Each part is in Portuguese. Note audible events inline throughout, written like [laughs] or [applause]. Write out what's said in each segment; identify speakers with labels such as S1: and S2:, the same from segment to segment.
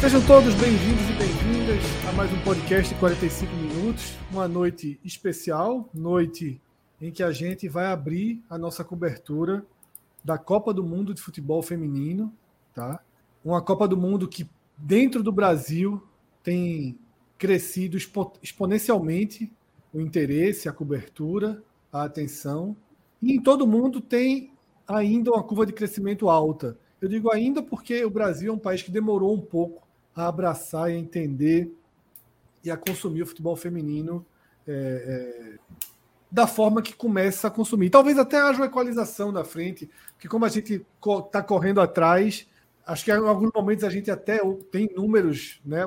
S1: Sejam todos bem-vindos e bem-vindas a mais um podcast de 45 minutos, uma noite especial, noite em que a gente vai abrir a nossa cobertura da Copa do Mundo de Futebol Feminino, tá? Uma Copa do Mundo que dentro do Brasil tem crescido expo- exponencialmente o interesse, a cobertura, a atenção, e em todo o mundo tem ainda uma curva de crescimento alta. Eu digo ainda porque o Brasil é um país que demorou um pouco a abraçar e a entender e a consumir o futebol feminino é, é, da forma que começa a consumir. Talvez até haja uma equalização na frente, porque como a gente está correndo atrás, acho que em alguns momentos a gente até tem números, né?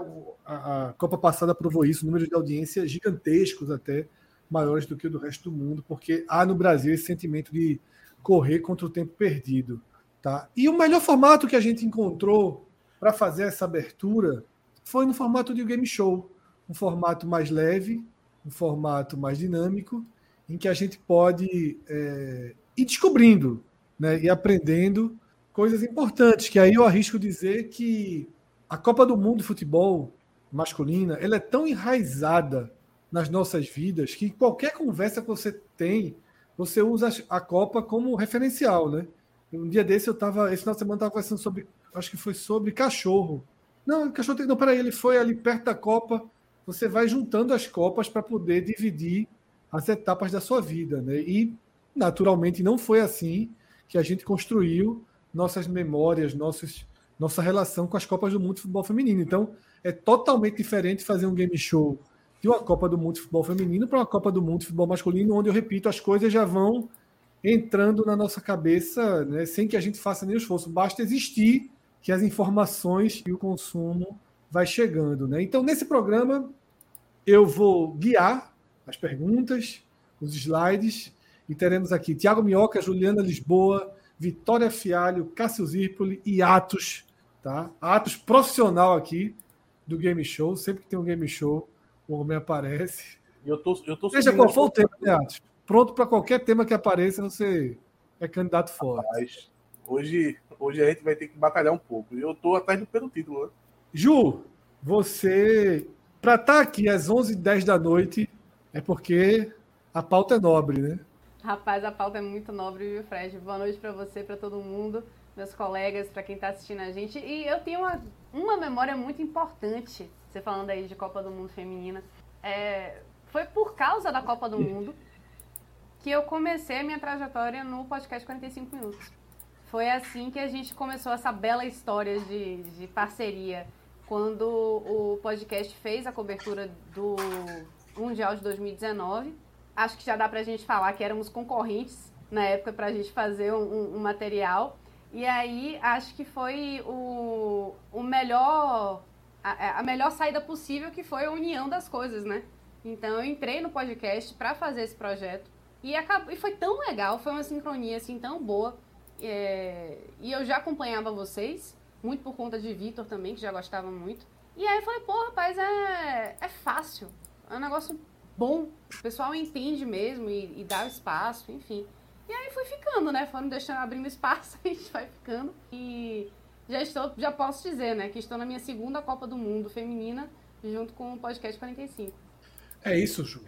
S1: A, a Copa passada provou isso, números de audiência gigantescos até, maiores do que o do resto do mundo, porque há no Brasil esse sentimento de correr contra o tempo perdido. Tá? E o melhor formato que a gente encontrou para fazer essa abertura foi no formato de game show, um formato mais leve, um formato mais dinâmico, em que a gente pode é, ir descobrindo né, e aprendendo coisas importantes, que aí eu arrisco dizer que a Copa do Mundo de Futebol masculina ela é tão enraizada nas nossas vidas que qualquer conversa que você tem, você usa a Copa como referencial, né? Um dia desse eu estava, esse final de semana eu tava conversando sobre acho que foi sobre cachorro. Não, cachorro tem. Não, peraí, ele foi ali perto da Copa. Você vai juntando as Copas para poder dividir as etapas da sua vida, né? E, naturalmente, não foi assim que a gente construiu nossas memórias, nossos, nossa relação com as Copas do Mundo de Futebol Feminino. Então, é totalmente diferente fazer um game show de uma Copa do Mundo de Futebol Feminino para uma Copa do Mundo de Futebol Masculino, onde, eu repito, as coisas já vão entrando na nossa cabeça, né? Sem que a gente faça nenhum esforço. Basta existir que as informações e o consumo vai chegando. Né? Então, nesse programa, eu vou guiar as perguntas, os slides, e teremos aqui Tiago Minhoca, Juliana Lisboa, Vitória Fialho, Cássio Zirpoli e Atos. Tá? Atos profissional aqui do Game Show. Sempre que tem um Game Show, o homem aparece.
S2: Eu tô, eu tô um
S1: Seja qual for o tema, né, Atos? Pronto para qualquer tema que apareça, você é candidato forte. Rapaz,
S2: hoje, hoje a gente vai ter que batalhar um pouco. Eu estou atrás do pelo título. Né?
S1: Ju, você para estar aqui às 11h10 da noite é porque a pauta é nobre, né?
S3: Rapaz, a pauta é muito nobre, viu, Fred? Boa noite para você, para todo mundo, meus colegas, para quem está assistindo a gente. E eu tenho uma, uma memória muito importante, você falando aí de Copa do Mundo Feminina. É, foi por causa da Copa do Mundo que eu comecei a minha trajetória no podcast 45 Minutos foi assim que a gente começou essa bela história de, de, parceria. Quando o podcast fez a cobertura do Mundial de 2019, acho que já dá pra gente falar que éramos concorrentes na época pra gente fazer um, um material. E aí acho que foi o, o melhor. A, a melhor saída possível que foi a união das coisas, né? Então eu entrei no podcast para fazer esse projeto e, acabou, e foi tão legal, foi uma sincronia assim tão boa é, e eu já acompanhava vocês, muito por conta de Vitor também, que já gostava muito. E aí eu falei, pô, rapaz, é, é fácil. É um negócio bom. O pessoal entende mesmo e, e dá espaço, enfim. E aí fui ficando, né? Foram deixando abrindo espaço, [laughs] a gente vai ficando. E já estou, já posso dizer, né, que estou na minha segunda Copa do Mundo feminina, junto com o Podcast 45.
S1: É isso, Ju.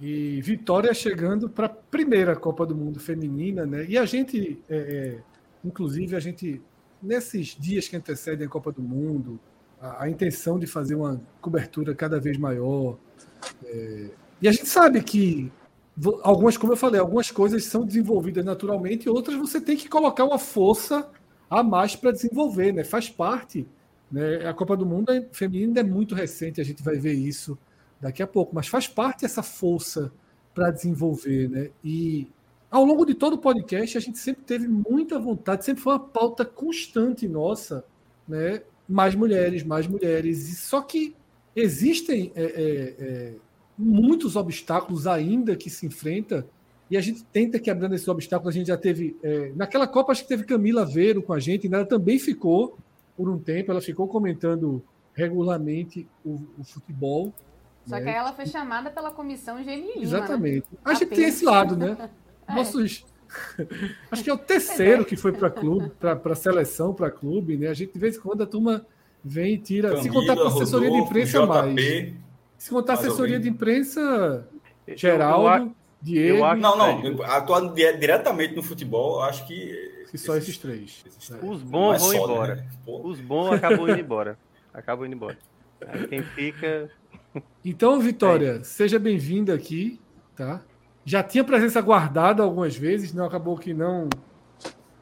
S1: E Vitória chegando para a primeira Copa do Mundo feminina, né? E a gente, é, é, inclusive, a gente, nesses dias que antecedem a Copa do Mundo, a, a intenção de fazer uma cobertura cada vez maior. É, e a gente sabe que algumas, como eu falei, algumas coisas são desenvolvidas naturalmente e outras você tem que colocar uma força a mais para desenvolver, né? Faz parte. Né? A Copa do Mundo é, feminina é muito recente, a gente vai ver isso daqui a pouco, mas faz parte essa força para desenvolver, né? E ao longo de todo o podcast a gente sempre teve muita vontade, sempre foi uma pauta constante nossa, né? Mais mulheres, mais mulheres. E só que existem é, é, é, muitos obstáculos ainda que se enfrenta e a gente tenta quebrando esses obstáculos. A gente já teve é, naquela Copa acho que teve Camila Veiro com a gente, e ela também ficou por um tempo, ela ficou comentando regularmente o, o futebol.
S3: Só né? que ela foi chamada pela comissão GMI.
S1: Exatamente.
S3: Né? É.
S1: A gente Apenas. tem esse lado,
S3: [laughs]
S1: né? nossos. [laughs] Acho que é o terceiro que foi para clube, para seleção, para clube, né? A gente de vez em quando a turma vem e tira. Camila, se contar com assessoria Rodolfo, de imprensa, JP, mais. Se contar assessoria de imprensa, Geraldo, eu, Diego. Eu
S4: acho, não, não. Atuando diretamente no futebol, acho que.
S1: Que só esses, esses três. Esses três.
S5: Os bons é vão só, embora. Né? Os bons acabam indo embora. Acabam indo embora. Aí quem fica.
S1: Então, Vitória, é. seja bem-vinda aqui, tá? já tinha presença guardada algumas vezes, não acabou que não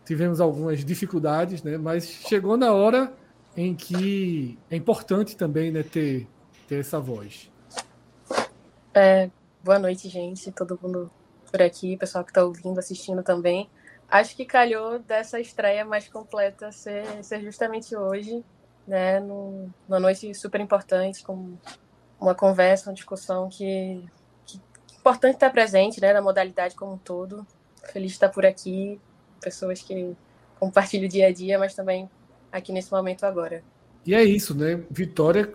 S1: tivemos algumas dificuldades, né? Mas chegou na hora em que é importante também, né, ter, ter essa voz.
S6: É, boa noite, gente, todo mundo por aqui, pessoal que está ouvindo, assistindo também. Acho que calhou dessa estreia mais completa ser, ser justamente hoje, né, num, numa noite super importante, com uma conversa, uma discussão que importante estar presente, né, na modalidade como um todo. Feliz de estar por aqui, pessoas que compartilham o dia a dia, mas também aqui nesse momento agora.
S1: E é isso, né? Vitória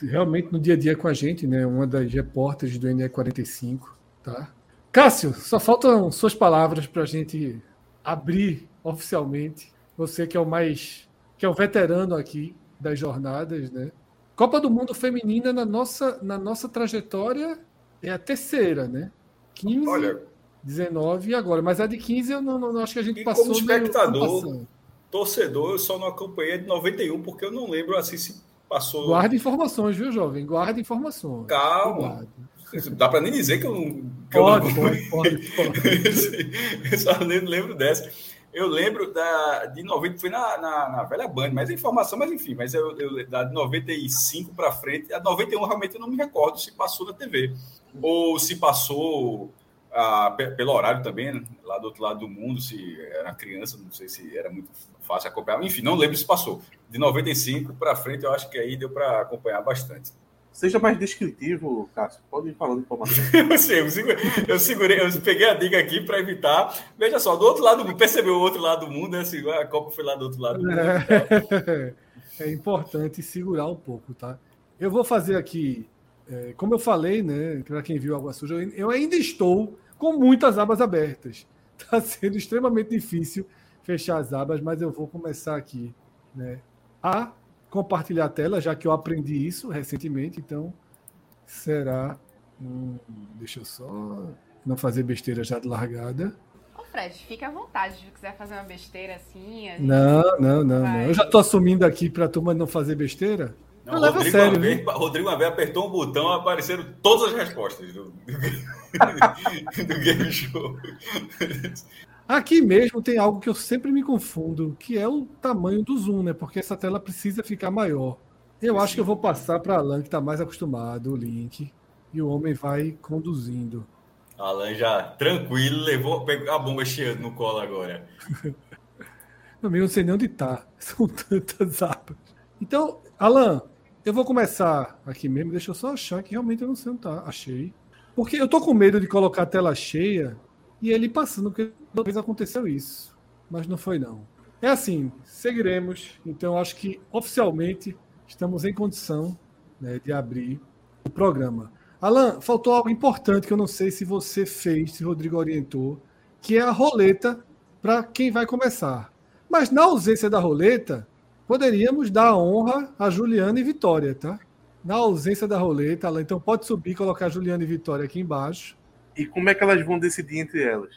S1: realmente no dia a dia com a gente, né? Uma das repórteres do NE45, tá? Cássio, só faltam suas palavras para a gente abrir oficialmente. Você que é o mais, que é o veterano aqui das jornadas, né? Copa do Mundo Feminina na nossa, na nossa trajetória é a terceira, né? 15, Olha, 19 e agora. Mas a de 15 eu não, não, não acho que a gente passou.
S4: Como espectador, torcedor, eu só não acompanhei a de 91, porque eu não lembro assim se passou.
S1: Guarda informações, viu, jovem? Guarda informações.
S4: Calma. Guarda. Dá para nem dizer que eu não. Que pode, eu não... pode, pode, pode. [laughs] eu só nem lembro dessa. Eu lembro da, de 90, foi na, na, na velha Band, mas é informação, mas enfim, mas eu, eu da de 95 para frente, a 91 realmente eu não me recordo se passou na TV ou se passou ah, pelo horário também, né? lá do outro lado do mundo, se era criança, não sei se era muito fácil acompanhar. Enfim, não lembro se passou. De 95 para frente, eu acho que aí deu para acompanhar bastante.
S2: Seja mais descritivo, Cássio. Pode ir falando informação.
S4: eu, sei, eu, segurei, eu, segurei, eu peguei a dica aqui para evitar. Veja só, do outro lado do mundo, percebeu o outro lado do mundo, né? a Copa foi lá do outro lado do mundo.
S1: É, [laughs] é importante segurar um pouco, tá? Eu vou fazer aqui é, como eu falei, né, para quem viu Água Suja, eu ainda estou com muitas abas abertas. [laughs] Está sendo extremamente difícil fechar as abas, mas eu vou começar aqui né, a compartilhar a tela, já que eu aprendi isso recentemente, então será. Hum, deixa eu só não fazer besteira já de largada.
S3: Ô Fred, fica à vontade se quiser fazer uma besteira assim. Gente...
S1: Não, não, não, Vai. não. Eu já estou assumindo aqui para a turma não fazer besteira.
S4: Não, não Rodrigo, sério, Aver, Rodrigo Aver apertou um botão apareceram todas as respostas do, do, do, [laughs] game show.
S1: Aqui mesmo tem algo que eu sempre me confundo, que é o tamanho do zoom, né? Porque essa tela precisa ficar maior. Eu Sim. acho que eu vou passar para Alan, que está mais acostumado, o link, e o homem vai conduzindo.
S4: Alan já tranquilo, levou a bomba cheia no colo agora.
S1: Meu amigo, não sei nem onde está. [laughs] São tantas abas. Então, Alan, eu vou começar aqui mesmo. Deixa eu só achar que realmente eu não sei onde tá. Achei. Porque eu tô com medo de colocar a tela cheia e ele passando, porque talvez aconteceu isso. Mas não foi, não. É assim, seguiremos. Então, acho que oficialmente estamos em condição né, de abrir o programa. Alan, faltou algo importante que eu não sei se você fez, se o Rodrigo orientou, que é a roleta para quem vai começar. Mas na ausência da roleta, poderíamos dar a honra a Juliana e Vitória, tá? Na ausência da roleta, ela então pode subir e colocar Juliana e Vitória aqui embaixo.
S2: E como é que elas vão decidir entre elas?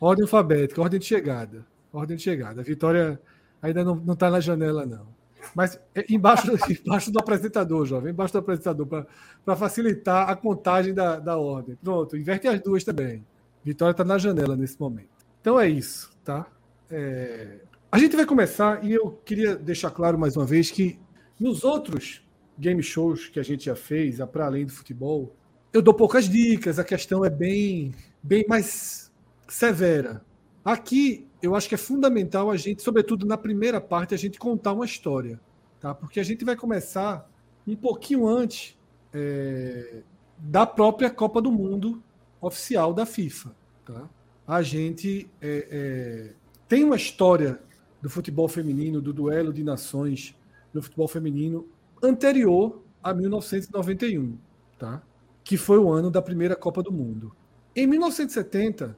S1: Ordem alfabética, ordem de chegada. Ordem de chegada. A Vitória ainda não, não tá na janela, não. Mas é embaixo, embaixo do [laughs] apresentador, jovem, embaixo do apresentador, para facilitar a contagem da, da ordem. Pronto, inverte as duas também. Vitória está na janela nesse momento. Então é isso, tá? É, a gente vai começar e eu queria deixar claro mais uma vez que nos outros game shows que a gente já fez, a para além do futebol, eu dou poucas dicas, a questão é bem, bem mais severa. Aqui eu acho que é fundamental a gente, sobretudo na primeira parte, a gente contar uma história, tá? Porque a gente vai começar um pouquinho antes é, da própria Copa do Mundo oficial da FIFA, tá? A gente é, é, tem uma história do futebol feminino, do duelo de nações no futebol feminino anterior a 1991, tá? Que foi o ano da primeira Copa do Mundo. Em 1970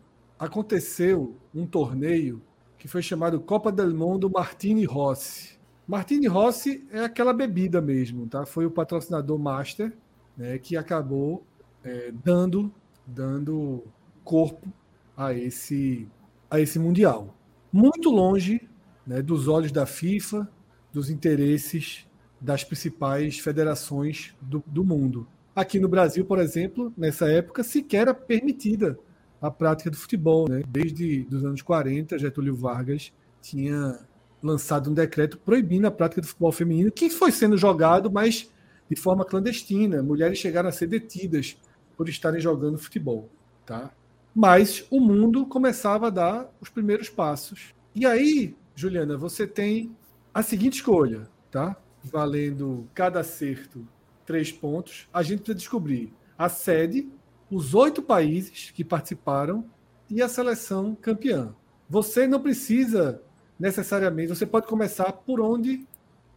S1: aconteceu um torneio que foi chamado Copa del Mundo Martini Rossi. Martini Rossi é aquela bebida mesmo, tá? Foi o patrocinador master, né, que acabou é, dando dando corpo a esse a esse mundial. Muito longe, né, dos olhos da FIFA, dos interesses das principais federações do, do, mundo. Aqui no Brasil, por exemplo, nessa época sequer era permitida a prática do futebol. Né? Desde os anos 40, Getúlio Vargas tinha lançado um decreto proibindo a prática do futebol feminino, que foi sendo jogado, mas de forma clandestina. Mulheres chegaram a ser detidas por estarem jogando futebol. Tá? Mas o mundo começava a dar os primeiros passos. E aí, Juliana, você tem a seguinte escolha, tá? valendo cada acerto três pontos, a gente precisa descobrir a sede, os oito países que participaram e a seleção campeã. Você não precisa necessariamente, você pode começar por onde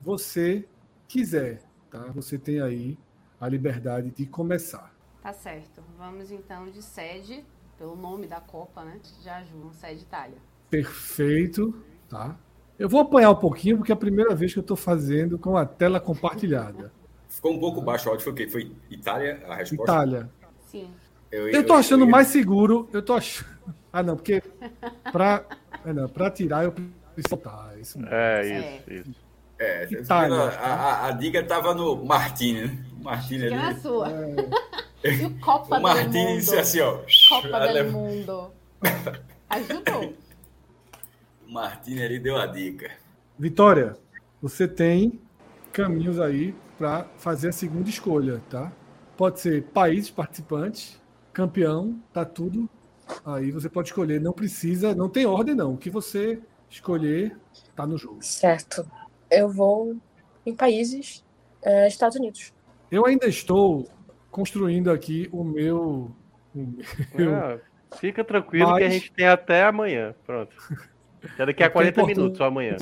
S1: você quiser, tá? Você tem aí a liberdade de começar.
S3: Tá certo. Vamos então de sede, pelo nome da Copa, né? Já ajudam, sede Itália.
S1: Perfeito, tá? Eu vou apanhar um pouquinho, porque é a primeira vez que eu estou fazendo com a tela compartilhada.
S4: Ficou um pouco baixo o áudio, foi o quê? Foi Itália a resposta?
S1: Itália.
S3: Sim.
S1: Eu, estou achando eu, eu... mais seguro, eu estou achando... [laughs] Ah, não, porque para ah, tirar eu preciso soltar.
S5: Isso mesmo. É, isso, é. isso.
S4: É, Itália, a,
S1: né?
S4: a, a diga estava no Martini, né? Martini
S3: ali.
S4: Que
S3: é a sua. É. [laughs] E o Copa o
S4: Martini
S3: mundo.
S4: disse assim, ó.
S3: Copa Ale... del Mundo. Ajudou.
S4: Martini ali deu a dica.
S1: Vitória, você tem caminhos aí para fazer a segunda escolha, tá? Pode ser países participantes, campeão, tá tudo. Aí você pode escolher, não precisa, não tem ordem não. O que você escolher tá no jogo.
S6: Certo. Eu vou em países, é, Estados Unidos.
S1: Eu ainda estou construindo aqui o meu. O meu...
S5: Ah, fica tranquilo Mas... que a gente tem até amanhã. Pronto. Já daqui a 40 é minutos amanhã.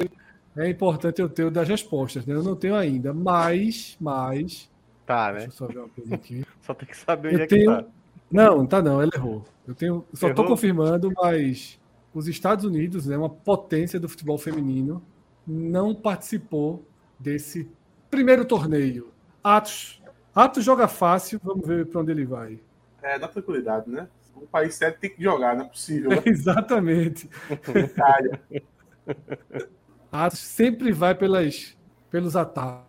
S1: É importante eu ter o das respostas, né? Eu não tenho ainda, mas, mas.
S5: Tá, né?
S1: só ver uma coisa aqui.
S5: só tem que saber onde eu
S1: é tenho...
S5: que tá.
S1: Não, tá não, ela errou. Eu tenho. Só estou confirmando, mas os Estados Unidos, né, uma potência do futebol feminino, não participou desse primeiro torneio. Atos. Atos joga fácil, vamos ver para onde ele vai. [laughs]
S2: É, dá tranquilidade, né? um país sério tem que jogar, não é possível.
S1: [laughs]
S2: Né?
S5: [laughs]
S1: Exatamente.
S2: Itália.
S1: Atos sempre vai pelas, pelos ataques.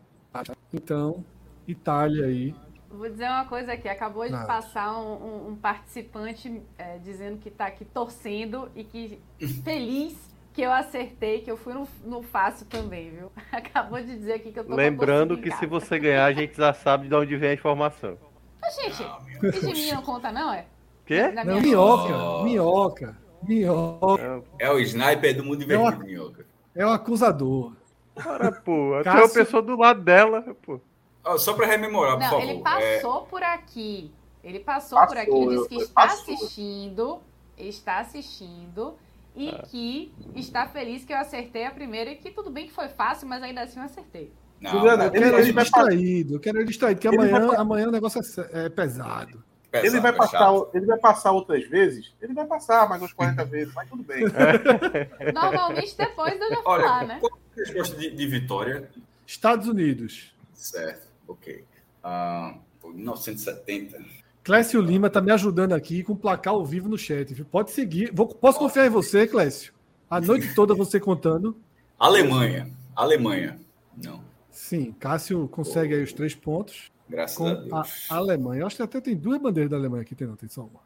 S1: Então, Itália aí.
S3: Vou dizer uma coisa aqui, acabou de Nada. passar um, um, um participante é, dizendo que está aqui torcendo e que feliz que eu acertei, que eu fui no, no fácil também, viu? [laughs] Acabou de dizer aqui que eu tô
S5: Lembrando que se você ganhar, a gente já sabe de onde vem a informação.
S3: Mas, gente, não, de mim não conta, não, é?
S5: Quê?
S1: Não, minhoca, oh. minhoca, minhoca.
S4: É o sniper do mundo invertido, é o, minhoca.
S1: É o acusador.
S5: Cara, pô, até Cássio... a pessoa do lado dela, pô.
S4: Oh, só para
S3: Não,
S4: rememorar, por favor.
S3: Ele passou é... por aqui. Ele passou, passou por aqui, disse que está passou. assistindo, está assistindo e ah. que está feliz que eu acertei a primeira e que tudo bem que foi fácil, mas ainda assim eu acertei.
S1: Não, Juliana, eu quero ele distraído, eu quero ele distraído, porque ele amanhã, vai... amanhã o negócio é pesado.
S2: Pesado, ele vai
S4: é
S2: passar, fechado. ele vai passar outras vezes? Ele vai passar mais umas 40 vezes, mas tudo bem.
S3: Normalmente depois [laughs] eu já falar, Olha, né?
S4: Qual é a resposta de, de, vitória?
S1: Estados Unidos.
S4: Certo, ok. Uh, 1970.
S1: Clécio Lima tá me ajudando aqui com placar ao vivo no chat. Viu? Pode seguir. Vou, posso confiar em você, Clécio? A noite toda você contando.
S4: Alemanha. Alemanha. Não.
S1: Sim, Cássio consegue oh. aí os três pontos.
S4: Graças a Deus.
S1: A Alemanha. Eu acho que até tem duas bandeiras da Alemanha aqui, tem não, tem só uma.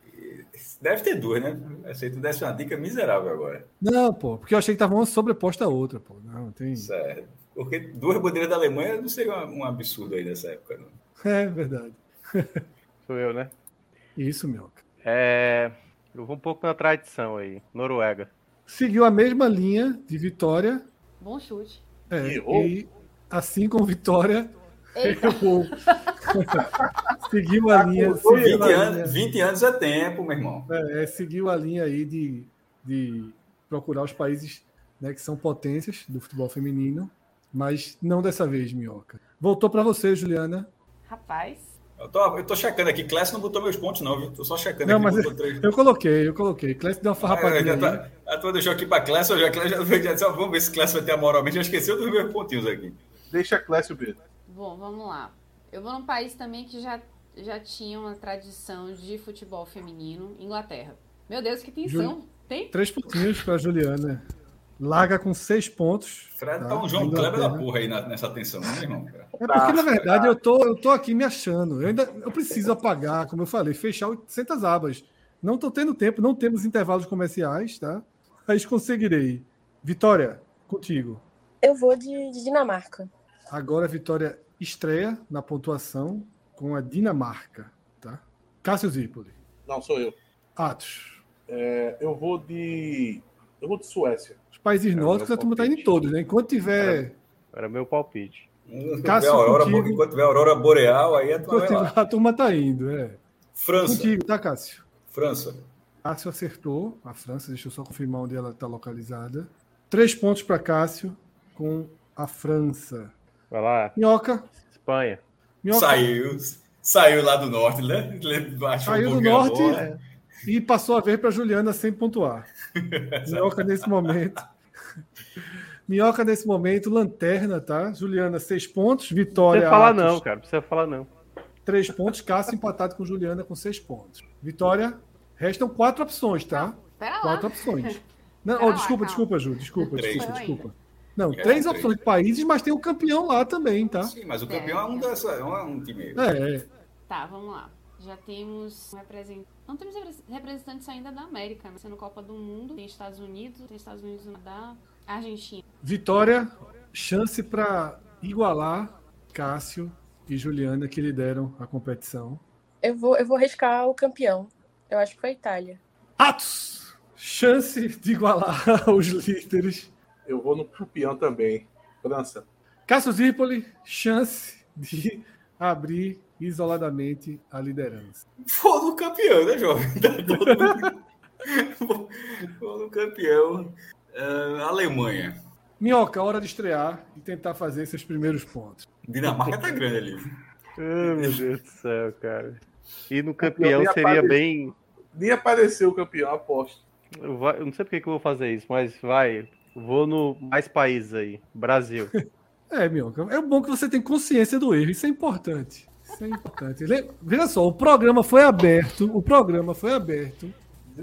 S4: Deve ter duas, né? Achei que tu desse uma dica miserável agora.
S1: Não, pô, porque eu achei que tava uma sobreposta a outra, pô. Não, tem.
S4: Certo. Porque duas bandeiras da Alemanha não seria um absurdo aí nessa época, não.
S1: [laughs] É verdade.
S5: Sou eu, né?
S1: Isso, meu.
S5: É, eu vou um pouco na tradição aí. Noruega.
S1: Seguiu a mesma linha de Vitória.
S3: Bom chute.
S1: é,
S2: Errou.
S1: e assim como Vitória,
S3: Eita,
S1: errou. seguiu a linha.
S2: Acordou e
S1: seguiu
S4: 20
S1: a linha.
S4: Tá anos, 20 anos é tempo, meu irmão.
S1: É, é, seguiu a linha aí de, de procurar os países né, que são potências do futebol feminino, mas não dessa vez, Minhoca. Voltou para você, Juliana.
S3: rapaz.
S4: Eu tô, eu tô checando aqui. Class não botou meus pontos, não, viu? Tô só checando
S1: Não,
S4: aqui.
S1: mas
S4: botou três.
S1: Eu coloquei, eu coloquei. Clécio deu uma
S4: Ah,
S1: farrapadinha.
S4: já
S1: aí.
S4: tá, a tua deixou aqui pra Class, eu já, Class já, já disse, ó, vamos ver se Class vai ter a moral mesmo. Já esqueceu dos meus pontinhos aqui.
S2: Deixa Clécio mesmo.
S3: Bom, vamos lá. Eu vou num país também que já, já tinha uma tradição de futebol feminino, Inglaterra. Meu Deus, que tensão. Tem?
S1: Três pontinhos para Juliana. Larga com seis pontos.
S4: Fred tá um João Kleber
S1: né?
S4: da porra aí na- nessa atenção, né, meu irmão? cara?
S1: É porque, na verdade, eu tô, eu tô aqui me achando. Eu ainda eu preciso apagar, como eu falei, fechar 800 abas. Não estou tendo tempo, não temos intervalos comerciais, tá? Mas conseguirei. Vitória, contigo.
S6: Eu vou de, de Dinamarca.
S1: Agora a Vitória estreia na pontuação com a Dinamarca, tá? Cássio Zipoli.
S2: Não, sou eu.
S1: Atos.
S2: É, eu vou de. Eu vou de Suécia.
S1: Os países
S7: Era
S1: nórdicos,
S7: É meu
S1: a turma tá indo em
S7: palpite. É.
S1: todos, né? Enquanto tiver,
S5: Era meu palpite.
S4: Enquanto tiver,
S1: Cássio,
S4: aurora,
S1: contigo.
S4: enquanto tiver aurora boreal, aí a tua
S1: enquanto
S4: vai lá.
S1: tiver, a turma tá indo, é.
S4: França.
S1: Contigo, tá, Cássio?
S4: França.
S1: Cássio Ah, acertou a França, deixa eu só confirmar onde ela está localizada. Três pontos para Cássio com a França.
S5: Vai lá,
S1: Minhoca,
S5: Espanha.
S1: Minhoca
S4: Saiu. Saiu lá do norte, né? [laughs] Achou
S1: saiu do
S4: pouquinho a
S1: norte é.
S4: bola.
S1: e passou a ver para Juliana sem pontuar. Minhoca nesse momento. Minhoca nesse momento, lanterna, tá? Juliana, seis pontos.
S5: Não
S1: Vitória.
S5: precisa falar
S1: Atos,
S5: não, cara. Não precisa falar não.
S1: Três pontos. Cássio empatado com Juliana com seis pontos. Vitória, restam quatro opções, tá?
S3: Pera lá.
S1: Quatro opções. Não,
S3: Pera
S1: oh,
S3: lá,
S1: desculpa,
S3: calma.
S1: desculpa, Ju. Desculpa,
S4: Três.
S1: desculpa,
S3: Foi
S1: desculpa. Não,
S4: É,
S1: três
S4: três.
S1: opções de países, mas tem o campeão lá também, tá?
S4: Sim, mas o campeão é um, dessa, é um- é um time.
S1: É,
S3: Tá, vamos lá. Já temos um representante. Não temos repre- representantes ainda da América, né? Sendo Copa do Mundo, tem Estados Unidos, tem Estados Unidos e Canadá, Argentina.
S1: vitória, chance para igualar Cássio e Juliana que lideram a competição.
S6: Eu vou, eu vou arriscar o campeão. Eu acho que foi a Itália.
S1: Atos! Chance de igualar [laughs] os líderes.
S2: Eu vou no campeão também. França.
S1: Cássio Zirpoli, chance de abrir isoladamente a liderança.
S4: Vou no campeão, né, jovem? [laughs] Tá todo- Vou- Vou no campeão. Ah, Alemanha.
S1: Minhoca, hora de estrear e tentar fazer seus primeiros pontos.
S4: Dinamarca tá grande ali.
S1: [laughs]
S5: Ai, meu Deus do céu, cara. E no campeão
S2: Campeão ia
S5: seria bem. bem-
S2: Nem apareceu o campeão, aposto.
S5: Eu vai- eu não sei porque que eu vou fazer isso, mas vai. Vou no mais países aí.
S1: [laughs]
S5: Brasil.
S1: É, Minhoca, é bom que você tem consciência do erro, isso é importante. Isso é importante. Le- Veja só, o programa foi aberto, o programa foi aberto,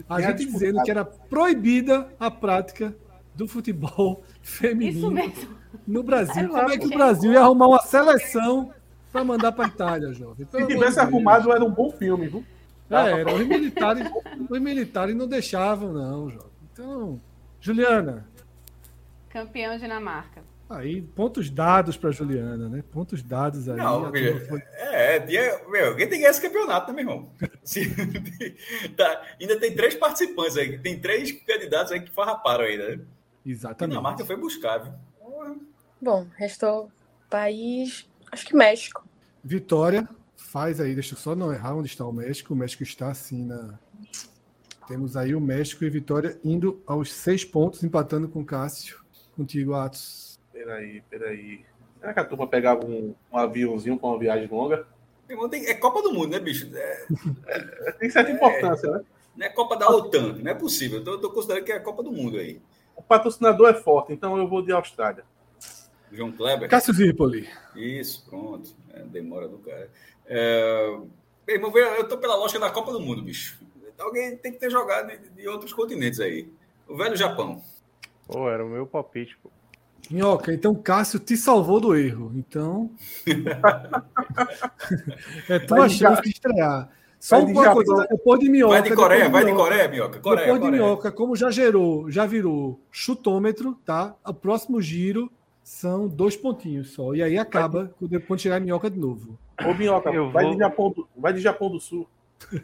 S1: a
S2: Tem
S1: gente dizendo que era proibida a prática do futebol [laughs]
S3: Isso
S1: feminino
S3: mesmo. [laughs]
S1: no Brasil.
S3: É
S1: Como é que o
S3: lógico.
S1: Brasil ia arrumar uma seleção para mandar para Itália, jovem? Pelo
S2: Se
S1: amor de
S2: tivesse
S1: Deus.
S2: arrumado, era um bom filme, viu?
S1: É, era, os militares, os militares não deixavam, não, jovem. Então, Juliana,
S3: Campeão Dinamarca.
S1: aí pontos dados para Juliana, né? Pontos dados aí.
S4: Não,
S1: a turma
S4: veja,
S1: foi-
S4: É, é, tinha- meu, alguém tem que ganhar esse campeonato, né, meu irmão? [laughs] Se- tá, ainda tem três participantes aí, tem três candidatos aí que farraparam ainda. Né?
S1: Exatamente.
S4: Dinamarca foi buscar, viu?
S6: Bom, restou país. Acho que México.
S1: Vitória faz aí, deixa eu só não errar onde está o México. O México está assim na. Temos aí o México e Vitória indo aos seis pontos, empatando com o Cássio. Contigo, Atos.
S2: Peraí, peraí. Será que a turma pegava um, um aviãozinho pra uma viagem longa?
S4: Meu irmão, tem- é Copa do Mundo, né, bicho? É,
S2: Tem certa importância, né?
S4: não é Copa da OTAN, não é possível. Eu tô, tô considerando que é a Copa do Mundo aí.
S2: O patrocinador é forte, então eu vou de Austrália.
S4: João Kleber.
S1: Cássio Zirpoli.
S4: Isso, pronto. É, demora do cara. É... Meu irmão, veja, eu tô pela lógica da Copa do Mundo, bicho. Alguém tem que ter jogado de, de outros continentes aí. O velho Japão.
S5: Pô, era o meu palpite. Pô.
S1: Minhoca, então Cássio te salvou do [laughs]
S4: [laughs]
S1: erro. Então. é tua
S2: Mas já-
S1: chance é de estrear. Só uma
S2: Japão.
S1: coisa, depois de minhoca.
S4: Vai de Coreia, vai de
S1: minhoca,
S4: Coreia, Minhoca. Coreia,
S1: depois de
S4: Coreia.
S1: minhoca, como já gerou, já virou chutômetro, tá? O próximo giro são dois pontinhos só. E aí acaba quando- quando chegar a minhoca de novo.
S2: Ô, Minhoca,
S5: Eu
S2: vai,
S5: vou-
S2: de Japão do... vai de Japão do Sul.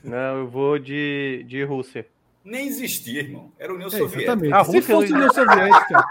S5: Não, eu vou de, de Rússia.
S4: Nem existia, irmão. Era União
S1: É,
S4: Soviética.
S1: exatamente.
S5: A
S1: Se
S5: Rússia
S1: fosse
S5: não-
S1: União Soviética,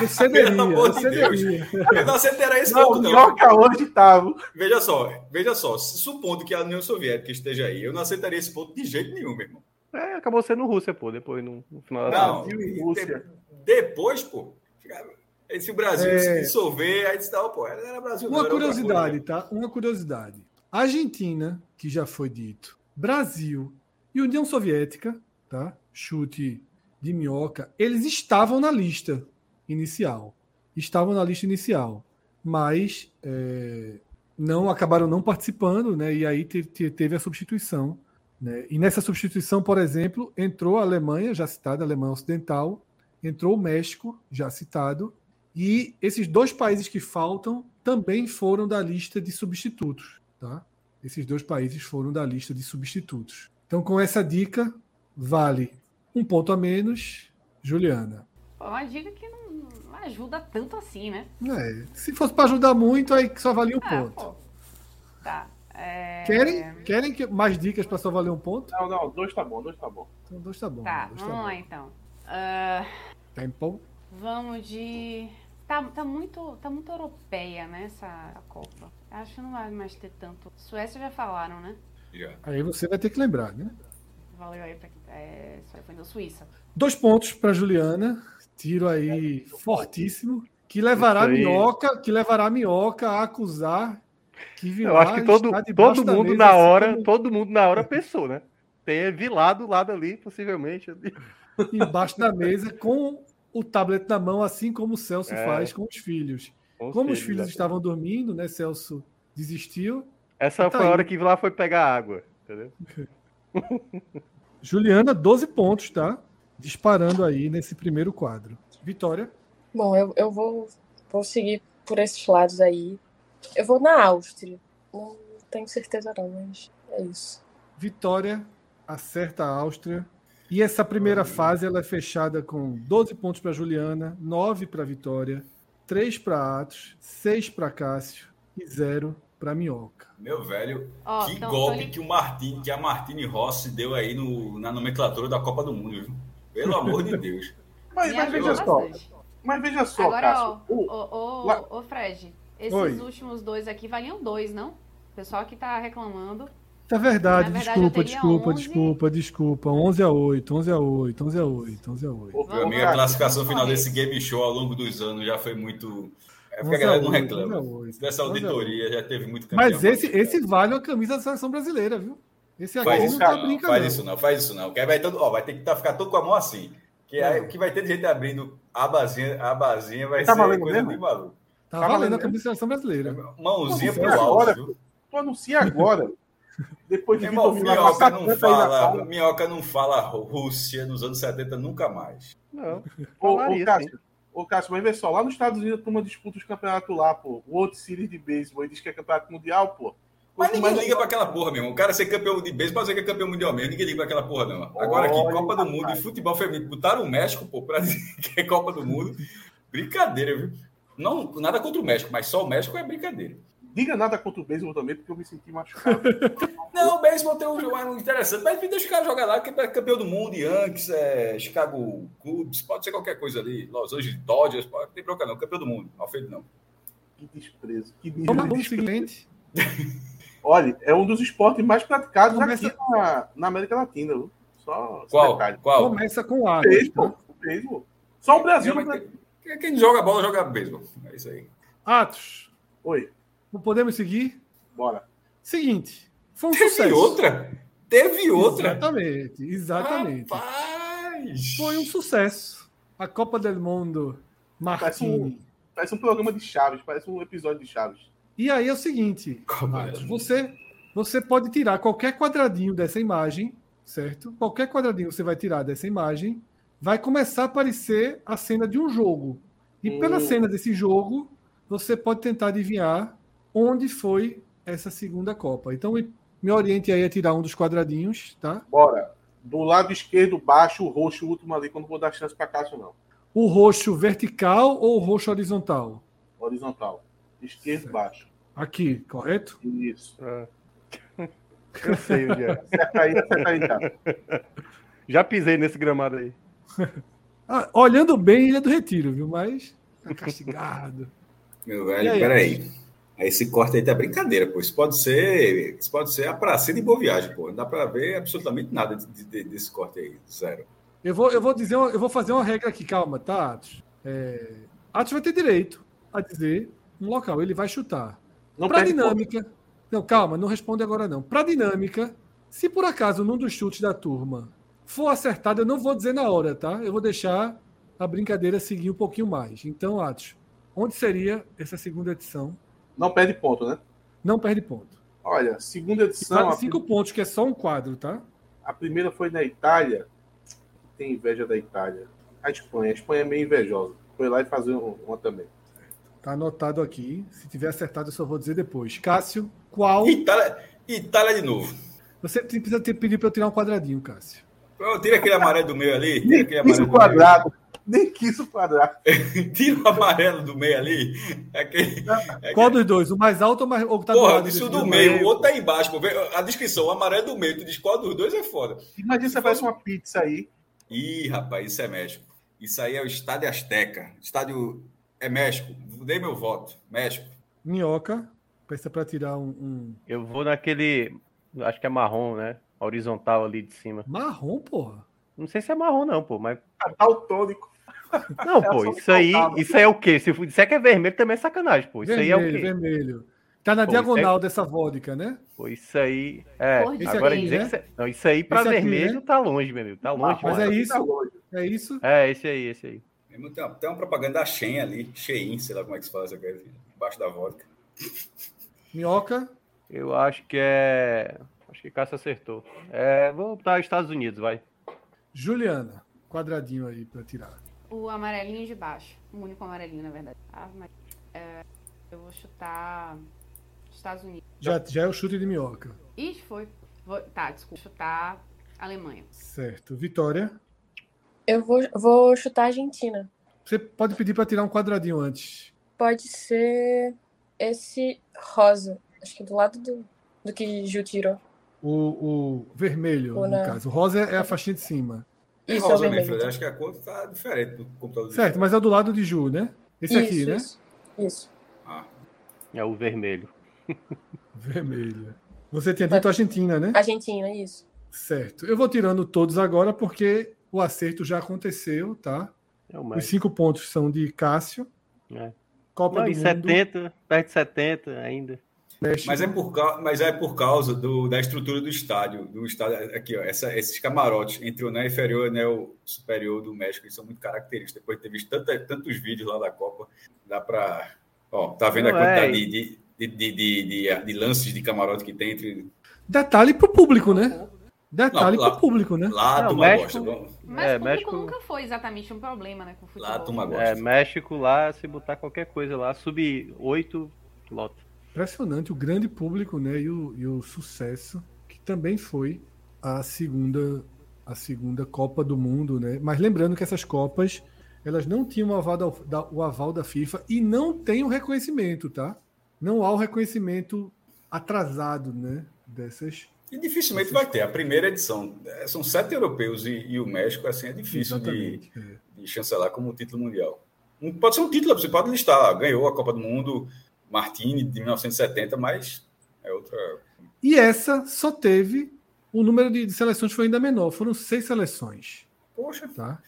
S1: você
S4: [laughs] Pelo
S1: deveria.
S4: amor de
S1: Você
S4: Deus.
S1: deveria.
S4: Eu não acertaria esse
S2: Não,
S4: ponto, não.
S2: Minhoca hoje tá, tava.
S4: Veja só, veja só. se- Supondo que a União Soviética esteja aí, eu não aceitaria esse ponto de jeito nenhum, meu irmão.
S5: É, acabou sendo Rússia, pô, depois no, no final da
S4: Não,
S2: Brasil e
S4: de-
S2: Rússia.
S4: depois, pô. fica- aí Se o Brasil
S1: É.
S4: se dissolver, aí disse, não, pô, era Brasil. não,
S1: Uma
S4: era outra coisa.
S1: curiosidade, tá? Uma curiosidade. Argentina, que já foi dito, Brasil e União Soviética, tá? Chute de minhoca, eles estavam na lista inicial. Estavam na lista inicial, mas é, não acabaram não participando, né? E aí te- te- teve a substituição. Né? E nessa substituição, por exemplo, entrou a Alemanha, já citada, a Alemanha Ocidental, entrou o México, já citado, e esses dois países que faltam também foram da lista de substitutos, tá? Esses dois países foram da lista de substitutos. Então, com essa dica, vale um ponto a menos, Juliana.
S3: Pô, Uma dica que não não ajuda tanto assim, né?
S1: É, se fosse para ajudar muito, aí só valia um
S3: Ah,
S1: ponto.
S3: pô. Tá. É...
S1: Querem, querem que- mais dicas para só valer um ponto?
S2: Não, não, dois tá bom, dois tá bom.
S1: Então, dois tá bom.
S3: Tá,
S1: dois
S3: vamos lá
S1: tá
S3: então. Ah,
S1: bom. Tempo.
S3: vamos de. Tá, tá, muito, tá muito europeia, né? Essa Copa. Acho que não vai mais ter tanto. Suécia já falaram, né?
S4: Já.
S1: Aí você vai ter que lembrar, né?
S3: Valeu aí pra quem. É, Suécia, foi na Suíça.
S1: Dois pontos para Juliana. Tiro aí fortíssimo. Que levará a
S5: Isso aí.
S1: minhoca, que levará a minhoca a acusar que Vilar
S5: Eu acho que todo,
S1: está tá debaixo
S5: todo
S1: da
S5: mundo
S1: mesa,
S5: na
S1: assim
S5: hora,
S1: como
S5: todo mundo na hora pensou, né? Tem Vilar do lado ali, possivelmente.
S1: Embaixo da mesa, com o tablet na mão, assim como o Celso
S5: É.
S1: faz com os filhos. Como os filhos estavam dormindo, né? Celso desistiu.
S5: Essa
S1: Tá
S5: foi a
S1: aí.
S5: hora que Vilar foi pegar água, entendeu?
S1: Juliana, 12 pontos, tá? Disparando aí nesse primeiro quadro. Vitória.
S6: Bom, eu, eu vou, vou seguir por esses lados aí. Eu vou na Áustria. Não tenho certeza não, mas é isso.
S1: Vitória acerta a Áustria. E essa primeira fase ela é fechada com 12 pontos para Juliana, 9 para Vitória, 3 para Atos, 6 para Cássio e 0 para Minhoca.
S4: Meu velho,
S3: Ó,
S4: que
S3: então,
S4: golpe
S3: então-
S4: que o Martin, que a Martini Rossi deu aí no, na nomenclatura da Copa do Mundo, viu? Pelo amor de
S3: [laughs]
S4: Deus.
S2: Mas,
S3: Me
S2: mas
S3: ajudou
S2: veja só,
S3: bastante.
S2: mas veja só,
S3: Agora, ó,
S2: Cássio. O-
S3: ô,
S2: Ué.
S3: ô, ô, Fred, esses
S1: Oi.
S3: últimos dois aqui valiam dois, não? O pessoal que tá reclamando.
S1: Tá verdade,
S3: Na verdade,
S1: desculpa,
S3: eu teria
S1: desculpa,
S3: 11.
S1: desculpa, desculpa. 11 a 8, 11 a 8, 11 a 8, 11 a 8.
S2: Ô,
S4: Meu amigo, a
S2: Cássio,
S4: classificação final
S3: vamos
S4: desse game show ao longo dos anos já foi muito. É porque a
S1: 11
S4: galera não
S1: 11
S4: reclama.
S1: 11.
S4: Se dessa auditoria né, já teve muito campeão.
S1: Mas esse, esse vale uma camisa da seleção brasileira, viu? Esse aqui
S4: Faz
S1: não
S4: isso,
S1: tá
S4: não,
S1: brincando.
S4: faz isso não, faz isso não. Que aí vai, todo, ó, vai ter que tá, ficar todo com a mão assim. Que aí o que vai ter de gente abrindo a basinha, a basinha vai
S2: Tá
S4: ser
S2: valendo
S4: coisa
S2: mesmo?
S4: de maluco.
S1: Tá
S2: Tá
S1: valendo a
S2: valendo.
S1: camisa da seleção brasileira.
S4: Mãozinha
S1: Pô,
S4: pro
S2: agora,
S4: alto, viu?
S2: Tu anuncia agora. Depois de
S4: Meu irmão,
S2: Vitor Vilar
S4: minhoca
S2: passar
S4: não,
S2: tanto é aí na
S4: fala,
S2: sala.
S4: minhoca não fala Rússia nos anos 70 nunca mais.
S5: Não.
S2: Ô,
S5: Falaria,
S2: ô, Cássio, ô, Cássio, mas vê só, lá nos Estados Unidos a turma disputa os campeonatos lá, pô. O outro Series de beisebol, e diz que é campeonato mundial, pô.
S4: Mas
S2: Quanto
S4: ninguém
S2: mais-
S4: liga pra aquela porra, meu irmão. O cara ser campeão de beisebol, mas é que é campeão mundial mesmo. Ninguém liga pra aquela porra, não. Agora aqui,
S2: Olha,
S4: Copa do
S2: rapaz.
S4: Mundo e futebol feminino. Botaram o México, pô, pra [laughs] dizer que é Copa do Mundo. Brincadeira, viu? Não, nada contra o México, mas só o México é brincadeira.
S2: Diga nada contra o beisebol também, porque eu me senti machucado.
S4: Não, o beisebol tem um jogo é um interessante, mas deixa os caras jogar lá, que é campeão do mundo, Yankees, é, Chicago Cubs, pode ser qualquer coisa ali. Los Angeles Dodgers, pode, não tem bronca não, campeão do mundo. Mal feito não.
S2: que desprezo. Que nível
S1: Vamos
S2: de
S1: vamos
S2: desprezo.
S1: seguinte.
S2: Olha, é um dos esportes mais praticados
S1: Começa-
S2: aqui na, na América Latina, viu? Só esse
S4: Qual?
S2: detalhe.
S4: Qual?
S1: Começa com tá? A.
S2: O beisebol, o beisebol. Só o
S1: Ah,
S2: Brasil.
S4: Não,
S2: não
S4: É, mas
S2: tem-
S4: quem- Quem joga bola joga beisebol. É isso aí.
S1: Atos,
S2: Oi,
S1: não podemos seguir?
S2: bora.
S1: Seguinte, foi um
S4: Teve
S1: sucesso.
S4: outra? Teve outra?
S1: Exatamente, exatamente.
S4: Rapaz!
S1: Foi um sucesso. A Copa del Mundo,
S4: Tá
S1: Martini.
S2: Parece um programa de Chaves, parece um episódio de Chaves.
S1: E aí é o seguinte,
S4: Copa
S1: Atos,
S4: del Mundo.
S1: você, você pode tirar qualquer quadradinho dessa imagem, certo? Qualquer quadradinho você vai tirar dessa imagem, vai começar a aparecer a cena de um jogo. E pela
S2: Hum.
S1: cena desse jogo, você pode tentar adivinhar onde foi essa segunda Copa. Então, Me oriente aí a tirar um dos quadradinhos, tá?
S2: Bora. Do lado esquerdo, baixo, o roxo, o último ali, quando vou dar chance pra Cássio, não.
S1: O roxo vertical ou o roxo horizontal?
S2: Horizontal. Esquerdo, baixo.
S1: Aqui, correto?
S2: Isso.
S5: É. [laughs] Eu sei onde é.
S2: Acerta aí, acerta aí, cara.
S5: Já pisei nesse gramado aí.
S1: Ah, olhando bem, ele é do retiro, viu? Mas tá castigado.
S4: Meu
S1: E
S4: velho,
S1: aí?
S4: peraí. Aí Esse corte aí tá brincadeira, pô. Isso pode ser, isso pode ser a praça de boa viagem, pô. Não dá pra ver absolutamente nada de- de- de- desse corte aí, zero.
S1: Eu vou, eu vou dizer, uma- eu vou fazer uma regra aqui, calma, tá, Atos? É, Atos vai ter direito a dizer um local, ele vai chutar.
S2: Não
S1: Para
S2: perde
S1: dinâmica. Não, calma, não responde agora não. Para dinâmica, se por acaso num dos chutes da turma for acertado, eu não vou dizer na hora, tá? Eu vou deixar a brincadeira seguir um pouquinho mais. Então, Atos, onde seria essa segunda edição?
S2: ponto. Não perde ponto, né?
S1: Não perde ponto.
S2: Olha, segunda
S1: E
S2: edição,
S1: vale
S2: a,
S1: cinco pontos, que é só um quadro, tá?
S2: a primeira foi na Itália. Tem inveja da Itália. A Espanha. A Espanha é meio invejosa. Foi lá e fazer um- uma também.
S1: Tá anotado aqui. Se tiver acertado, eu só vou dizer depois. Cássio, qual?
S4: Itália, Itália de novo.
S1: Você tem- precisa ter pedido para eu tirar um quadradinho, Cássio.
S4: Pronto, Tira aquele amarelo do meio ali. Tira
S2: Nem
S4: aquele
S2: quis
S4: amarelo
S2: o
S4: do meio.
S2: quadrado. Nem quis o quadrado.
S4: [laughs] Tira o amarelo do meio ali. Aquele,
S1: Qual dos dois? O mais alto ou o mais ou o que tá
S4: É porra,
S1: do lado?
S4: isso
S1: desse
S4: do
S1: tamanho?
S4: meio, o outro tá embaixo. Pô. Vê A descrição, o amarelo do meio, tu diz qual dos dois é foda.
S2: Imagina se aparece uma pizza aí.
S4: Ih, rapaz, isso é México. Isso aí é o Estádio Azteca. Estádio é México. Dei meu voto. México.
S1: Minhoca. Pensa para tirar um, um-
S5: Eu vou naquele. Acho que é marrom, né? Horizontal ali de cima.
S1: Marrom, porra.
S5: Não sei se é marrom, não,
S1: [laughs]
S5: pô, mas.
S2: tá Daltônico.
S5: Não,
S2: É,
S5: pô,
S2: só
S5: isso aí,
S2: faltava.
S5: isso aí é o quê? Se disser que é vermelho, também é sacanagem, pô. Isso aí é o
S1: né? vermelho,
S5: quê?
S1: vermelho. Tá na
S5: Pô, isso é
S1: diagonal dessa vodka, né?
S5: Pô, isso aí. É,
S3: Cor de
S5: agora
S3: três,
S5: dizer
S1: né?
S5: que. isso é- Não, isso aí pra
S1: Esse aqui,
S5: vermelho
S1: né?
S5: tá longe, meu amigo. Tá longe,
S1: Mas
S5: mano.
S1: é isso?
S2: Tá longe.
S1: É isso?
S5: É, esse aí, esse aí.
S4: Mesmo Tem uma, tem uma propaganda da Shein ali, Shein, sei lá como é que se fala essa coisa, embaixo da vodka.
S1: Minhoca.
S5: Eu acho que é. Acho que Cássio acertou. É, vou botar Estados Unidos, vai.
S1: Juliana. Quadradinho aí para tirar.
S3: O amarelinho de baixo. O único amarelinho, na verdade. Ah, mas, é, eu vou chutar Estados Unidos.
S1: Já, já é o chute de minhoca.
S3: Ixi, foi. Vou- tá, desculpa. Chutar Alemanha.
S1: Certo. Vitória.
S6: Eu vou, vou chutar a Argentina.
S1: Você pode pedir para tirar um quadradinho antes.
S6: Pode ser esse rosa. Acho que do lado do, do que Ju tirou.
S1: O, o vermelho,
S6: Pô,
S1: no
S6: né?
S1: caso. O rosa é a faixinha de cima.
S4: E
S6: Isso,
S4: rosa
S6: é vermelho.
S4: mesmo, Fred. Acho que a cor tá diferente do computador. do
S1: Certo, mas é o do lado de Ju, né? Esse
S6: isso,
S1: aqui, né?
S6: isso, isso.
S4: Ah,
S5: É o vermelho.
S1: Vermelho. Você tinha dito Argentina, né?
S6: Argentina, isso.
S1: Certo. Eu vou tirando todos agora porque o acerto já aconteceu, tá?
S5: É o
S1: Os
S5: mais.
S1: cinco pontos são de Cássio.
S5: É.
S1: Copa
S5: Não,
S1: do
S5: em
S1: Mundo.
S5: 70, perto de 70 ainda.
S1: México.
S4: mas, é por causa, mas é por causa do- da estrutura do estádio. Do estádio aqui, ó, essa- esses camarotes entre o anel inferior e o anel superior do México, eles são muito característicos. Depois de ter visto tanta- tantos vídeos lá da Copa, dá pra. Ó, tá vendo
S5: Não,
S4: a quantidade
S5: é.
S4: de, de, de- de- de- de lances de camarote que tem entre.
S1: Detalhe pro público, né? Detalhe
S4: Não, lá-
S1: pro público, né?
S4: Lá,
S5: Não,
S4: a turma
S5: México-
S4: gosta. Vamos-
S3: Mas
S5: É,
S3: o público
S5: México-
S3: nunca foi exatamente um problema, né? Com o futebol.
S4: Lá, a turma gosta.
S5: É, México lá, se botar qualquer coisa lá, sub 8, lota.
S1: Impressionante o grande público, né? E o, e o sucesso que também foi a segunda a segunda Copa do Mundo, né? Mas lembrando que essas copas elas não tinham o aval da, da- o aval da FIFA e não tem o reconhecimento, tá? Não há o reconhecimento atrasado, né? Dessas.
S5: é,
S4: E dificilmente vai ter. A primeira edição. eh, São sete europeus e, e o México, assim, é difícil de,
S1: Exatamente. é.
S4: de chancelar como título mundial. Um- Pode ser um título, você pode listar. lá, Ganhou a Copa do Mundo, Martini, de 1970, mas é outra.
S1: E essa só teve o número de, de seleções foi ainda menor, foram seis seleções.
S4: Poxa,
S1: Tá?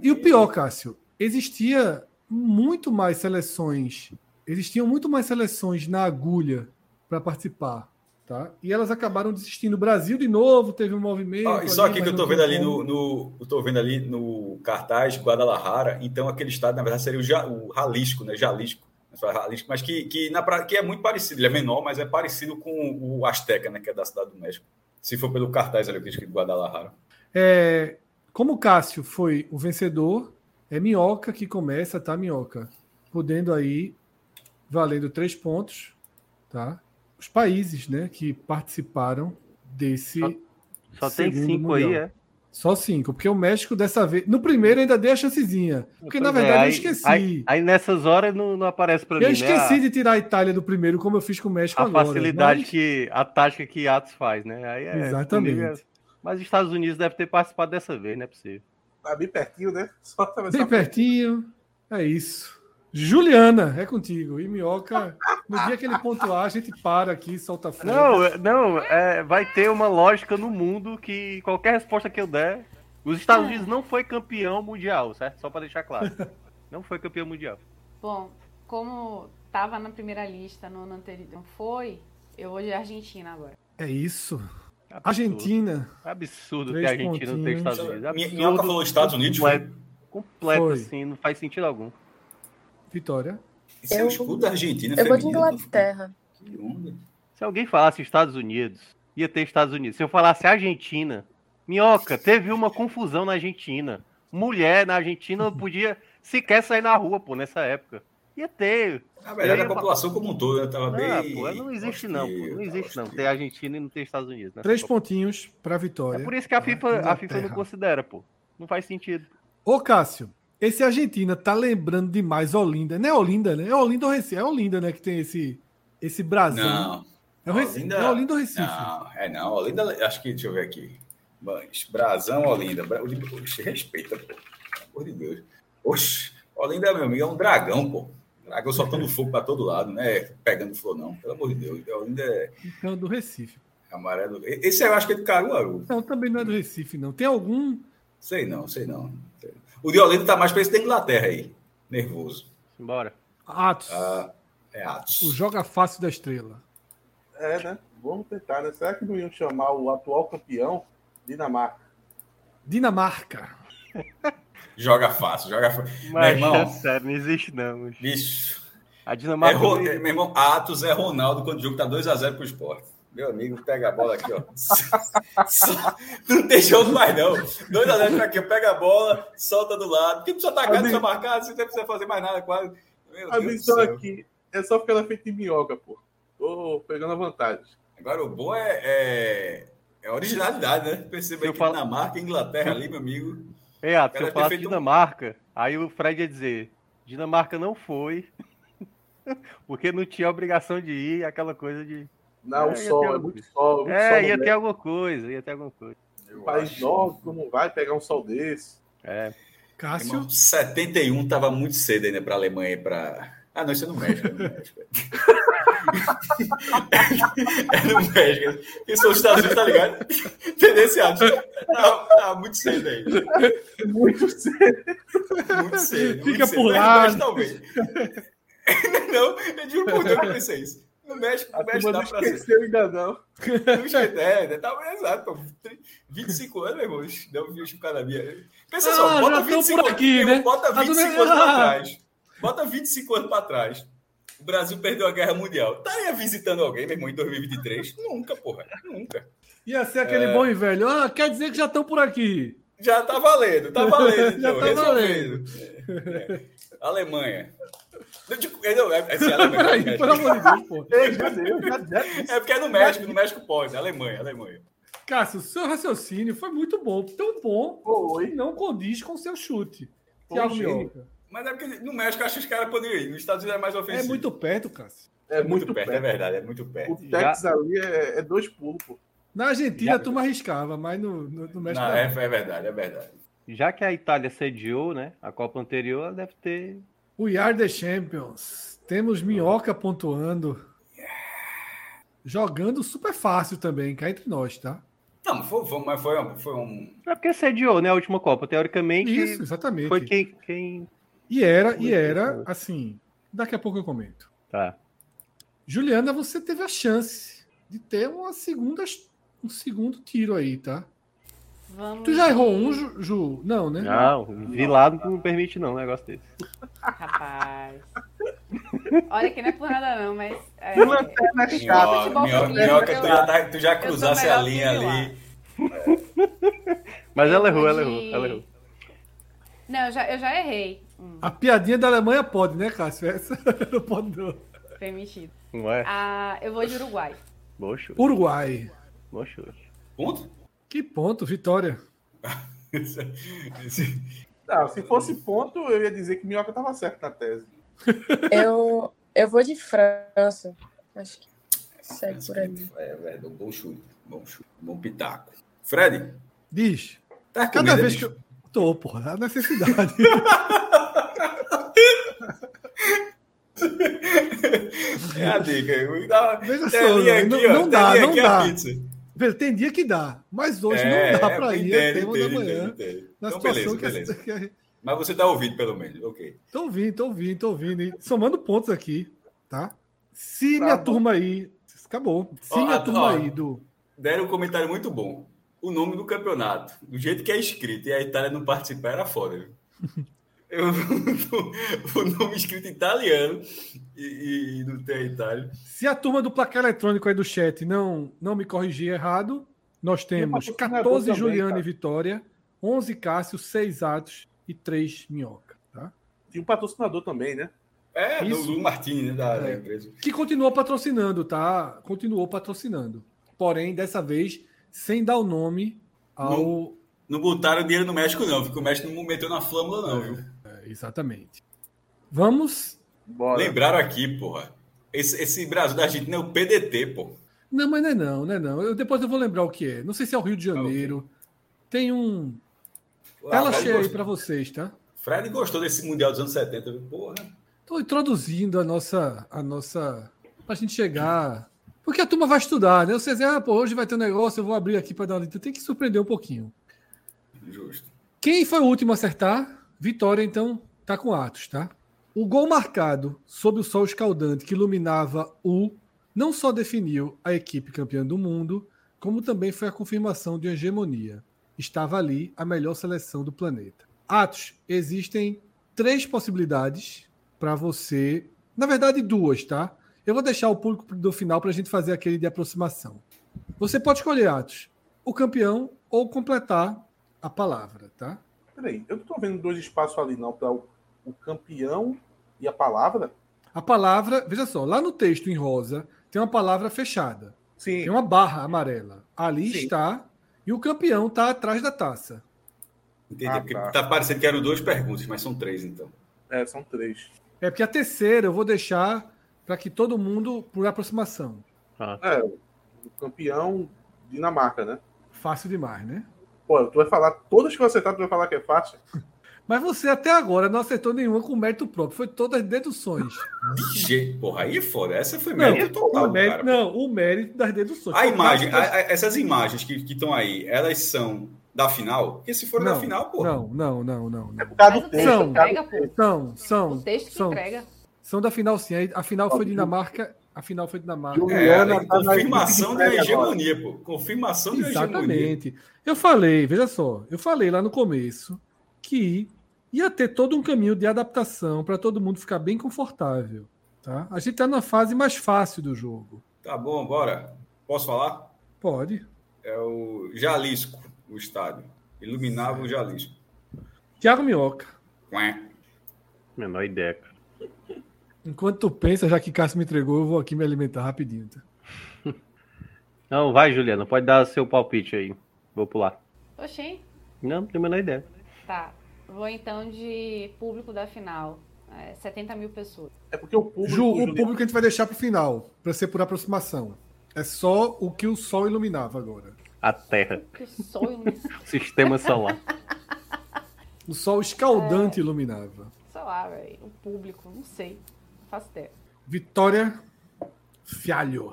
S1: E o pior, Cássio, existia muito mais seleções, existiam muito mais seleções na agulha para participar, tá? E elas acabaram desistindo. O Brasil de novo teve um movimento. um
S4: Ah, e só
S1: ali,
S4: aqui
S1: mas
S4: que
S1: não
S4: eu tô
S1: tinha
S4: vendo ali
S1: como.
S4: no, no- eu tô vendo ali no cartaz Guadalajara, então aquele estado, na verdade, seria o, Ja- o Jalisco, né? Jalisco. Mas fala Jalisco, Mas que, que, na, pra- que é muito parecido, ele é menor, mas é parecido com o Azteca, né? Que é da cidade do México. Se for pelo cartaz ali, eu acredito que Guadalajara.
S1: É, como o Cássio foi o vencedor, é Minhoca que começa, tá, Minhoca? Podendo aí, valendo três pontos, tá? os países né, que participaram desse.
S5: Só, só tem cinco mundial. aí, é?
S1: Só cinco, porque o México dessa vez. No primeiro ainda dei a chancezinha. Porque pois na verdade é, aí, eu esqueci.
S5: Aí, aí nessas horas não, não aparece para mim.
S1: Eu esqueci né? de tirar a Itália do primeiro, como eu fiz com o México
S5: a
S1: agora. né?
S5: A facilidade mas... que. A tática que Atos faz, né? Aí é,
S1: Exatamente. É...
S5: Mas os Estados Unidos deve ter participado dessa vez, não é possível.
S2: Tá bem pertinho, né? [laughs]
S1: Só, tá bem só... pertinho. É isso. Juliana, é contigo. E Minhoca, no dia que ele pontuar, a gente para aqui, solta fogo.
S5: Não, não é, vai ter uma lógica no mundo que qualquer resposta que eu der, os Estados Unidos não foi campeão mundial, certo? Só para deixar [laughs] claro. Não foi campeão mundial.
S3: Bom, como estava na primeira lista no ano anterior, não foi, eu vou de Argentina agora.
S1: É isso. Absurdo. Argentina.
S5: Absurdo Três que a Argentina não tem Estados Unidos. Absurdo,
S4: Minhoca falou Estados Unidos?
S5: Completo, completo foi. assim, não faz sentido algum.
S1: Vitória.
S4: Esse eu, é o escudo da Argentina.
S6: Eu vou
S1: é
S6: de Inglaterra.
S5: Se alguém falasse Estados Unidos, ia ter Estados Unidos. Se eu falasse Argentina, minhoca, teve uma confusão na Argentina. Mulher na Argentina não podia sequer sair na rua, pô, nessa época. Ia ter.
S4: Na verdade, a população falar... como um todo, eu tava
S5: não,
S4: bem.
S5: Ah, Pô, não existe, não, pô. Não existe, não. Ter Argentina e não ter Estados Unidos. né?
S1: Três Copa. pontinhos pra vitória.
S5: É por isso que a FIFA, a FIFA não considera, pô. Não faz sentido.
S1: Ô, Cássio, esse Argentina tá lembrando demais Olinda. Não é Olinda, né? É Olinda ou Recife? É Olinda, né? Que tem esse, esse Brasil.
S4: Não.
S1: É, Recife, Olinda, é Olinda ou Recife?
S4: Não, é não. Olinda, acho que, deixa eu ver aqui. Mas, Brasão, Olinda. Bra... Oxe, respeita, pô. Por de Deus. Oxe, Olinda, meu amigo, é um dragão, pô. Dragão soltando fogo pra todo lado, né? Pegando flor, não. Pelo amor de Deus. Olinda é.
S1: Então, do Recife.
S4: Amarelo. Esse eu acho que é do Caruaru.
S1: Não, também não é do Recife, não. Tem algum.
S4: Sei não, sei não. Sei não. O Diolino tá mais para esse da Inglaterra aí. Nervoso.
S5: Bora.
S1: Atos.
S4: Ah, é Atos.
S1: O joga fácil da estrela.
S2: É, né? Vamos tentar, né? Será que não iam chamar o atual campeão? Dinamarca.
S1: Dinamarca.
S4: joga fácil, joga fácil.
S5: Mas, meu irmão, [laughs] sério, não existe não.
S4: Bicho.
S5: A Dinamarca. É,
S4: é, meu irmão, Atos é Ronaldo quando o jogo tá 2x0 pro esporte. Meu amigo, pega a bola aqui, ó. [laughs] não tem jogo mais, não. Dois a zero aqui, pega a bola, solta do lado. Porque tu só tá caro, só marcado, você não precisa fazer mais nada, quase.
S2: Meu a missão aqui é só ficar na frente de minhoca, pô. Tô pegando a vantagem.
S4: Agora, o bom é, é, é originalidade, né? Perceba que falo... Dinamarca, Inglaterra ali, meu amigo.
S5: É, se eu falasse Dinamarca, um... aí o Fred ia dizer, Dinamarca não foi, [laughs] porque não tinha obrigação de ir, aquela coisa de...
S2: Não, é, sol, é muito sol.
S5: É, muito sol ia ter alguma coisa, ia ter alguma coisa.
S2: Um país acho. novo, como vai pegar um sol desse?
S5: É.
S1: Cássio? Irmão,
S4: 71 tava muito cedo ainda para a Alemanha para. Ah, não, isso é no México. É no México. [laughs] é no México. Isso é os Estados Unidos, tá ligado? Tendenciado. Tá, tá muito cedo aí.
S1: Muito cedo.
S4: Muito cedo.
S1: Fica muito por lá.
S4: Talvez. [laughs] não, eu juro por Deus que eu pensei isso. No México, no México dá pra
S2: ser. ainda não.
S4: Não esquece, tá exato. 25 anos, meu irmão. um Não vi o cara minha. Pensa ah, só, bota 25,
S1: aqui, né?
S4: bota 25
S1: [laughs]
S4: anos pra trás. Bota 25 anos pra trás. O Brasil perdeu a Guerra Mundial. Estaria visitando alguém, meu irmão, em 2023? Nunca, porra. Nunca.
S1: Ia ser aquele é... bom e velho. Ah, quer dizer que já estão por aqui.
S4: Já tá
S1: [laughs]
S4: valendo, tá valendo.
S1: já então, tá resolvido.
S4: valendo. É, é. Alemanha. Não, tipo, não, é, assim, Alemanha,
S1: Peraí, é pelo amor de Deus, pô.
S4: É porque é no México, no México pode, Alemanha, Alemanha.
S1: Cássio, seu raciocínio foi muito bom, tão bom Oi. não condiz com seu chute.
S4: Thiago Mioca. Mas é porque no México acho que os caras poderiam ir, nos Estados Unidos é mais ofensivo.
S1: É muito perto, Cássio.
S4: É muito, muito perto, perto, é verdade, é muito perto.
S2: O Texas Já... ali é, é dois pulos, pô.
S1: Na Argentina Já... tu me arriscava, mas no, no, no México.
S4: Não, é, é verdade, é verdade
S5: já que a Itália sediou, né? A Copa anterior, ela deve ter.
S1: We are the champions. Temos Minhoca pontuando. Yeah. Jogando super fácil também, cá entre nós, tá?
S4: Não, foi, foi, mas foi, um, foi um.
S5: É porque sediou, né? A última Copa, teoricamente.
S1: Isso, exatamente.
S5: Foi quem. quem...
S1: E era, e era, assim. Daqui a pouco eu comento.
S5: Tá.
S1: Juliana, você teve a chance de ter uma segunda, um segundo tiro aí, tá? Vamos tu já errou um, Ju? Ju? Não, né?
S5: Não, Ah, vilado não permite não um negócio desse.
S3: Rapaz. Olha que não é por nada não, mas... É,
S4: Minhoca, tu, já cruzasse a linha ali.
S5: Mas ela errou, ela errou, ela errou.
S3: é Não, eu já, eu já errei. Hum,
S1: A piadinha da Alemanha pode, né, Cássio? Essa [laughs] não pode não.
S3: Permitido.
S5: Não é?
S3: Ah, eu vou de Uruguai.
S5: Bom chute.
S1: Uruguai.
S5: Bom chute.
S4: Ponto?
S1: Que ponto, vitória.
S2: Não, se fosse ponto, eu ia dizer que Minhoca tava certo na tese.
S6: Eu, eu vou de França. Acho que segue por ali.
S4: É, velho, um bom chute. Bom chute. Bom pitaco. Fred,
S1: Diz.
S4: tá com
S1: Cada
S4: medo,
S1: vez que
S4: bicho?
S1: eu. Tô, porra, a necessidade. [laughs]
S4: É a dica. Eu dá-
S1: Veja
S4: Tem
S1: só,
S4: linha
S1: não-
S4: aqui, ó,
S1: não
S4: tem
S1: dá,
S4: linha
S1: não
S4: aqui, a
S1: dá.
S4: pizza.
S1: Vê, Tem dia que dá, mas hoje
S4: É,
S1: não dá
S4: é,
S1: pra ir
S4: entendo,
S1: a tema da
S4: entendo,
S1: manhã.
S4: entendo, entendo.
S1: Na
S4: Então,
S1: situação
S4: beleza,
S1: que a-
S4: beleza.
S1: [laughs] que a-
S4: Mas você tá ouvindo, pelo menos. Ok.
S1: Tô ouvindo, tô ouvindo, tô ouvindo. E somando pontos aqui, tá? Se
S2: Tá
S1: minha
S2: bom.
S1: turma aí. Acabou. Se
S4: Ó,
S1: minha
S4: a-
S1: turma
S4: ó.
S1: aí do.
S4: Deram um comentário muito bom. O nome do campeonato, do jeito que é escrito, e a Itália não participar, era foda. viu? [laughs] Eu, [laughs] o nome escrito em italiano e, e- e não tem a Itália.
S1: Se a turma do placar eletrônico aí do chat não, não me corrigir errado, nós temos
S2: patrocinador
S4: tá?
S1: 14
S2: também,
S1: Juliana
S2: cara.
S1: e Vitória, 11 Cássio, 6 Atos e 3 Minhoca, tá?
S2: Tinha um patrocinador também, né?
S4: É, do,
S1: Isso.
S4: do Martini, né, da, da
S1: É.
S4: empresa.
S1: Que continuou patrocinando, tá? Continuou patrocinando. Porém, dessa vez, sem dar o nome ao.
S4: Não botaram dinheiro no México, não, porque o México não meteu na flâmula, não. viu?
S1: É, exatamente. Vamos.
S2: Bora.
S4: Lembraram aqui, porra. Esse, esse Brasil da Argentina é o PDT, pô.
S1: Não, mas não é não, não é não. Eu, depois eu vou lembrar o que é. Não sei se é o Rio de Janeiro. Tem um. Tela cheia
S4: Ah, Fred
S1: Tá aí
S4: gostou-
S1: pra vocês, tá?
S4: Fred gostou desse Mundial dos anos 70, viu? porra.
S1: Estou introduzindo a nossa. A nossa. Pra gente chegar. Porque a turma vai estudar, né? Vocês dizem, ah, pô, hoje vai ter um negócio, eu vou abrir aqui pra dar uma lida. Tem que surpreender um pouquinho.
S4: Justo.
S1: Quem foi o último a acertar? Vitória, então, tá com Atos, tá? O gol marcado sob o sol escaldante que iluminava o não só definiu a equipe campeã do mundo, como também foi a confirmação de uma hegemonia. Estava ali a melhor seleção do planeta. Atos, existem três possibilidades para você. Na verdade, duas, tá? Eu vou deixar o público do final para a gente fazer aquele de aproximação. Você pode escolher, Atos, o campeão ou completar a palavra, tá?
S2: Peraí, eu não tô vendo dois espaços ali, não, para o, o campeão e a palavra.
S1: A palavra, veja só, lá no texto em rosa tem uma palavra fechada,
S2: Sim.
S1: tem um- uma barra amarela. Ali
S2: Sim.
S1: está e o campeão está atrás da taça.
S4: Entendi.
S2: Ah,
S4: porque
S2: tá.
S4: tá parecendo que eram duas perguntas, mas são três, então.
S2: É, são três.
S1: É porque a terceira eu vou deixar para que todo mundo por aproximação.
S2: É, o campeão Dinamarca, né?
S1: Fácil demais, né?
S2: Pô, tu vai falar, todas que eu acertar, tu vai falar que é fácil.
S1: Mas você até agora não acertou nenhuma com mérito próprio, foi todas deduções.
S4: De jeito. Porra, aí é foda. Essa foi
S1: Não,
S4: mérito
S1: o
S4: total,
S1: mérito,
S4: cara.
S1: não, o mérito das deduções.
S4: A imagem,
S1: é
S4: a- a- essas imagens que estão aí, elas são da final? Porque se for da
S1: Não,
S4: final, é, porra.
S1: Não, não, não, não, não.
S2: É Por causa
S3: Mas
S2: do
S3: o
S2: texto,
S3: texto
S1: São.
S2: por causa
S3: entrega,
S2: do texto.
S3: pô.
S1: São,
S3: O
S1: são,
S3: texto que
S1: são,
S3: entrega.
S1: são da final sim. A final foi
S2: Óbvio.
S1: Dinamarca, a final foi Dinamarca.
S4: É,
S2: Juliana
S4: aí,
S2: tá na
S4: confirmação
S2: equipe
S4: da
S2: de prega agora.
S4: hegemonia, pô. Confirmação da hegemonia.
S1: Exatamente. Eu falei, veja só, eu falei lá no começo que ia ter todo um caminho de adaptação para todo mundo ficar bem confortável. Tá? A gente está na fase mais fácil do jogo.
S4: Tá bom, bora. Posso falar?
S1: Pode.
S4: É o Jalisco, o estádio. Iluminava o Jalisco.
S1: Tiago Minhoca,
S4: Quá.
S5: Menor ideia, cara.
S1: enquanto tu pensa, já que Cássio me entregou, eu vou aqui me alimentar rapidinho. tá?
S5: Não, vai, Juliana. Pode dar seu palpite aí. Vou pular.
S3: Oxi, hein?
S5: Não, não tenho a menor ideia.
S3: Tá. Vou então de público da final. É, 70 mil pessoas.
S2: É porque o público.
S1: Ju, o
S2: Juliana-
S1: público a gente vai deixar para o final, para ser por aproximação. É só o que o sol iluminava agora.
S5: A Terra.
S3: Que sonho né? nisso.
S5: O sistema solar.
S1: O sol escaldante iluminava.
S3: Sei lá, velho. O público, não sei. Não faço ideia.
S1: Vitória Fialho.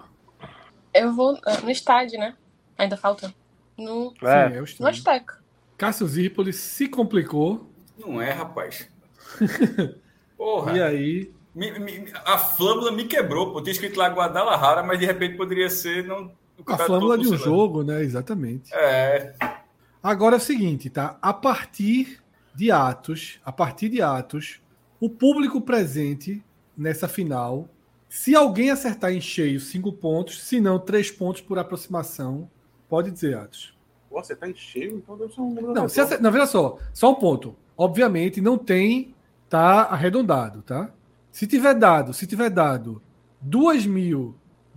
S6: Eu vou ah, no estádio, né? Ainda falta? No,
S1: [laughs]
S5: É.
S1: Sim, é o
S6: no
S1: estilo.
S6: Azteca.
S1: Cássio Zirpoli se complicou.
S4: Não é,
S1: [laughs]
S4: rapaz. Porra.
S1: E aí,
S4: Me- me- a flâmula me quebrou, pô. Tinha escrito lá Guadalajara, mas de repente poderia ser não.
S1: a flâmula de um
S4: sei lá.
S1: jogo, né? Exatamente.
S4: É,
S1: Agora é o seguinte, tá? A partir de Atos, a partir de Atos, o público presente nessa final, se alguém acertar em cheio cinco pontos, se não três pontos por aproximação, pode dizer Atos.
S2: Pô, você tá em cheio, então deve ser um número
S1: Não,
S2: redondo.
S1: se acer... não, veja só, só um ponto. Obviamente não tem, tá arredondado, tá? Se tiver dado, se tiver dado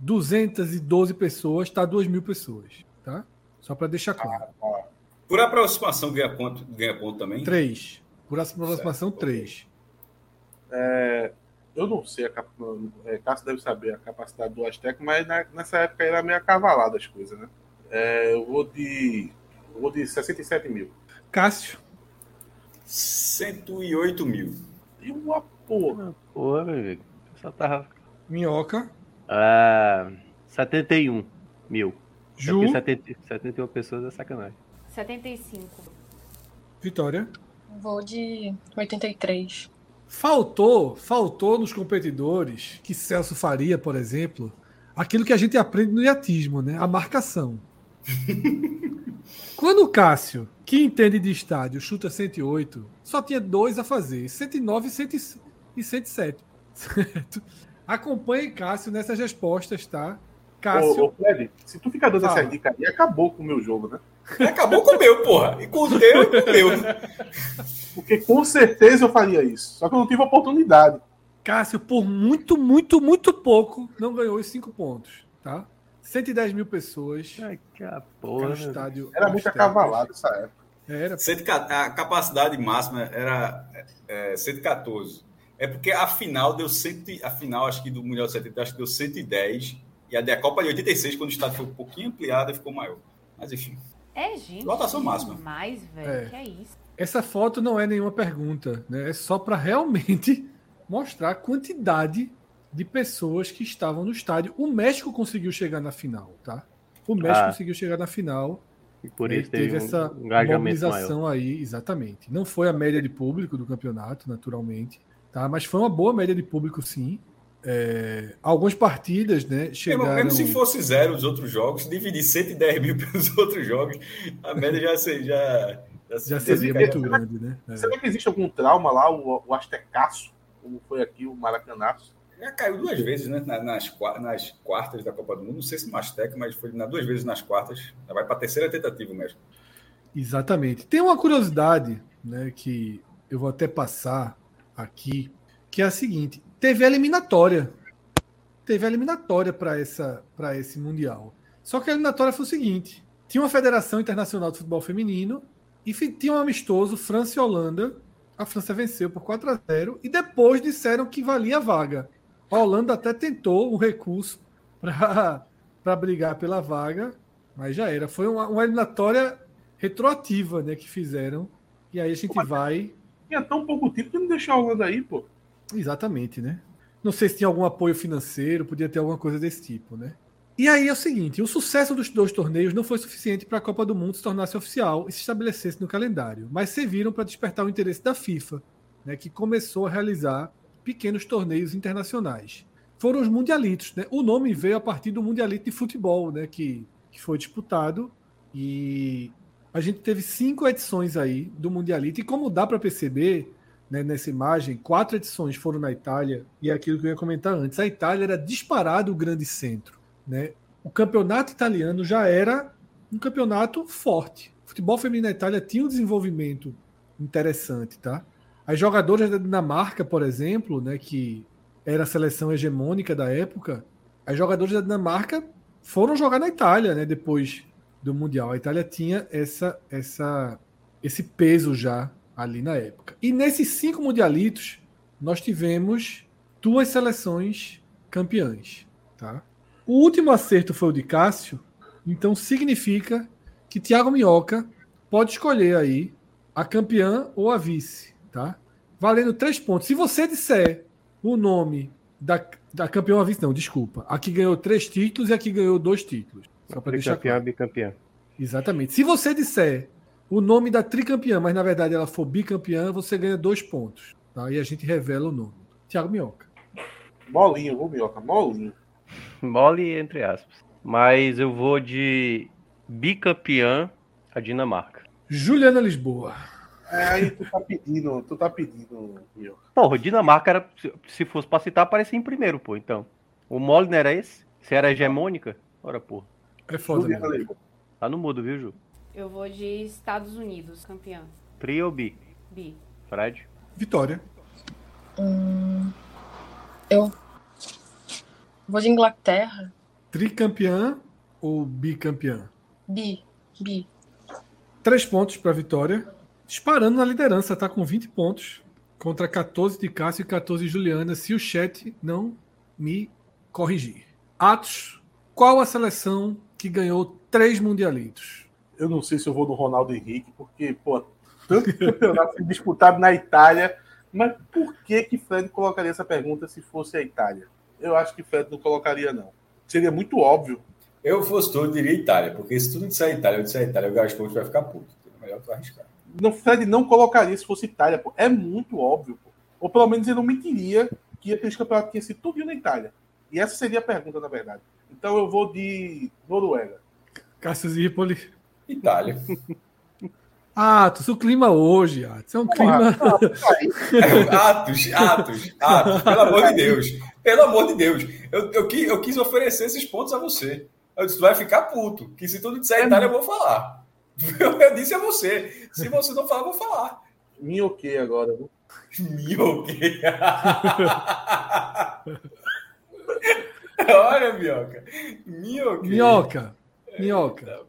S1: 2.212 pessoas, tá 2.000 pessoas, tá? Só para deixar claro.
S4: Por aproximação ganha ponto, ganha ponto
S1: Ah,
S4: também?
S1: 3. Por aproximação, 3.
S2: É, eu não sei, a cap... é, Cássio deve saber a capacidade do Azteca, mas na- nessa época era meio acavalada as coisas, né? É, eu vou de. Eu vou de 67 mil.
S1: Cássio,
S4: 108 mil.
S2: E uma porra.
S5: Porra, meu amigo. Só tava.
S1: Minhoca,
S5: Ah, 71 mil. É
S1: Ju,
S5: porque 70 71 pessoas é sacanagem.
S3: 75.
S1: Vitória.
S6: Vou de 83.
S1: Faltou, faltou nos competidores que Celso faria, por exemplo, aquilo que a gente aprende no iatismo, né? A marcação. Quando o Cássio, que entende de estádio, chuta 108, só tinha dois a fazer, 109 e 100 e 107. [laughs] Certo? Acompanhe Cássio nessas respostas, tá?
S2: Ô, ô,
S1: Cássio,
S2: Fred, se tu ficar dando
S1: Fala.
S2: essa dica aí, acabou com o meu jogo, né?
S4: É, Acabou com o meu, porra. E com o teu e com o meu.
S2: Porque com certeza eu faria isso. Só que eu não tive oportunidade.
S1: Cássio, por muito, muito, muito pouco, não ganhou os cinco pontos, tá? 110 mil pessoas.
S5: Ai, que a
S1: Cara, tá-
S5: porra.
S1: o estádio
S2: É, Era muito
S1: Azteca.
S2: acavalado essa época.
S1: Era.
S4: Cento e ca- A capacidade máxima era é, 114. É porque a final deu 100, a final acho que do Mundial de 70, acho que deu 110. E a da Copa de 86, quando o estado foi um pouquinho ampliada, ficou maior. Mas enfim.
S3: É, gente.
S4: Lotação máxima.
S3: Mais, velho.
S1: É.
S3: Que é isso?
S1: Essa foto não é nenhuma pergunta, né? É só para realmente [laughs] mostrar a quantidade de pessoas que estavam no estádio. O México conseguiu chegar na final, tá? O México
S5: Ah.
S1: conseguiu chegar na final.
S5: E por
S1: né?
S5: isso
S1: E
S5: teve, um
S1: essa
S5: engajamento maior.
S1: mobilização aí, exatamente. Não foi a média de público do campeonato, naturalmente, tá? Mas foi uma boa média de público, sim. É, algumas partidas, né?
S4: Mesmo,
S1: Chegaram.
S4: mesmo se fosse zero os outros jogos, dividir 110 mil [laughs] pelos outros jogos, a média já seria. Já,
S1: Já
S4: se-
S1: seria
S4: já-
S1: muito grande, né? É.
S2: Será que existe algum trauma lá, o, o Aztecaço, como foi aqui o Maracanaço?
S4: Já caiu duas vezes, né? na- Nas, qua- nas quartas da Copa do Mundo. Não sei se no Azteca, mas foi na- duas vezes nas quartas. Já vai para a terceira tentativa mesmo.
S1: Exatamente. Tem uma curiosidade, né, que eu vou até passar aqui, que é a seguinte: teve a eliminatória. Teve a eliminatória para essa para esse mundial. Só que a eliminatória foi o seguinte: tinha uma Federação Internacional de Futebol Feminino e fi- tinha um amistoso França e Holanda. A França venceu por 4 a 0 e depois disseram que valia a vaga. A Holanda até tentou um recurso [laughs] para brigar pela vaga, mas já era. Foi uma, uma eliminatória retroativa, né, que fizeram. E aí a gente vai
S2: Tinha tão pouco tempo que não deixou a Holanda aí, pô.
S1: exatamente, né? Não sei se tinha algum apoio financeiro, podia ter alguma coisa desse tipo, né? E aí é o seguinte, o sucesso dos dois torneios não foi suficiente para a Copa do Mundo se tornasse oficial e se estabelecesse no calendário, mas serviram para despertar o interesse da FIFA, né, que começou a realizar pequenos torneios internacionais. Foram os mundialitos, né? O nome veio a partir do mundialito de futebol, né, que, que foi disputado e a gente teve cinco edições aí do mundialito e como dá para perceber, né, nessa imagem, quatro edições foram na Itália, e é aquilo que eu ia comentar antes. A Itália era disparado o grande centro. Né? O campeonato italiano já era um campeonato forte. O futebol feminino na Itália tinha um desenvolvimento interessante, tá? As jogadoras da Dinamarca, por exemplo, né, que era a seleção hegemônica da época, as jogadoras da Dinamarca foram jogar na Itália, né, depois do Mundial. A Itália tinha essa, essa esse peso já ali na época. E nesses cinco mundialitos, nós tivemos duas seleções campeãs. Tá? O último acerto foi o de Cássio, então significa que Thiago Minhoca pode escolher aí a campeã ou a vice, tá? Valendo três pontos. Se você disser o nome da, da campeã ou a vice, não, desculpa. Aqui ganhou três títulos e aqui ganhou dois títulos. Só para deixar
S5: Tricampeão
S1: claro.
S5: e bicampeão.
S1: Exatamente. Se você disser o nome da tricampeã, mas na verdade ela for bicampeã, você ganha dois pontos. Tá? E a gente revela o nome. Tiago Minhoca.
S2: Molinho, vou minhoca, molinho.
S5: Mole, entre aspas. Mas eu vou de bicampeã a Dinamarca.
S1: Juliana Lisboa.
S2: É, aí tu tá pedindo, tu tá pedindo, minhoca.
S5: Porra, Dinamarca era, se- se fosse pra citar, aparecia em primeiro, pô. Então, o mole não era esse? Se era hegemônica? Ora, porra.
S1: É foda.
S2: Juliana
S1: Né?
S2: Lisboa.
S5: Tá no mudo, viu, Ju?
S3: Eu vou de Estados Unidos, campeã.
S5: Tri ou bi?
S3: Bi.
S5: Fred?
S1: Vitória.
S6: Eu Vou de Inglaterra.
S1: Tricampeã ou bicampeã?
S6: Bi. Bi.
S1: Três pontos para Vitória. Disparando na liderança, tá com 20 pontos. Contra 14 de Cássio e 14 de Juliana, se o chat não me corrigir. Atos, qual a seleção que ganhou três mundialitos?
S2: Eu não sei se eu vou no Ronaldo Henrique, porque, pô, tanto campeonato [laughs] disputado na Itália. Mas por que que Fred colocaria essa pergunta se fosse a Itália? Eu acho que Fred não colocaria, não. Seria muito óbvio.
S4: Eu fosse todo, eu diria Itália, porque se tu não disser Itália, eu disser Itália, o Gaspar vai ficar puto. Então é melhor tu arriscar.
S2: Não, Fred não colocaria se fosse Itália, pô. É muito óbvio, pô. Ou pelo menos ele não mentiria que ia ter esse campeonato que ia ser tudo na Itália. E essa seria a pergunta, na verdade. Então eu vou de Noruega.
S1: Cassius Ripoli.
S4: Itália. [laughs]
S1: Atos, o clima hoje, Atos, é um clima.
S4: Atos, Atos, Atos, pelo amor de Deus. Pelo amor de Deus. Eu, eu, eu quis oferecer esses pontos a você. Eu disse, tu vai ficar puto, que se tu não disser Itália, eu vou falar. [laughs] Eu, eu disse a você. Se você não falar, eu vou falar.
S2: Me ok agora. viu?
S4: Me ok. [laughs] Olha, Minhoca. Me
S1: [laughs]
S4: ok.
S1: Minhoca, minhoca.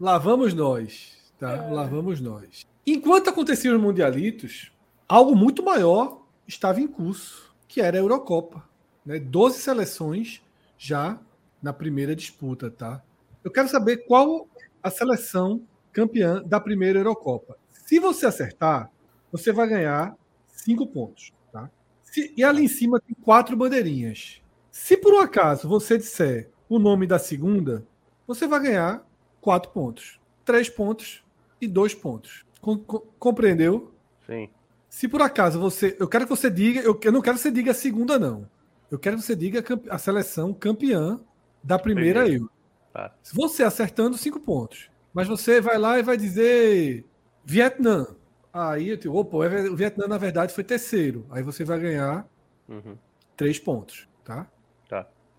S1: Lá vamos nós tá? Lá vamos nós. Enquanto aconteciam os mundialitos, algo muito maior estava em curso, que era a Eurocopa, né? 12 seleções já na primeira disputa, tá? Eu quero saber qual a seleção campeã da primeira Eurocopa. Se você acertar, você vai ganhar cinco pontos, tá? Se, e ali em cima tem quatro bandeirinhas. Se por um acaso você disser o nome da segunda, você vai ganhar quatro pontos. Três pontos e dois pontos. Com- com- compreendeu?
S5: Sim.
S1: Se por acaso você. Eu quero que você diga. Eu, eu não quero que você diga a segunda, não. Eu quero que você diga a, campe- a seleção campeã da primeira
S5: Entendi.
S1: eu.
S5: Tá.
S1: Se você acertando, cinco pontos. Mas você vai lá e vai dizer Vietnã. Aí eu digo, opa, é ver- o Vietnã na verdade foi terceiro. Aí você vai ganhar
S5: Uhum.
S1: três pontos, tá?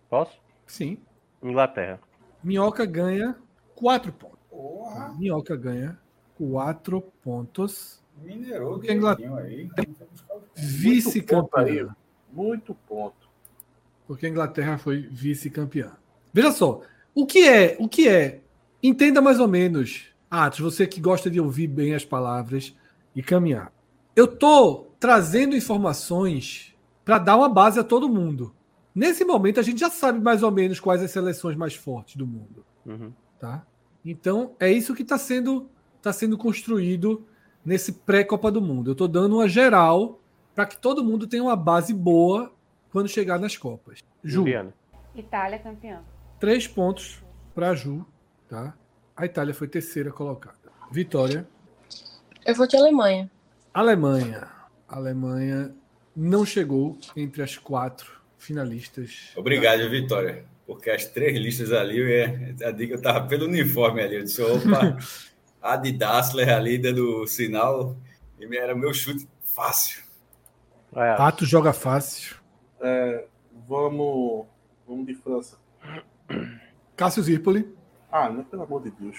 S5: Posso?
S1: Sim.
S5: Inglaterra.
S1: Minhoca ganha quatro pontos.
S4: Porra,
S1: Minhoca ganha quatro pontos.
S4: minerou o
S1: Porque a Inglaterra-
S4: dedinho aí.
S1: Vice-campeã.
S2: Muito ponto.
S1: porque a Inglaterra foi vice-campeã. Veja só, o que é, o que é? Entenda mais ou menos, Atos, você que gosta de ouvir bem as palavras e caminhar. Eu tô trazendo informações para dar uma base a todo mundo. Nesse momento a gente já sabe mais ou menos quais as seleções mais fortes do mundo
S5: Uhum.
S1: tá? Então é isso que está sendo tá sendo construído nesse pré-Copa do Mundo. Eu estou dando uma geral para que todo mundo tenha uma base boa quando chegar nas Copas. Ju,
S5: Juliana.
S3: Itália é campeã.
S1: três pontos para Ju, tá? A Itália foi terceira colocada. Vitória,
S6: Eu vou de Alemanha.
S1: Alemanha. A Alemanha não chegou entre as quatro finalistas.
S4: Obrigado, Vitória. Porque as três listas ali, eu ia- a dica eu tava pelo uniforme ali. Eu disse,
S1: [laughs]
S4: opa, a de Dassler ali dando o sinal. E me- era meu chute fácil.
S5: Vai, Atos.
S1: Atos joga fácil.
S2: Vamos, vamos de França.
S1: Cássio Zirpoli,
S2: Ah, não, pelo amor de Deus.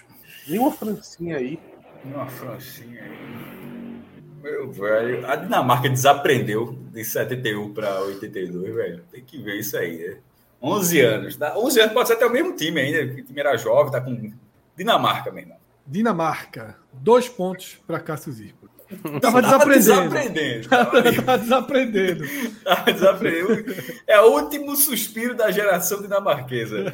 S2: Nenhuma Francinha aí.
S4: Uma francinha aí. Meu velho, a Dinamarca desaprendeu de 71 para 82, velho. Tem que ver isso aí, né? 11 anos. Dá- 11 anos pode ser até o mesmo time ainda. porque O time era jovem, tá com Dinamarca, meu irmão.
S1: Dinamarca, dois pontos para Cássio [laughs] Zirpoli. Tava desaprendendo.
S4: desaprendendo.
S1: tá desaprendendo. [laughs]
S4: Tava desaprendendo. É o último suspiro da geração dinamarquesa.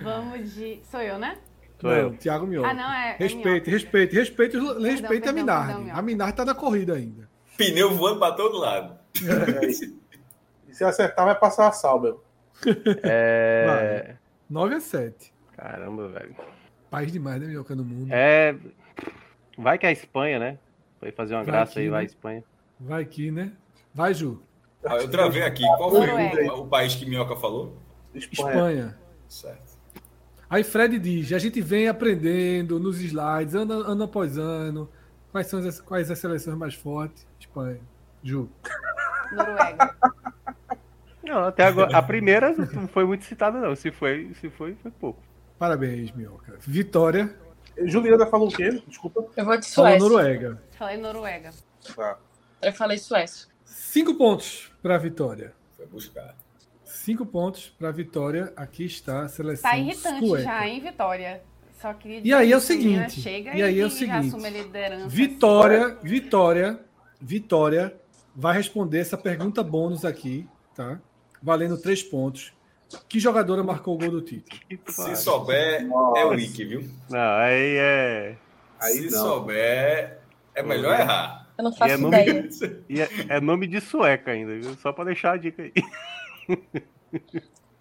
S3: Vamos de. Sou eu, né?
S5: Sou
S1: não,
S5: eu.
S1: Thiago Mioca.
S3: Ah, não, é. é
S1: respeite,
S3: minhoca.
S1: respeite, respeite, os- respeite
S3: perdão,
S1: a Minardi.
S3: perdão, Mioca.
S1: a Minardi tá na corrida ainda.
S4: Pneu voando para todo lado.
S2: E se acertar, vai passar a salva.
S5: É...
S1: 9 a 7.
S5: Caramba, velho.
S1: Paz demais, né, Minhoca, no mundo.
S5: É. Vai que é a Espanha, né? Vai fazer uma
S1: Vai
S5: graça
S1: que,
S5: aí,
S1: né?
S5: vai a Espanha.
S1: Vai aqui, né? Vai, Ju.
S4: Ah, eu travei aqui. Qual foi o, o país que Minhoca falou?
S2: Espanha.
S1: Espanha.
S4: Certo.
S1: Aí Fred diz, a gente vem aprendendo nos slides, ano, ano após ano, quais são as, quais as seleções mais fortes. Espanha. Ju.
S3: Noruega.
S5: Não, até agora. A primeira não foi muito citada, não. Se foi, se foi, foi pouco.
S1: Parabéns, Minhoca. Vitória,
S2: Juliana falou o quê? Desculpa.
S6: Eu vou de
S1: falou
S6: Suécia.
S1: Noruega.
S3: Falei Noruega.
S2: Tá.
S6: Eu falei Suécia.
S1: Cinco pontos para Vitória.
S4: Foi buscar.
S1: Cinco pontos para Vitória. Aqui está a seleção.
S3: Tá irritante
S1: sueca.
S3: já, hein, Vitória? Só queria
S1: E aí é o
S3: que Minas
S1: seguinte,
S3: Chega
S1: e aí é o
S3: já
S1: seguinte,
S3: assume a liderança.
S1: Vitória, Vitória, Vitória vai responder essa pergunta bônus aqui, tá? Valendo três pontos. Que jogadora marcou o gol do título?
S4: Se souber, é o Wiki, viu?
S5: Não, aí é.
S2: Aí não.
S4: Se
S2: né?
S4: souber, é melhor errar.
S6: Eu não
S5: E
S6: faço
S5: é nome-
S6: ideia.
S5: e é- é nome de sueca ainda, viu? Só pra deixar a dica aí.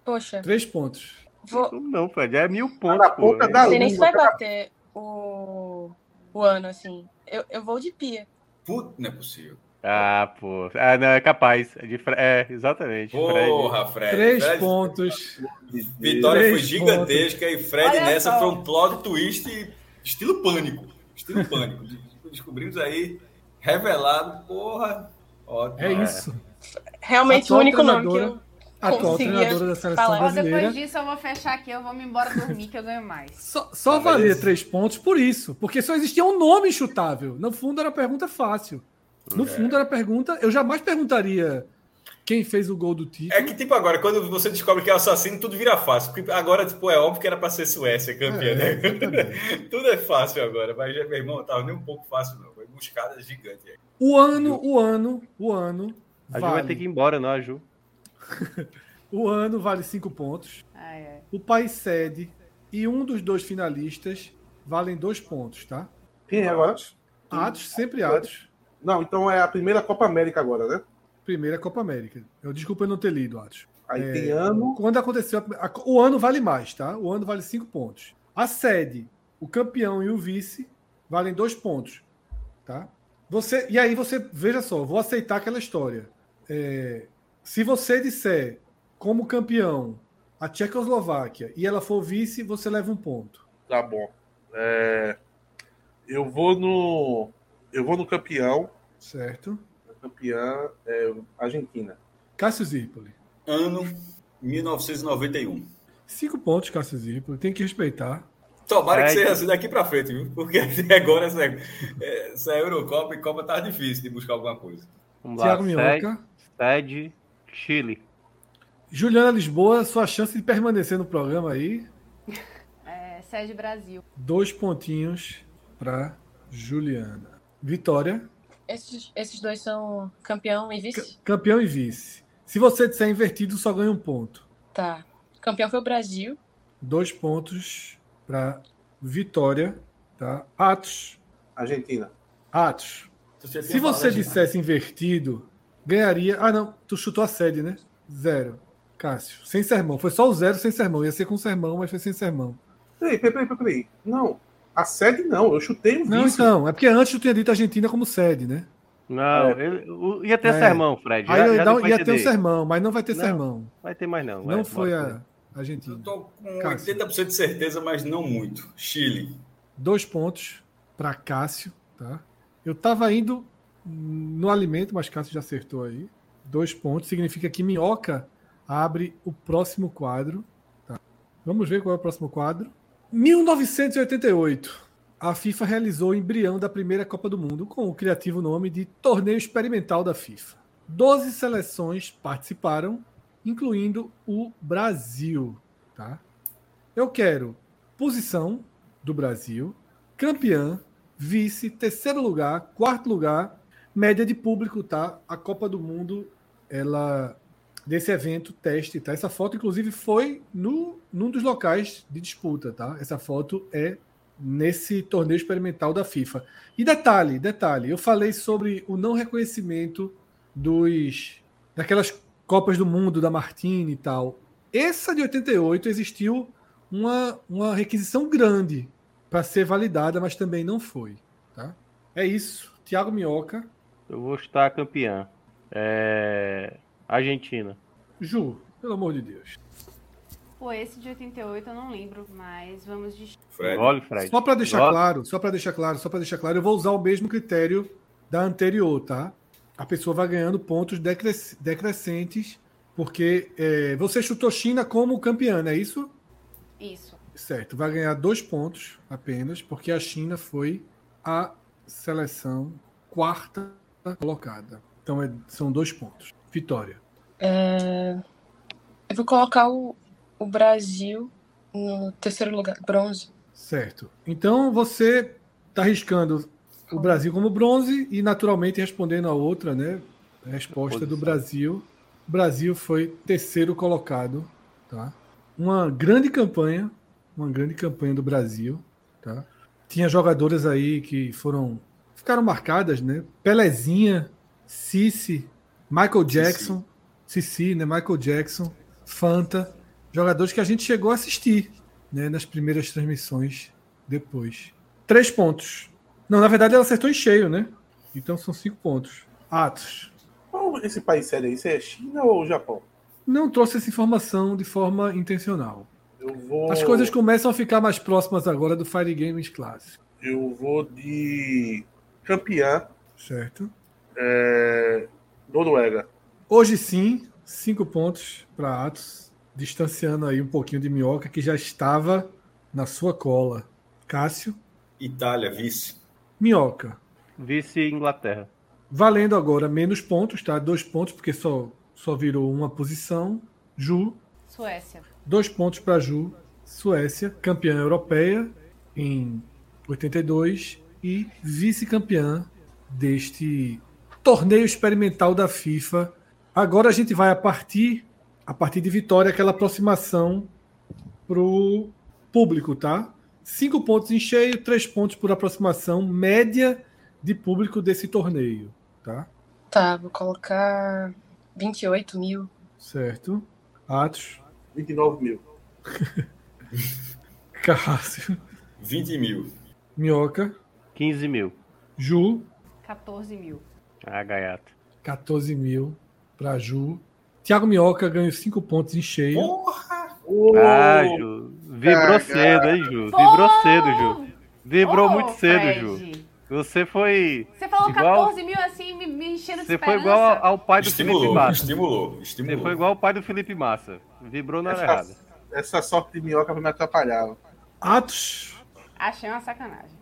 S6: Poxa,
S1: Três pontos.
S6: vou...
S5: Não, Fred, é mil pontos.
S2: na
S5: pô.
S2: ponta
S5: É-
S2: da
S6: não sei nem se vai
S2: língua.
S6: bater o, o ano, assim. Eu, eu vou de pia.
S4: Puta, não é possível.
S5: Ah, pô. Ah, não, é capaz. É, de Fre- é, exatamente. Fred.
S4: Porra, Fred.
S1: Três
S4: Fred-
S1: pontos.
S4: Vitória
S1: Três
S4: foi gigantesca e Fred
S3: Olha
S4: nessa
S3: só.
S4: foi um plot twist estilo pânico. Estilo pânico. De- Descobrimos aí, revelado, porra. Ótimo.
S1: É isso.
S6: Realmente o
S1: Atual
S6: único nome que eu...
S1: treinadora. Atual
S6: Conseguia
S1: treinadora da seleção
S6: falar.
S3: Ó,
S1: brasileira.
S3: depois disso eu vou fechar aqui, eu vou me embora dormir que eu
S1: [laughs]
S3: ganho mais.
S1: Só, só
S4: Ah,
S1: valia
S4: beleza.
S1: três pontos por isso, porque só existia um nome chutável. No fundo era a pergunta fácil. No
S5: É.
S1: fundo era a pergunta. Eu jamais perguntaria quem fez o gol do título.
S4: É que, tipo, agora, quando você descobre que é assassino, tudo vira fácil. Porque agora, tipo, é óbvio que era pra ser Suécia
S1: É,
S4: campeã, né? [laughs] tudo é fácil agora. Mas, meu irmão, tava nem um pouco fácil, não. Foi buscada gigante. aí.
S1: O ano, o ano, o ano.
S5: A Ju
S1: vale.
S5: vai ter que ir embora, não, a Ju.
S1: O ano vale cinco pontos.
S3: Ai, ai.
S1: O país sede e um dos dois finalistas valem dois pontos, tá?
S2: Quem é agora?
S1: Atos, sempre Atos.
S2: Não, então é a primeira Copa América agora, né?
S1: Primeira Copa América. Eu desculpa eu não ter lido, Atos.
S2: Aí
S1: É.
S2: tem ano.
S1: Quando aconteceu. a- a- o ano vale mais, tá? O ano vale cinco pontos. A sede, o campeão e o vice valem dois pontos, tá? Você, e aí você, veja só, eu vou aceitar aquela história. É, se você disser como campeão a Tchecoslováquia e ela for vice, você leva um ponto.
S2: Tá bom. É, eu vou no. Eu vou no campeão.
S1: Certo?
S2: Campeã é, Argentina.
S1: Cássio Zirpoli.
S4: Ano 1991.
S1: Cinco pontos, Cássio Zirpoli. Tem que respeitar.
S4: Tomara que
S5: Fred.
S4: seja assim daqui pra frente, viu? Porque [laughs] até agora essa, essa Eurocopa e Copa tá difícil de buscar alguma coisa.
S5: Vamos lá.
S1: Tiago
S5: Sede,
S1: Minhoca.
S5: sede, Chile.
S1: Juliana Lisboa, sua chance de permanecer no programa aí.
S3: É, Sede Brasil.
S1: Dois pontinhos para Juliana. Vitória,
S6: Esses, esses dois são campeão e vice?
S1: c- campeão e vice. Se você disser invertido, só ganha um ponto.
S6: Tá. Campeão foi o Brasil.
S1: Dois pontos para Vitória, tá? Atos,
S2: Argentina.
S1: Atos. Se
S5: é
S1: você dissesse invertido, ganharia. Ah, não, tu chutou a sede, né? Zero. Cássio, sem sermão. Foi só o zero sem sermão. Ia ser com sermão, mas foi sem sermão.
S2: Peraí, peraí, peraí, peraí. Não. A sede não. Eu chutei um
S1: Não,
S2: vice.
S1: então. É porque antes tu tinha dito Argentina como sede, né?
S5: Não, ele- o- ia ter
S1: É.
S5: sermão, Fred.
S1: Aí
S5: já, já
S1: eu
S5: deu
S1: dá-
S5: pra
S1: ia ter um
S5: entender.
S1: sermão, mas não vai ter
S5: Não,
S1: sermão.
S5: Vai ter mais, não.
S1: Não
S5: é,
S1: foi
S5: bora.
S1: a Argentina.
S4: Eu tô com
S1: Cássio.
S4: 80% de certeza, mas não muito. Chile.
S1: dois pontos para Cássio, tá? Eu tava indo no alimento, mas Cássio já acertou aí. Dois pontos significa que Minhoca abre o próximo quadro. tá? Vamos ver qual é o próximo quadro. 1988. A FIFA realizou o embrião da primeira Copa do Mundo com o criativo nome de Torneio Experimental da FIFA. Doze seleções participaram, incluindo o Brasil. Tá? Eu quero posição, do Brasil, campeã, vice, terceiro lugar, quarto lugar, média de público, tá? A Copa do Mundo, ela desse evento teste, tá? Essa foto inclusive foi no num dos locais de disputa, tá? Essa foto é nesse torneio experimental da FIFA. E detalhe, detalhe, eu falei sobre o não reconhecimento dos daquelas Copas do Mundo da Martini e tal. Essa de 88 existiu uma, uma requisição grande para ser validada, mas também não foi. Tá? É isso. Thiago Minhoca,
S5: Eu vou estar campeã. É, Argentina.
S1: Ju, pelo amor de Deus.
S3: Pô, esse de 88 eu não lembro, mas vamos de.
S4: Fred.
S5: Olha, Fred.
S1: Só para deixar
S5: Ó.
S1: claro, só para deixar claro, só para deixar claro, eu vou usar o mesmo critério da anterior, tá? A pessoa vai ganhando pontos decres- decrescentes, porque é, você chutou China como campeã, não é isso?
S3: Isso.
S1: Certo, vai ganhar dois pontos apenas, porque a China foi a seleção quarta colocada. Então é- são dois pontos. Vitória.
S6: Eu vou colocar o, o Brasil no terceiro lugar, bronze.
S1: Certo. Então você está arriscando o Brasil como bronze e naturalmente respondendo a outra, né? A resposta do Brasil. O Brasil foi terceiro colocado, tá? Uma grande campanha, uma grande campanha do Brasil, tá? Tinha jogadoras aí que foram ficaram marcadas, né? Pelezinha, Cici, Michael Jackson, Cici, né? Michael Jackson, Fanta, jogadores que a gente chegou a assistir, né? Nas primeiras transmissões depois. Três pontos. Não, na verdade ela acertou em cheio, né? Então são cinco pontos. Atos.
S2: Qual esse país sério aí? Isso é China ou Japão?
S1: Não trouxe essa informação de forma intencional.
S2: Eu vou.
S1: As coisas começam a ficar mais próximas agora do Fire Games Classic.
S2: Eu vou de campeã,
S1: Certo?
S2: é, Noruega.
S1: Hoje sim, cinco pontos para Atos, distanciando aí um pouquinho de Minhoca, que já estava na sua cola. Cássio,
S4: Itália, vice.
S1: Minhoca.
S5: Vice Inglaterra.
S1: Valendo agora menos pontos, tá? Dois pontos, porque só, só virou uma posição. Ju,
S3: Suécia.
S1: Dois pontos para Ju, Suécia, campeã europeia em 82 e vice-campeã deste torneio experimental da FIFA. Agora a gente vai a partir a partir de vitória aquela aproximação pro público, tá? Cinco pontos em cheio, três pontos por aproximação média de público desse torneio, tá?
S6: Tá, vou colocar 28 mil.
S1: Certo? Atos,
S2: 29 mil.
S1: Cássio,
S4: 20 mil.
S1: Minhoca,
S5: 15 mil.
S1: Ju,
S3: 14 mil.
S5: Ah, gaiato.
S1: 14 mil para Ju. Tiago Minhoca ganhou 5 pontos em cheio.
S4: Porra!
S5: Ah, Ju. Vibrou
S2: Caraca.
S5: cedo, hein, Ju? Vibrou cedo, Ju. Vibrou
S3: Ô,
S5: muito cedo,
S3: Fred.
S5: Ju. Você foi.
S3: Você falou
S5: Igual-
S3: 14 mil assim, me, me enchendo de
S5: Você
S3: esperança.
S5: foi igual ao- ao pai do Felipe
S4: Estimulou,
S5: Massa.
S4: estimulou,
S5: Você
S4: estimulou.
S5: foi igual ao pai do Felipe Massa. Vibrou na hora errada.
S2: Essa, essa sorte de minhoca me atrapalhava.
S1: Atos.
S3: Achei uma sacanagem.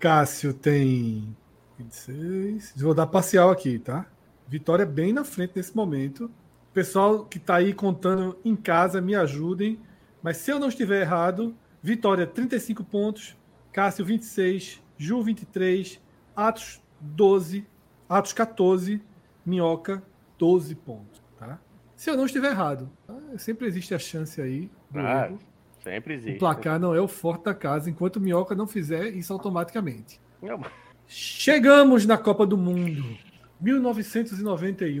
S1: Cássio tem 26. Vou dar parcial aqui, tá? Vitória bem na frente nesse momento. Pessoal que tá aí contando em casa, me ajudem. Mas se eu não estiver errado, Vitória 35 pontos, Cássio 26, Ju 23, Atos 12, Atos 14, Minhoca 12 pontos, tá? Se eu não estiver errado, tá? sempre existe a chance aí do
S5: Ah,
S1: erro.
S5: Sempre
S1: O
S5: existe.
S1: placar não é o forte da casa, enquanto o Minhoca não fizer isso automaticamente.
S5: Não,
S1: Chegamos na Copa do Mundo. 1991,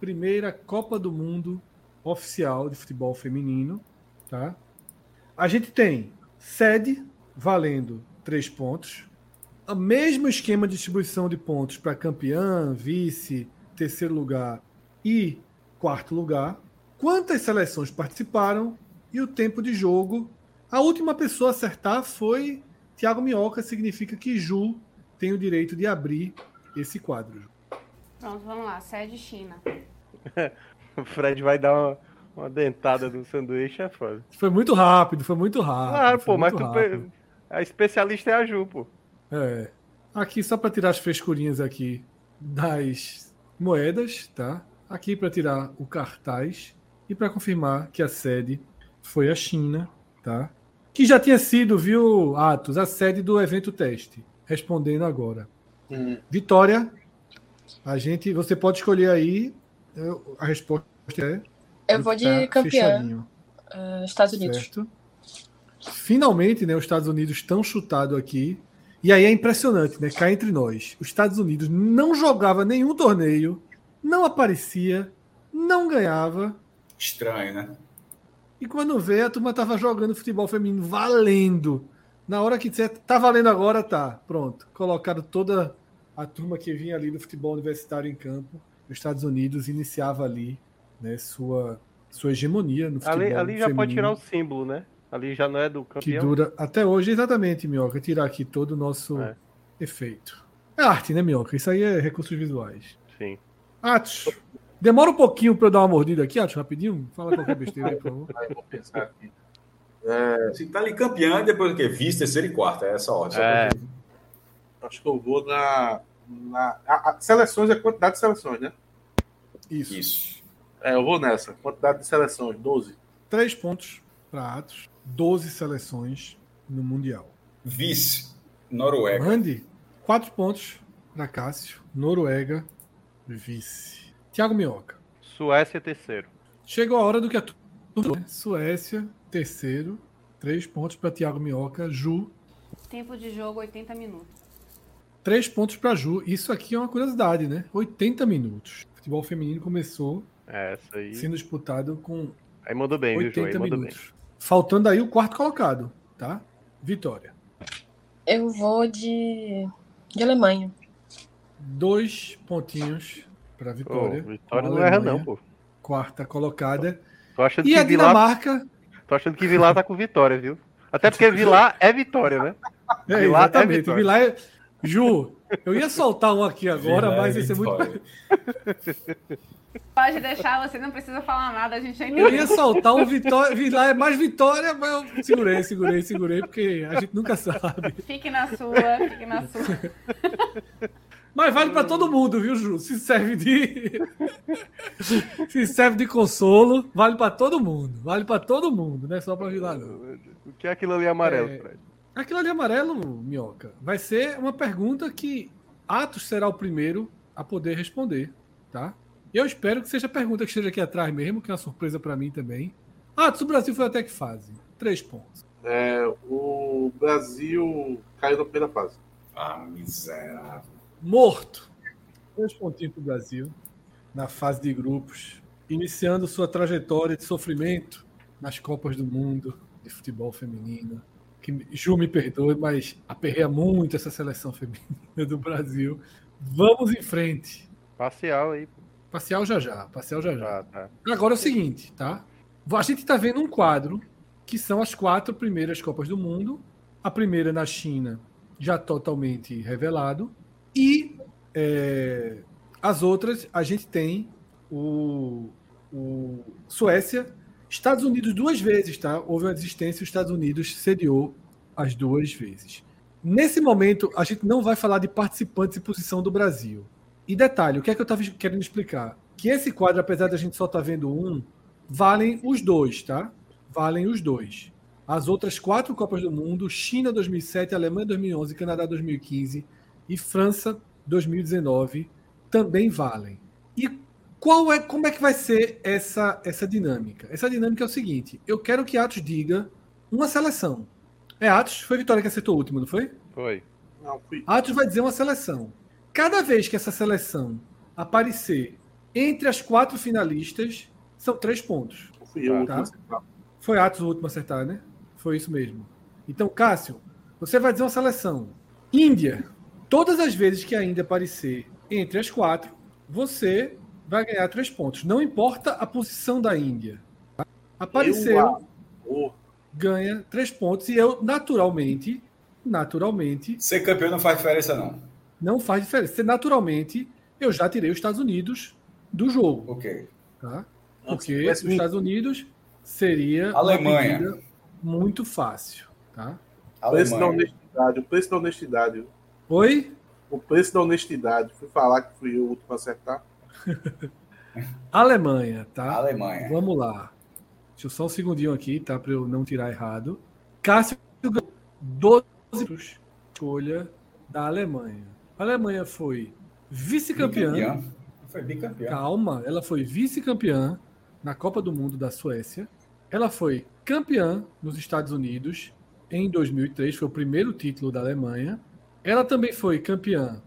S1: primeira Copa do Mundo oficial de futebol feminino, tá? A gente tem sede valendo 3 pontos. O mesmo esquema de distribuição de pontos para campeã, vice, terceiro lugar e quarto lugar. Quantas seleções participaram e o tempo de jogo. A última pessoa a acertar foi Thiago Minhoca, significa que Ju tem o direito de abrir esse quadro.
S3: Pronto, vamos lá. Sede China.
S5: O Fred vai dar uma, uma dentada no sanduíche, é foda.
S1: Foi muito rápido, foi muito rápido.
S5: Claro,
S1: Ah, foi
S5: pô, mas
S1: muito
S5: tu.
S1: rápido.
S5: pe- A especialista é a Ju, pô.
S1: É. Aqui, só para tirar as frescurinhas aqui das moedas, tá? Aqui para tirar o cartaz e para confirmar que a sede foi a China, tá? Que já tinha sido, viu, Atos, a sede do evento teste. Respondendo agora. Vitória, a gente, você pode escolher aí, eu- a resposta é...
S6: Eu vou de
S1: tá
S6: campeã,
S1: fechadinho.
S6: eh, Estados Unidos.
S1: Certo. Finalmente, né, os Estados Unidos estão chutado aqui. E aí é impressionante, né? Cá entre nós. Os Estados Unidos não jogava nenhum torneio, não aparecia, não ganhava.
S4: Estranho, né?
S1: E quando vê, a turma tava jogando futebol feminino valendo. Na hora que disser, tá valendo agora, tá. Pronto. Colocaram toda a turma que vinha ali do futebol universitário em campo. Os Estados Unidos iniciava ali, né, sua, sua hegemonia no futebol
S5: Ali, ali já
S1: feminino.
S5: pode tirar o símbolo, né? Ali já não é do
S1: Que
S5: campeão.
S1: dura até hoje, exatamente, Minhoca. Tirar aqui todo o nosso
S5: É.
S1: efeito. É arte, né, Minhoca? Isso aí é recursos visuais.
S5: Sim.
S1: Atos, demora um pouquinho pra eu dar uma mordida aqui, Atos, rapidinho. Fala qualquer besteira aí, por favor.
S2: Aí eu vou pensar aqui.
S4: Se tá ali campeã, depois o quê? Vice, terceiro e quarto. É essa ordem. só
S5: É.
S4: pra-
S2: Acho que eu vou na. na a- a- seleções é quantidade de seleções, né?
S1: Isso.
S4: Isso.
S2: É, eu vou nessa. Quantidade de seleções, 12.
S1: Três pontos para Atos, 12 seleções no Mundial.
S4: Vice, Noruega.
S1: Randy, quatro pontos para Cássio, Noruega, vice. Tiago Minhoca.
S5: Suécia é terceiro.
S1: Chegou a hora do que a turma. Suécia, terceiro. Três pontos para Thiago Minhoca. Ju,
S3: Tempo de jogo, 80 minutos.
S1: três pontos para Ju. Isso aqui é uma curiosidade, né? 80 minutos. O futebol feminino começou
S5: É, essa aí.
S1: sendo disputado com
S5: Aí mandou bem, viu, Ju? Aí
S1: 80
S5: mandou bem.
S1: minutos. Faltando aí o quarto colocado, tá? Vitória.
S6: Eu vou de, de Alemanha.
S1: Dois pontinhos para
S5: Pô,
S1: Vitória.
S5: Vitória
S1: Com a
S5: não erra,
S1: Alemanha,
S5: não, pô.
S1: Quarta colocada.
S5: Tô achando,
S1: E
S5: que
S1: a
S5: Vilar,
S1: Dinamarca.
S5: tô achando que Vilar tá com vitória, viu? Até porque Vilar é vitória, né?
S1: É,
S5: Vilar é
S1: exatamente.
S5: Vitória.
S1: Vilar é... Ju, eu ia soltar um aqui agora, mas ia ser muito
S3: Pode deixar, você não precisa falar nada, a gente já
S1: Eu
S3: entendeu.
S1: ia soltar um Vitória, Vilar é mais Vitória, mas eu segurei, segurei, segurei, porque a gente nunca sabe.
S3: Fique na sua, fique na sua.
S1: [laughs] Mas vale pra todo mundo, viu, Ju? Se serve de se serve de consolo, vale pra todo mundo, vale pra todo mundo, não é só pra Vilar não.
S5: O que é aquilo ali amarelo,
S1: É.
S5: Fred?
S1: Aquilo ali amarelo, Minhoca, vai ser uma pergunta que Atos será o primeiro a poder responder, tá? Eu espero que seja a pergunta que esteja aqui atrás mesmo, que é uma surpresa pra mim também. Atos, o Brasil foi até que fase? Três pontos.
S2: É, o Brasil caiu na primeira fase.
S4: Ah, miserável.
S1: morto. Dois pontinhos para o Brasil na fase de grupos, iniciando sua trajetória de sofrimento nas Copas do Mundo de futebol feminino. Que Ju me perdoe, mas aperreia muito essa seleção [laughs] feminina do Brasil. Vamos em frente.
S5: Parcial aí, pô.
S1: Parcial já já, parcial já já.
S5: Ah, tá.
S1: Agora é o seguinte, tá? A gente tá vendo um quadro que são as quatro primeiras Copas do Mundo. A primeira na China, já totalmente revelado. E é, as outras, a gente tem o, o Suécia, Estados Unidos duas vezes, tá? Houve uma desistência, os Estados Unidos sediou as duas vezes. Nesse momento, a gente não vai falar de participantes e posição do Brasil. E detalhe, o que é que eu estava querendo explicar? Que esse quadro, apesar da gente só estar vendo um, valem os dois, tá? Valem os dois. As outras quatro Copas do Mundo, China 2007, Alemanha 2011, Canadá 2015 e França 2019, também valem. E qual é, como é que vai ser essa, essa dinâmica? Essa dinâmica é o seguinte, eu quero que Atos diga uma seleção. É Atos, foi a Vitória que acertou o último, não foi?
S5: Foi.
S2: Não, fui.
S1: Atos vai dizer uma seleção. Cada vez que essa seleção aparecer entre as quatro finalistas, são três pontos.
S2: Fui eu.
S1: Tá.
S2: Tá.
S1: Foi Atos o último a acertar, né? Foi isso mesmo. Então, Cássio, você vai dizer uma seleção. Índia, todas as vezes que a Índia aparecer entre as quatro, você vai ganhar três pontos. Não importa a posição da Índia. tá? Apareceu
S2: Oh,
S1: ganha três pontos. E eu, naturalmente, naturalmente,
S4: Ser campeão não faz diferença, não.
S1: não faz diferença. Naturalmente, eu já tirei os Estados Unidos do jogo,
S4: Ok.
S1: tá?
S2: antes
S1: Porque os
S2: tivesse um-
S1: Estados Unidos seria uma
S4: Alemanha.
S1: pedida muito fácil, tá?
S2: preço da
S4: Alemanha.
S2: honestidade, o preço da honestidade.
S1: Oi?
S2: O preço da honestidade. Fui falar que fui eu o último a acertar.
S1: Alemanha, tá?
S4: Alemanha.
S1: Vamos lá. Deixa eu só um segundinho aqui, tá? Para eu não tirar errado. Cássio ganhou 12 pontos. escolha da Alemanha. A Alemanha foi vice-campeã.
S4: Bicampeã. Foi bicampeão.
S1: Calma, ela foi vice-campeã na Copa do Mundo da Suécia. Ela foi campeã nos Estados Unidos em 2003, foi o primeiro título da Alemanha. Ela também foi campeã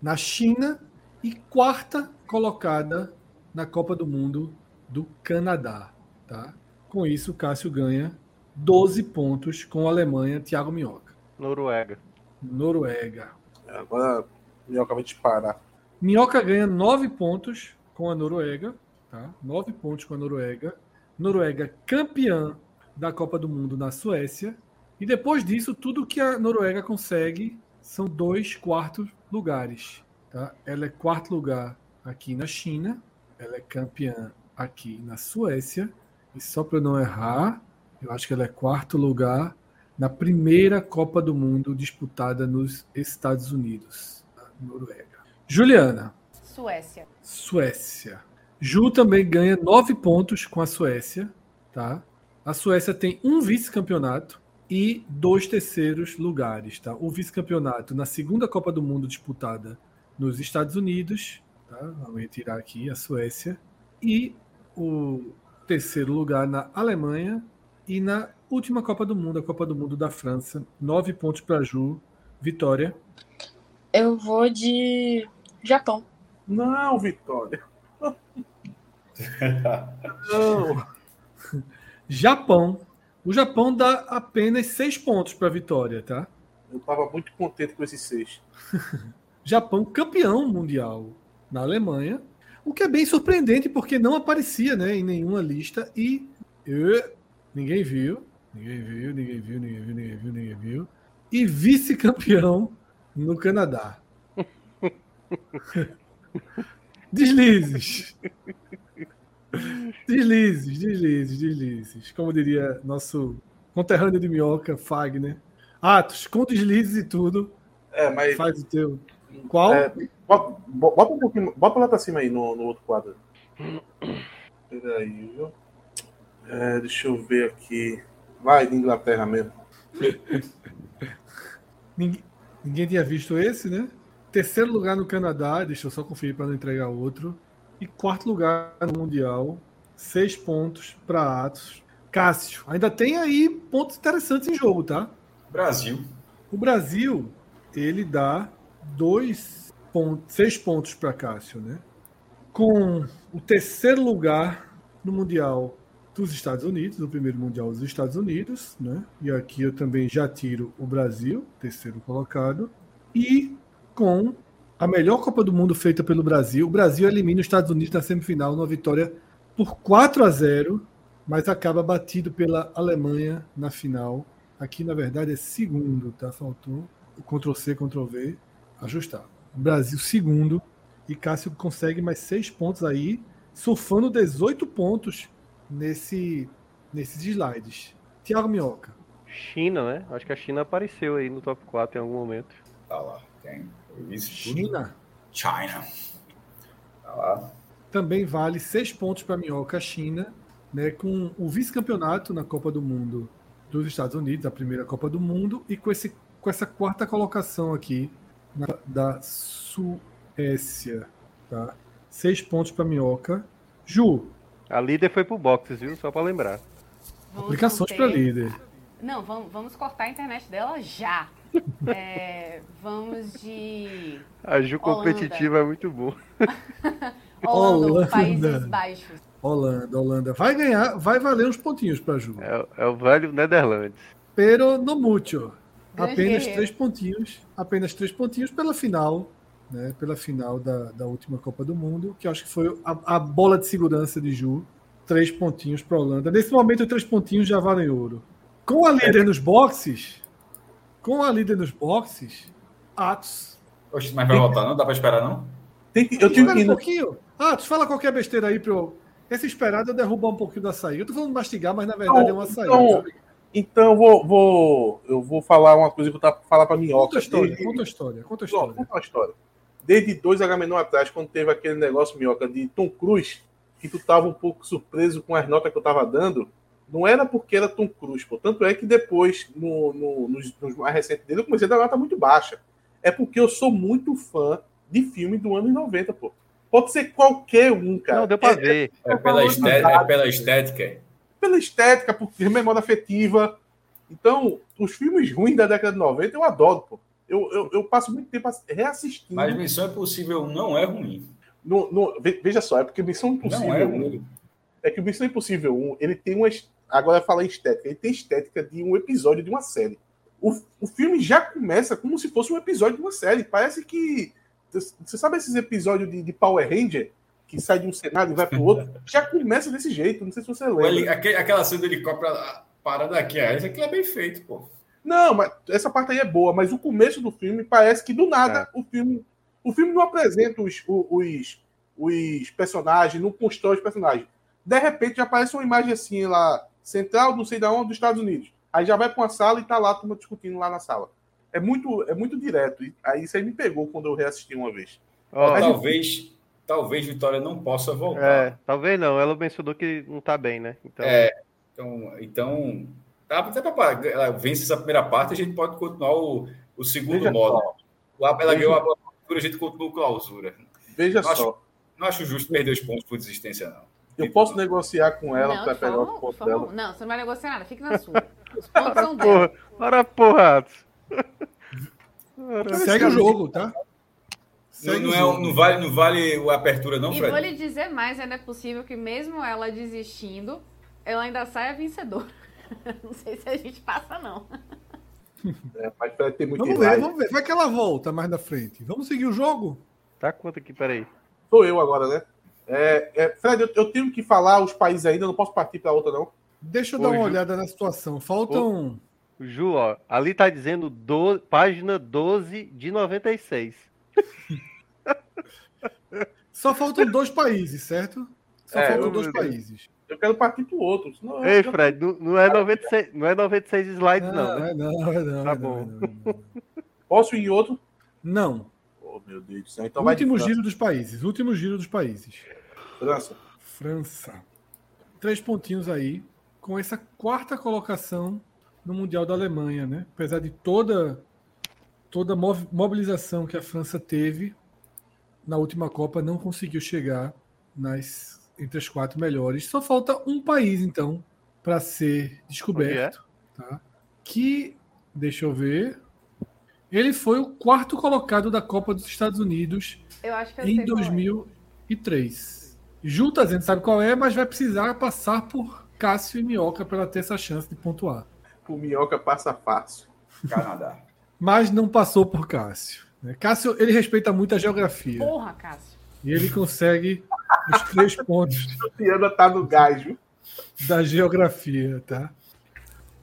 S1: na China e quarta colocada na Copa do Mundo do Canadá, tá? Com isso, o Cássio ganha 12 pontos com a Alemanha, Thiago Minhoca.
S5: Noruega.
S1: Noruega.
S2: É, Agora eu acabei de parar.
S1: Minhoca ganha 9 pontos com a Noruega, tá? 9 pontos com a Noruega. Noruega campeã da Copa do Mundo na Suécia. E depois disso, tudo que a Noruega consegue são dois quartos lugares. Tá? Ela é quarto lugar aqui na China, ela é campeã aqui na Suécia. E só para eu não errar, eu acho que ela é quarto lugar na primeira Copa do Mundo disputada nos Estados Unidos, a Noruega. Juliana,
S3: Suécia.
S1: Suécia. Ju também ganha nove pontos com a Suécia, tá? A Suécia tem um vice-campeonato e dois terceiros lugares, tá? O vice-campeonato na segunda Copa do Mundo disputada nos Estados Unidos, tá? Vamos retirar aqui a Suécia e o terceiro lugar na Alemanha e na última Copa do Mundo, a Copa do Mundo da França, nove pontos para Ju, Vitória.
S6: Eu vou de Japão.
S2: Não, Vitória.
S1: Não. Japão. O Japão dá apenas seis pontos para Vitória, tá?
S2: Eu estava muito contente com esses seis.
S1: Japão campeão mundial na Alemanha, o que é bem surpreendente porque não aparecia, né, em nenhuma lista e eu, ninguém viu, ninguém viu, ninguém viu, ninguém viu, ninguém viu, ninguém viu e vice-campeão no Canadá. [laughs] Deslizes. Deslizes, deslizes, deslizes. Como diria nosso conterrâneo de minhoca, Fagner. Atos, com deslizes e tudo.
S2: É, mas.
S1: Faz o teu. Qual?
S2: É, bota, bota um pouquinho. Bota lá pra cima aí no, no outro quadro. Peraí, viu? É, deixa eu ver aqui. Vai de Inglaterra mesmo.
S1: ninguém, ninguém tinha visto esse, né? Terceiro lugar no Canadá, deixa eu só conferir para não entregar outro. E quarto lugar no Mundial, seis pontos para Atos. Cássio, ainda tem aí pontos interessantes em jogo, tá?
S4: [laughs] Brasil.
S1: O Brasil, ele dá dois pontos, seis pontos para Cássio, né? Com o terceiro lugar no Mundial dos Estados Unidos, o primeiro Mundial dos Estados Unidos, né? E aqui eu também já tiro o Brasil, terceiro colocado, e com a melhor Copa do Mundo feita pelo Brasil. O Brasil elimina os Estados Unidos na semifinal numa vitória por 4 a 0, mas acaba batido pela Alemanha na final. Aqui, na verdade, é segundo, tá? Faltou o Ctrl C, Ctrl V, ajustar. Brasil segundo e Cássio consegue mais seis pontos aí, surfando 18 pontos nesse nesses slides. Tiago Minhoca.
S5: China, né? Acho que a China apareceu aí no top 4 em algum momento.
S4: Tá lá, tem. Eu vi isso tudo.
S1: China
S4: China. Tá lá.
S1: também vale seis pontos para Minhoca, China, né, com o vice-campeonato na Copa do Mundo dos Estados Unidos, a primeira Copa do Mundo, e com, esse, com essa quarta colocação aqui na- da Suécia. Tá? Seis pontos para Minhoca. Ju,
S5: A líder foi pro boxes, viu? Só pra lembrar.
S3: Vamos
S1: aplicações
S3: ter-
S1: para líder.
S3: Não, vamos, vamos cortar a internet dela já. É, vamos de
S5: A Ju competitiva é muito bom.
S3: Holanda,
S1: Holanda.
S3: Países Baixos.
S1: Holanda, Holanda. Vai ganhar, vai valer uns pontinhos para Ju.
S5: É, o- é o velho Netherlands.
S1: Pero no mucho.
S3: Grande
S1: Apenas
S3: guerreiro.
S1: três pontinhos. Apenas três pontinhos pela final. Né, pela final da, da última Copa do Mundo, que eu acho que foi a, a bola de segurança de Ju. Três pontinhos para Holanda. Nesse momento, três pontinhos já valem ouro. Com a
S4: É.
S1: líder nos boxes, com a líder nos boxes, Atos.
S4: Oxe, mas vai voltar, não dá pra esperar, não?
S2: Tem que, eu tive
S1: Espera
S2: que ir
S1: um
S2: no,
S1: pouquinho. Atos, fala qualquer besteira aí para eu. Essa esperada é derrubar um pouquinho do açaí. Eu tô falando mastigar, mas na verdade é um açaí.
S2: então,
S1: tá?
S2: então eu vou, vou, eu vou falar uma coisa que eu tava pra falar pra minhoca.
S1: Conta a história,
S2: Desde-
S1: conta a história, conta a
S2: Ó,
S1: história.
S2: conta uma história. Desde dois H menor atrás, quando teve aquele negócio minhoca de Tom Cruise, que tu tava um pouco surpreso com as notas que eu tava dando, não era porque era Tom Cruise, pô. Tanto é que depois, no, no- nos, nos mais recentes dele, eu comecei a dar nota muito baixa. É porque eu sou muito fã de filme do ano 90, pô. Pode ser qualquer um, cara.
S5: Não, deu pra
S2: É-
S5: ver.
S4: É pela, estética, é pela estética.
S2: pela estética, por ter memória afetiva. Então, os filmes ruins da década de 90 eu adoro, pô. Eu, eu, eu passo muito tempo ass- reassistindo.
S4: Mas Missão Impossível não é ruim.
S2: No- no- ve- veja só, é porque Missão Impossível
S4: Não é
S2: 1,
S4: ruim.
S2: é que o Missão Impossível 1, ele tem uma. es- Agora fala em estética, ele tem estética de um episódio de uma série. O, o filme já começa como se fosse um episódio de uma série. Parece que. Você sabe esses episódios de, de Power Ranger? Que sai de um cenário e vai pro
S4: [laughs]
S2: outro? Já começa desse jeito, não sei se você
S4: O
S2: lembra.
S4: heli- aque- Aquela cena do helicóptero a- parada aqui, ah, isso aqui é bem feito, pô.
S2: Não, mas essa parte aí é boa, mas o começo do filme parece que do nada
S1: É.
S2: o filme o filme não apresenta os, o- os, os personagens, não constrói os personagens. De repente já aparece uma imagem assim lá, central, não sei da onde, dos Estados Unidos. Aí já vai pra uma sala e tá lá, a turma discutindo lá na sala. É muito, é muito direto. E Aí isso aí me pegou quando eu reassisti uma vez.
S5: Ó,
S2: Mas-
S4: talvez, talvez Vitória não possa voltar.
S5: É, talvez não. Ela mencionou que não tá bem, né? Então,
S4: É, então, então tá, até pra, ela vence essa primeira parte, a gente pode continuar o, o segundo
S2: Veja
S4: modo.
S2: só.
S4: Lá ela
S2: Veja-
S4: ganhou a bola a gente continua o clausura.
S2: Veja
S4: Acho-
S2: só,
S4: Não acho justo perder os pontos por desistência, não.
S2: eu posso negociar com ela para
S3: de
S2: pegar
S3: forma-
S2: o ponto
S3: forma-
S2: dela.
S3: Não, você não vai negociar nada, fique na sua. Os
S2: [laughs]
S3: pontos são dela.
S5: porra, ora porra, Atos.
S1: Segue o jogo, tá?
S4: Não,
S1: Segue
S4: não
S1: o
S4: é,
S1: jogo.
S4: não, vale, não vale o apertura, não,
S3: E vou lhe
S4: Fred?
S3: dizer mais, ainda é possível que mesmo ela desistindo, ela ainda saia vencedora. [laughs] Não sei se a gente passa, não.
S2: né? Mas vai ter muito
S1: Vamos ver,
S2: like.
S1: vamos ver. Vai que ela volta mais na frente. Vamos seguir o jogo?
S5: Tá quanto aqui, peraí.
S2: Sou eu agora, né? É, é, Fred, eu, eu tenho que falar os países ainda, eu não posso partir para outra, não.
S1: Deixa eu
S5: Ô,
S1: dar uma
S5: Ju.
S1: olhada na situação. Faltam.
S5: Ju, ó, ali tá dizendo do- página 12 de 96.
S1: Só faltam dois países, certo? Só
S2: É,
S1: faltam
S2: eu-
S1: dois países.
S2: Eu quero partir para outro. Senão
S5: Ei,
S2: eu-
S5: Fred, não, não é 96, não é 96 slides, não, né?
S1: é não, é não.
S5: Tá
S1: é
S5: bom.
S1: Não. é não.
S2: Posso ir em outro?
S1: Não.
S2: Oh, meu Deus do céu. Então vai de
S1: último
S2: França.
S1: giro dos países. Último giro dos países.
S2: França.
S1: França. Três pontinhos aí. Com essa quarta colocação no Mundial da Alemanha, né? Apesar de toda toda a mov- mobilização que a França teve na última Copa, não conseguiu chegar nas entre as quatro melhores. Só falta um país, então, para ser descoberto. tá? Que, deixa eu ver, ele foi o quarto colocado da Copa dos Estados Unidos
S3: Eu acho que eu
S1: em
S3: sei qual é.
S1: 2003. Juntas, a gente sabe qual é, mas vai precisar passar por Cássio e Minhoca para ela ter essa chance de pontuar.
S2: O Minhoca passa fácil.
S4: Canadá.
S1: Mas não passou por Cássio. né? Cássio, ele respeita muito a geografia.
S3: Porra, Cássio.
S1: E ele consegue os três
S3: [laughs]
S1: pontos
S2: Tiana tá no
S1: [laughs]
S2: gás, viu?
S1: da geografia, tá?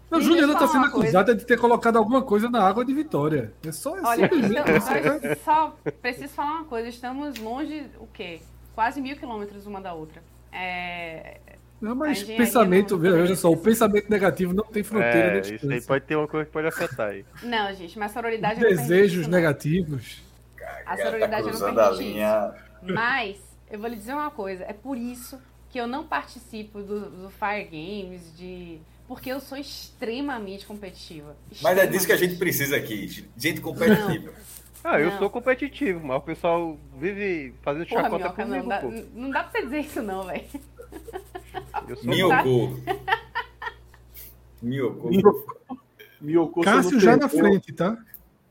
S1: Não,
S3: Deixa eu
S1: Juliana está
S3: falar
S1: sendo
S3: uma coisa.
S1: acusada de ter colocado alguma coisa na água de Vitória. É só isso. é
S3: Olha, então, eu só preciso falar uma coisa. Estamos longe, o quê? Quase mil quilômetros uma da outra. É,
S1: Não, mas
S3: engenharia
S1: pensamento,
S3: não-
S1: veja só, o pensamento negativo não tem fronteira
S5: É,
S1: nem
S5: isso aí
S1: distância.
S5: pode ter uma coisa que pode afetar aí.
S3: Não, gente, mas sororidade não permite
S1: Desejos
S3: isso, não.
S1: negativos.
S3: A
S4: Cara,
S3: sororidade não
S4: tá cruzando
S3: permite
S4: a linha.
S3: Mas eu vou lhe dizer uma coisa, é por isso que eu não participo do, do Fire Games, de. Porque eu sou extremamente competitiva.
S4: Mas é disso que a gente
S3: Extremamente.
S4: precisa aqui. Gente competitiva.
S5: Ah, eu
S3: Não.
S5: sou competitivo, mas o pessoal vive fazendo
S3: Porra,
S5: chacota
S3: minhoca, não,
S5: comigo,
S3: dá,
S5: pô.
S3: não dá pra você dizer isso, não, velho.
S5: Eu sou
S4: Miocô. Miocô.
S2: Minhoco só
S1: Cássio
S2: não
S4: é
S1: já
S2: perdeu-
S1: na frente, tá?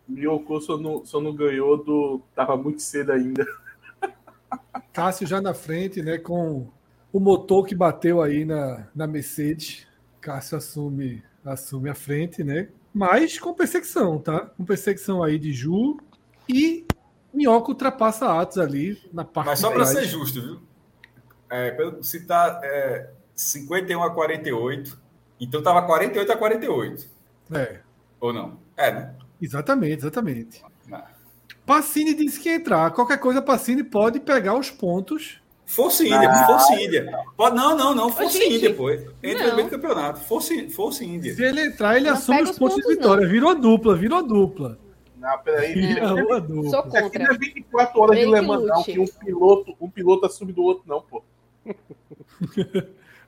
S2: Minhoco só não, só não ganhou do. Tava muito cedo ainda.
S1: Cássio já na frente, né? Com o motor que bateu aí na, na Mercedes. Cássio assume, assume a frente, né? Mas com perseguição, tá? Com perseguição aí de Ju. E Minhoca ultrapassa Atos ali na parte
S4: Mas só
S1: de
S4: para
S1: trás.
S4: ser justo, viu? É, pelo, se tá é, 51 a 48, então tava 48 a 48,
S1: É,
S4: ou não? É, né?
S1: exatamente, exatamente.
S4: Não.
S1: Pacini disse que ia entrar. Qualquer coisa, Pacini pode pegar os pontos.
S4: Força Índia, Força Índia. Pode, não, não, não, Força
S3: gente,
S4: Índia, pô. Entra no
S3: não.
S4: meio do campeonato. Força, Força Índia.
S1: Se ele entrar, ele
S3: Não É.
S1: assume os
S3: pega os
S1: pontos, de
S3: pontos,
S1: vitória. Virou dupla, virou dupla.
S2: Não, peraí.
S3: Não.
S2: Isso
S1: Virou a dupla.
S3: Sou
S2: aqui não é
S3: contra.
S2: 24 horas de
S3: Bem
S2: Le Mans,
S3: que
S2: não.
S3: lute.
S2: Que um piloto, um piloto assume do outro, não, pô.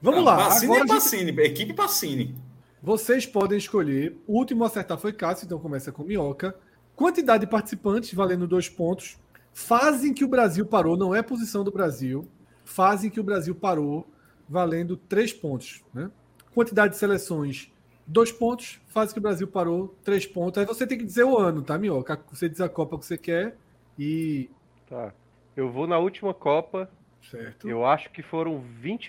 S1: Vamos
S4: Não,
S1: lá.
S4: Pacini
S1: agora a
S4: é
S1: gente-
S4: Pacini, equipe Pacini.
S1: Vocês podem escolher. O último a acertar foi Cássio, então começa com Minhoca. Quantidade de participantes valendo dois pontos. Fase em que o Brasil parou, não é posição do Brasil. Fase em que o Brasil parou, valendo três pontos. Né? Quantidade de seleções, dois pontos. Fase que o Brasil parou, três pontos. Aí você tem que dizer o ano, tá, Minhoca? Você diz a Copa que você quer e.
S5: Tá. Eu vou na última Copa,
S1: Certo.
S5: eu acho que foram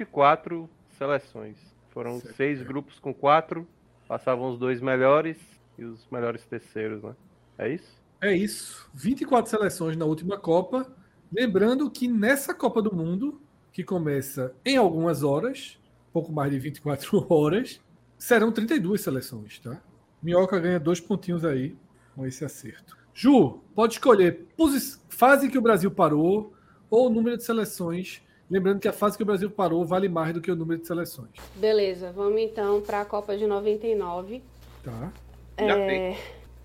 S5: 24 seleções. Foram
S1: Certo.
S5: seis grupos com quatro, passavam os dois melhores e os melhores terceiros, né? É isso?
S1: É isso. 24 seleções na última Copa. Lembrando que nessa Copa do Mundo, que começa em algumas horas, pouco mais de 24 [laughs] horas, serão 32 seleções, tá? Minhoca ganha dois pontinhos aí com esse acerto. Ju, pode escolher posi- fase que o Brasil parou ou número de seleções. Lembrando que a fase que o Brasil parou vale mais do que o número de seleções,
S3: Beleza, vamos então pra Copa de 99.
S1: tá?
S2: Já tem.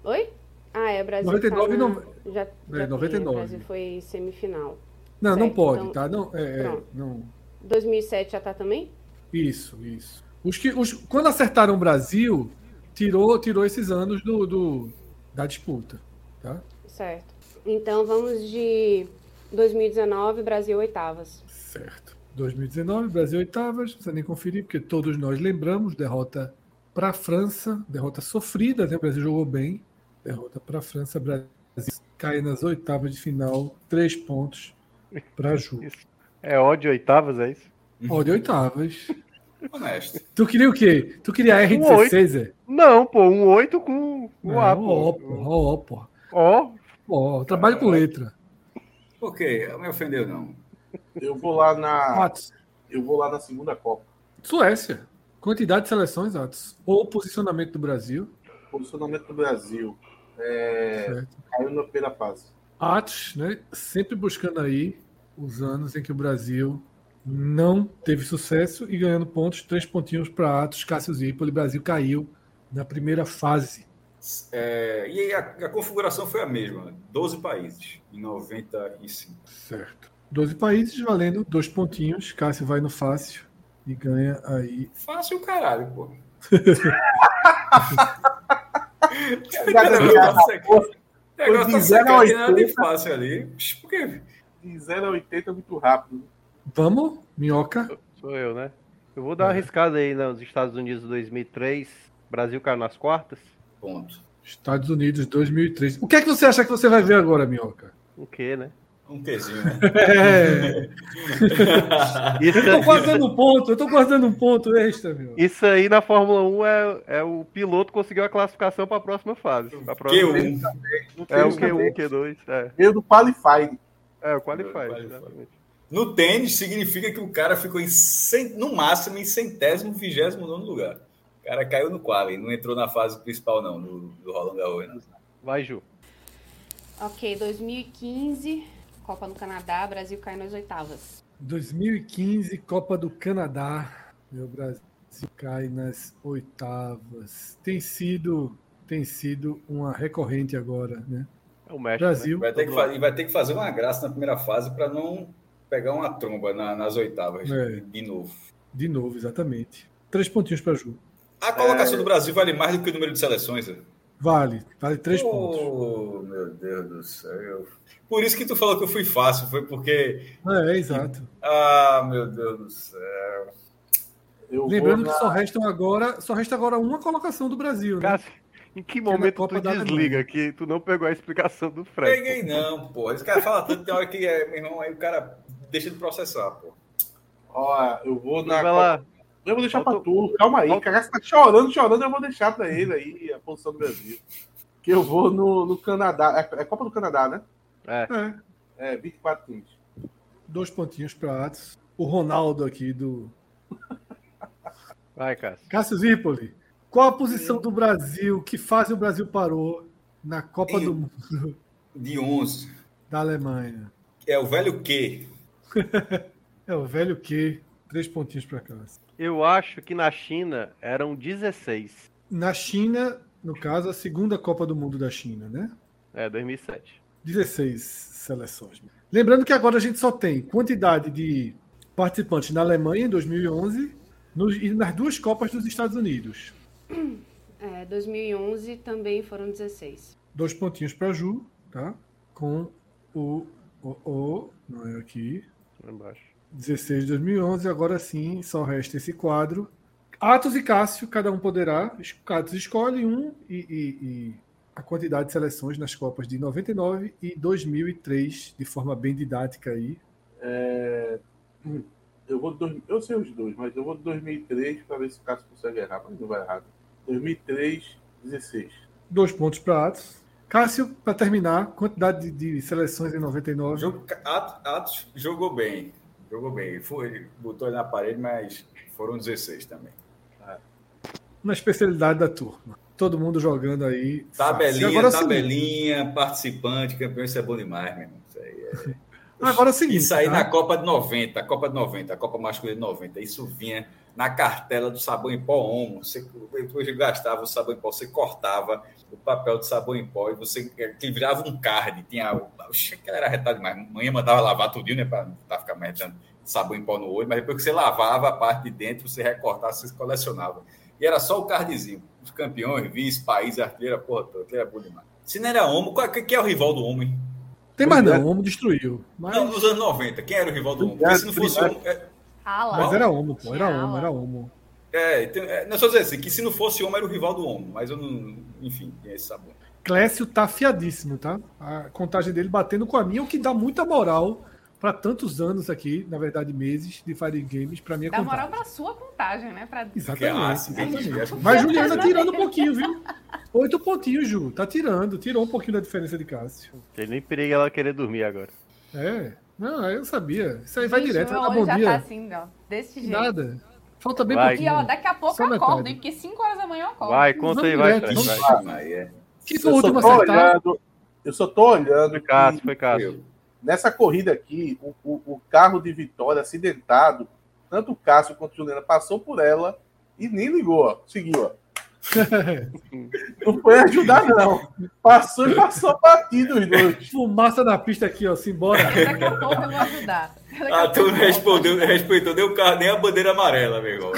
S3: Oi? Ah, é, Brasil.
S1: 99
S3: tá na-
S1: não-
S3: Já, já
S1: É, 99.
S3: Tem, o Brasil foi semifinal.
S1: Não, não
S3: Certo,
S1: pode,
S3: então-
S1: tá? Não, é, é,
S3: Pronto.
S1: não.
S3: 2007 já tá também?
S1: Isso, isso. Os que, os, quando acertaram o Brasil, tirou, tirou esses anos do, do- da disputa. Tá?
S3: Certo. Então vamos de 2019, Brasil oitavas.
S1: Certo. 2019, Brasil oitavas, não precisa nem conferir, porque todos nós lembramos, derrota para a França, derrota sofrida, né? o Brasil jogou bem, derrota para a França, Brasil cai nas oitavas de final, três pontos para Ju.
S5: É ódio oitavas, é isso?
S1: Ó, de oitavas.
S4: Honesto.
S1: Tu queria o quê? Tu queria a
S5: Um oito.
S1: R16, é? um
S5: Não, pô, um oito com o A,
S1: Não, Ó,
S5: pô. Ah,
S1: porra, ó, porra.
S5: Ó,
S1: Ó, trabalho com letra.
S4: Por quê? Me ofendeu, não.
S2: Eu vou lá
S5: ah.
S2: na.
S1: Atos.
S2: Eu vou lá na segunda Copa.
S1: Suécia. Quantidade de seleções, Atos. Ou posicionamento do Brasil.
S2: Posicionamento do Brasil. É,
S1: Certo.
S2: caiu na primeira fase.
S1: Atos, né? Sempre buscando aí os anos em que o Brasil não teve sucesso e ganhando pontos. Três pontinhos para Atos, Cássio Zirpoli. O Brasil caiu na primeira fase.
S4: É, e aí a, a configuração foi a mesma. 12 países em 95.
S1: Certo. 12 países valendo dois pontinhos. Cássio vai no fácil e ganha aí
S4: Fácil o caralho, pô. Negócio tá
S2: de zero a
S4: secando, tem nada de
S2: 80.
S4: fácil ali. Por quê?
S2: De 0 a 80 é muito rápido.
S1: Vamos, Minhoca.
S5: sou eu, né? Eu vou dar uma arriscada aí nos Estados Unidos 2003. Brasil caiu nas quartas.
S4: Ponto.
S1: Estados Unidos 2003. O que é que você acha que você vai ver agora, Minhoca?
S5: O quê, né?
S4: Um Tzinho, né?
S1: É,
S5: Isso,
S1: eu tô quase
S5: isso-
S1: dando um ponto, eu tô quase dando um ponto extra, meu.
S5: isso aí na Fórmula 1 é, é o piloto conseguiu a classificação para a próxima fase. Pra próxima-
S4: Q1.
S2: Não tem
S5: É o
S2: isso também.
S5: Q1, Q2. É,
S2: Meio do Qualify.
S5: é o Qualified.
S4: Qualified.
S5: exatamente.
S4: No tênis, significa que o cara ficou em cen- no máximo em centésimo, vigésimo nono lugar. O cara caiu no quali, não entrou na fase principal, não, do, do Roland Garros. né?
S5: Vai, Ju.
S3: Ok, 2015, Copa no Canadá, Brasil cai nas oitavas.
S1: 2015, Copa do Canadá. Meu Brasil cai nas oitavas. Tem sido, tem sido uma recorrente agora, né?
S5: É o México.
S1: Brasil.
S4: Vai ter, que fa- e vai ter que fazer uma graça na primeira fase para não pegar uma tromba na- nas oitavas
S1: É.
S4: de novo.
S1: De novo, exatamente. Três pontinhos para Ju.
S4: A colocação do Brasil vale mais do que o número de seleções. né?
S1: Vale, vale três
S4: oh,
S1: pontos.
S4: meu Deus do céu. Por isso que tu falou que eu fui fácil, foi porque.
S1: É, é, exato.
S4: Ah, meu Deus do céu.
S2: Eu
S1: Lembrando
S2: vou
S1: que
S2: na...
S1: só restam agora, só resta agora uma colocação do Brasil, né?
S5: Cássio, em que momento
S1: Copa
S5: tu
S1: da Alemanha.
S5: desliga que tu não pegou a explicação do Fred?
S4: Peguei não, porra. Esse cara fala tanto, tem hora que é, meu irmão, aí o cara deixa de processar, pô.
S2: Ó, eu vou na.
S5: Vai lá.
S2: Eu vou deixar pra
S5: Falta-
S2: tu. Calma aí.
S5: falta-
S2: Cagaça tá chorando, chorando. Eu vou deixar pra ele aí a posição do Brasil. Que eu vou no, no Canadá. É, é Copa do Canadá, né?
S1: É.
S2: É, 24 times.
S1: Dois pontinhos para Atos. O Ronaldo aqui do
S5: Vai, Cássio.
S1: Cássio Zirpoli. Qual a posição do Brasil? Que fase o Brasil parou na Copa
S4: Ih.
S1: do Mundo
S4: De 11.
S1: da Alemanha?
S4: É o velho quê?
S1: É o velho que três pontinhos para Cássio.
S5: Eu acho que na China eram 16.
S1: Na China, no caso, a segunda Copa do Mundo da China, né?
S5: É, 2007.
S1: 16 seleções. Lembrando que agora a gente só tem quantidade de participantes na Alemanha em 2011 nos- e nas duas Copas dos Estados Unidos.
S3: É, 2011 também foram 16.
S1: dois pontinhos para Ju, tá? Com o, o, o não é aqui,
S5: Lá embaixo.
S1: 16 de 2011, agora sim, só resta esse quadro. Atos e Cássio, cada um poderá, es- Atos escolhe um e, e- e a quantidade de seleções nas Copas de 99 e 2003, de forma bem didática aí.
S2: Eu vou. de dois- Eu sei os dois, mas eu vou de 2003 pra ver se o Cássio consegue errar. Mas não vai errar. 2003, 16.
S1: Dois pontos para Atos. Cássio, para terminar, quantidade de, de seleções em 99.
S4: Jogo- Atos, Atos jogou bem. Jogou bem. Foi, ele botou ele na parede, mas foram 16 também.
S1: Uma especialidade da turma. Todo mundo jogando aí. fácil.
S4: Tabelinha,
S1: Agora sim.
S4: tabelinha, participante, campeão, isso é bom demais, meu irmão. Isso aí é-
S1: Agora é o seguinte.
S4: Isso aí
S1: tá?
S4: na Copa de 90, a Copa de 90, a Copa masculina de 90. Isso vinha na cartela do sabão em pó homo. Você depois de gastava o sabão em pó, você cortava o papel de sabão em pó e você que virava um card. Tinha Oxe, aquela era retada demais. Manhã mandava lavar tudinho, né? Pra, pra ficar metendo sabão em pó no olho, mas depois que você lavava a parte de dentro, você recortava, você colecionava. E era só o cardzinho. Os campeões, vice, país, artilheira, porra toda, artilheira boa demais. Se não era homo, qual, que, que é o rival do homem?
S1: Tem mais não, o Homo destruiu. Mas,
S4: Não, nos anos 90, quem era o rival do Homo? Porque se não fosse
S1: Obrigado.
S4: Homo. É,
S3: Ala.
S1: mas era homo, pô. Era
S3: Tinha
S1: homo,
S3: ala.
S1: era homo.
S4: é, então, é, não, só dizer assim, que se não fosse Homo era o rival do Homo, mas eu não. Enfim, tinha esse sabor.
S1: Clécio tá afiadíssimo, tá? A contagem dele batendo com a minha, o que dá muita moral pra tantos anos aqui, na verdade meses, de Fire Games, pra minha
S3: Dá
S1: contagem.
S3: moral pra sua contagem, né? Pra...
S4: Que
S1: Exatamente.
S4: massa, né, entendi.
S1: exatamente.
S4: é Acho que- é
S1: Mas Juliana tá tirando um pouquinho, viu? Oito pontinhos, Ju. Tá tirando. Tirou um pouquinho da diferença de Cássio.
S5: Tem nem perigo ela querer dormir agora.
S1: É. Não, eu sabia. Isso aí vai
S3: Gente,
S1: direto.
S3: meu
S1: Vai dar
S3: olho
S1: bom
S3: já tá
S1: dia.
S3: assim, ó. Desse
S1: Que
S3: jeito.
S1: Nada. Falta bem
S5: Vai.
S3: E
S1: pouquinho.
S3: ó, daqui a pouco
S1: Só
S3: eu
S1: metade.
S3: acordo, hein? Porque 5 horas da manhã eu acordo.
S5: Vai, conta aí,
S1: Vamos
S5: vai,
S1: direto,
S5: Fred, vai.
S4: Vixe, Maria.
S1: Quem foi
S2: Eu
S1: o
S2: só,
S1: último a
S2: tô
S1: acertar?
S2: olhando, eu só tô olhando.
S5: Foi
S2: que
S5: Cássio, foi Cássio.
S2: Nessa corrida aqui, o, o- o carro de vitória acidentado, tanto o Cássio quanto a Juliana passou por ela e nem ligou, ó. Seguiu, ó. Não foi ajudar, não. Passou e passou batido os dois.
S1: Fumaça na pista aqui, ó. Simbora.
S3: Daqui a pouco eu vou
S5: [laughs]
S3: ajudar. Daqui a
S4: Ah,
S3: pouco
S4: tu
S3: eu
S4: não
S3: volto.
S4: respondeu, não respeitou nem o carro, nem a bandeira amarela, meu
S1: [laughs]
S4: irmão.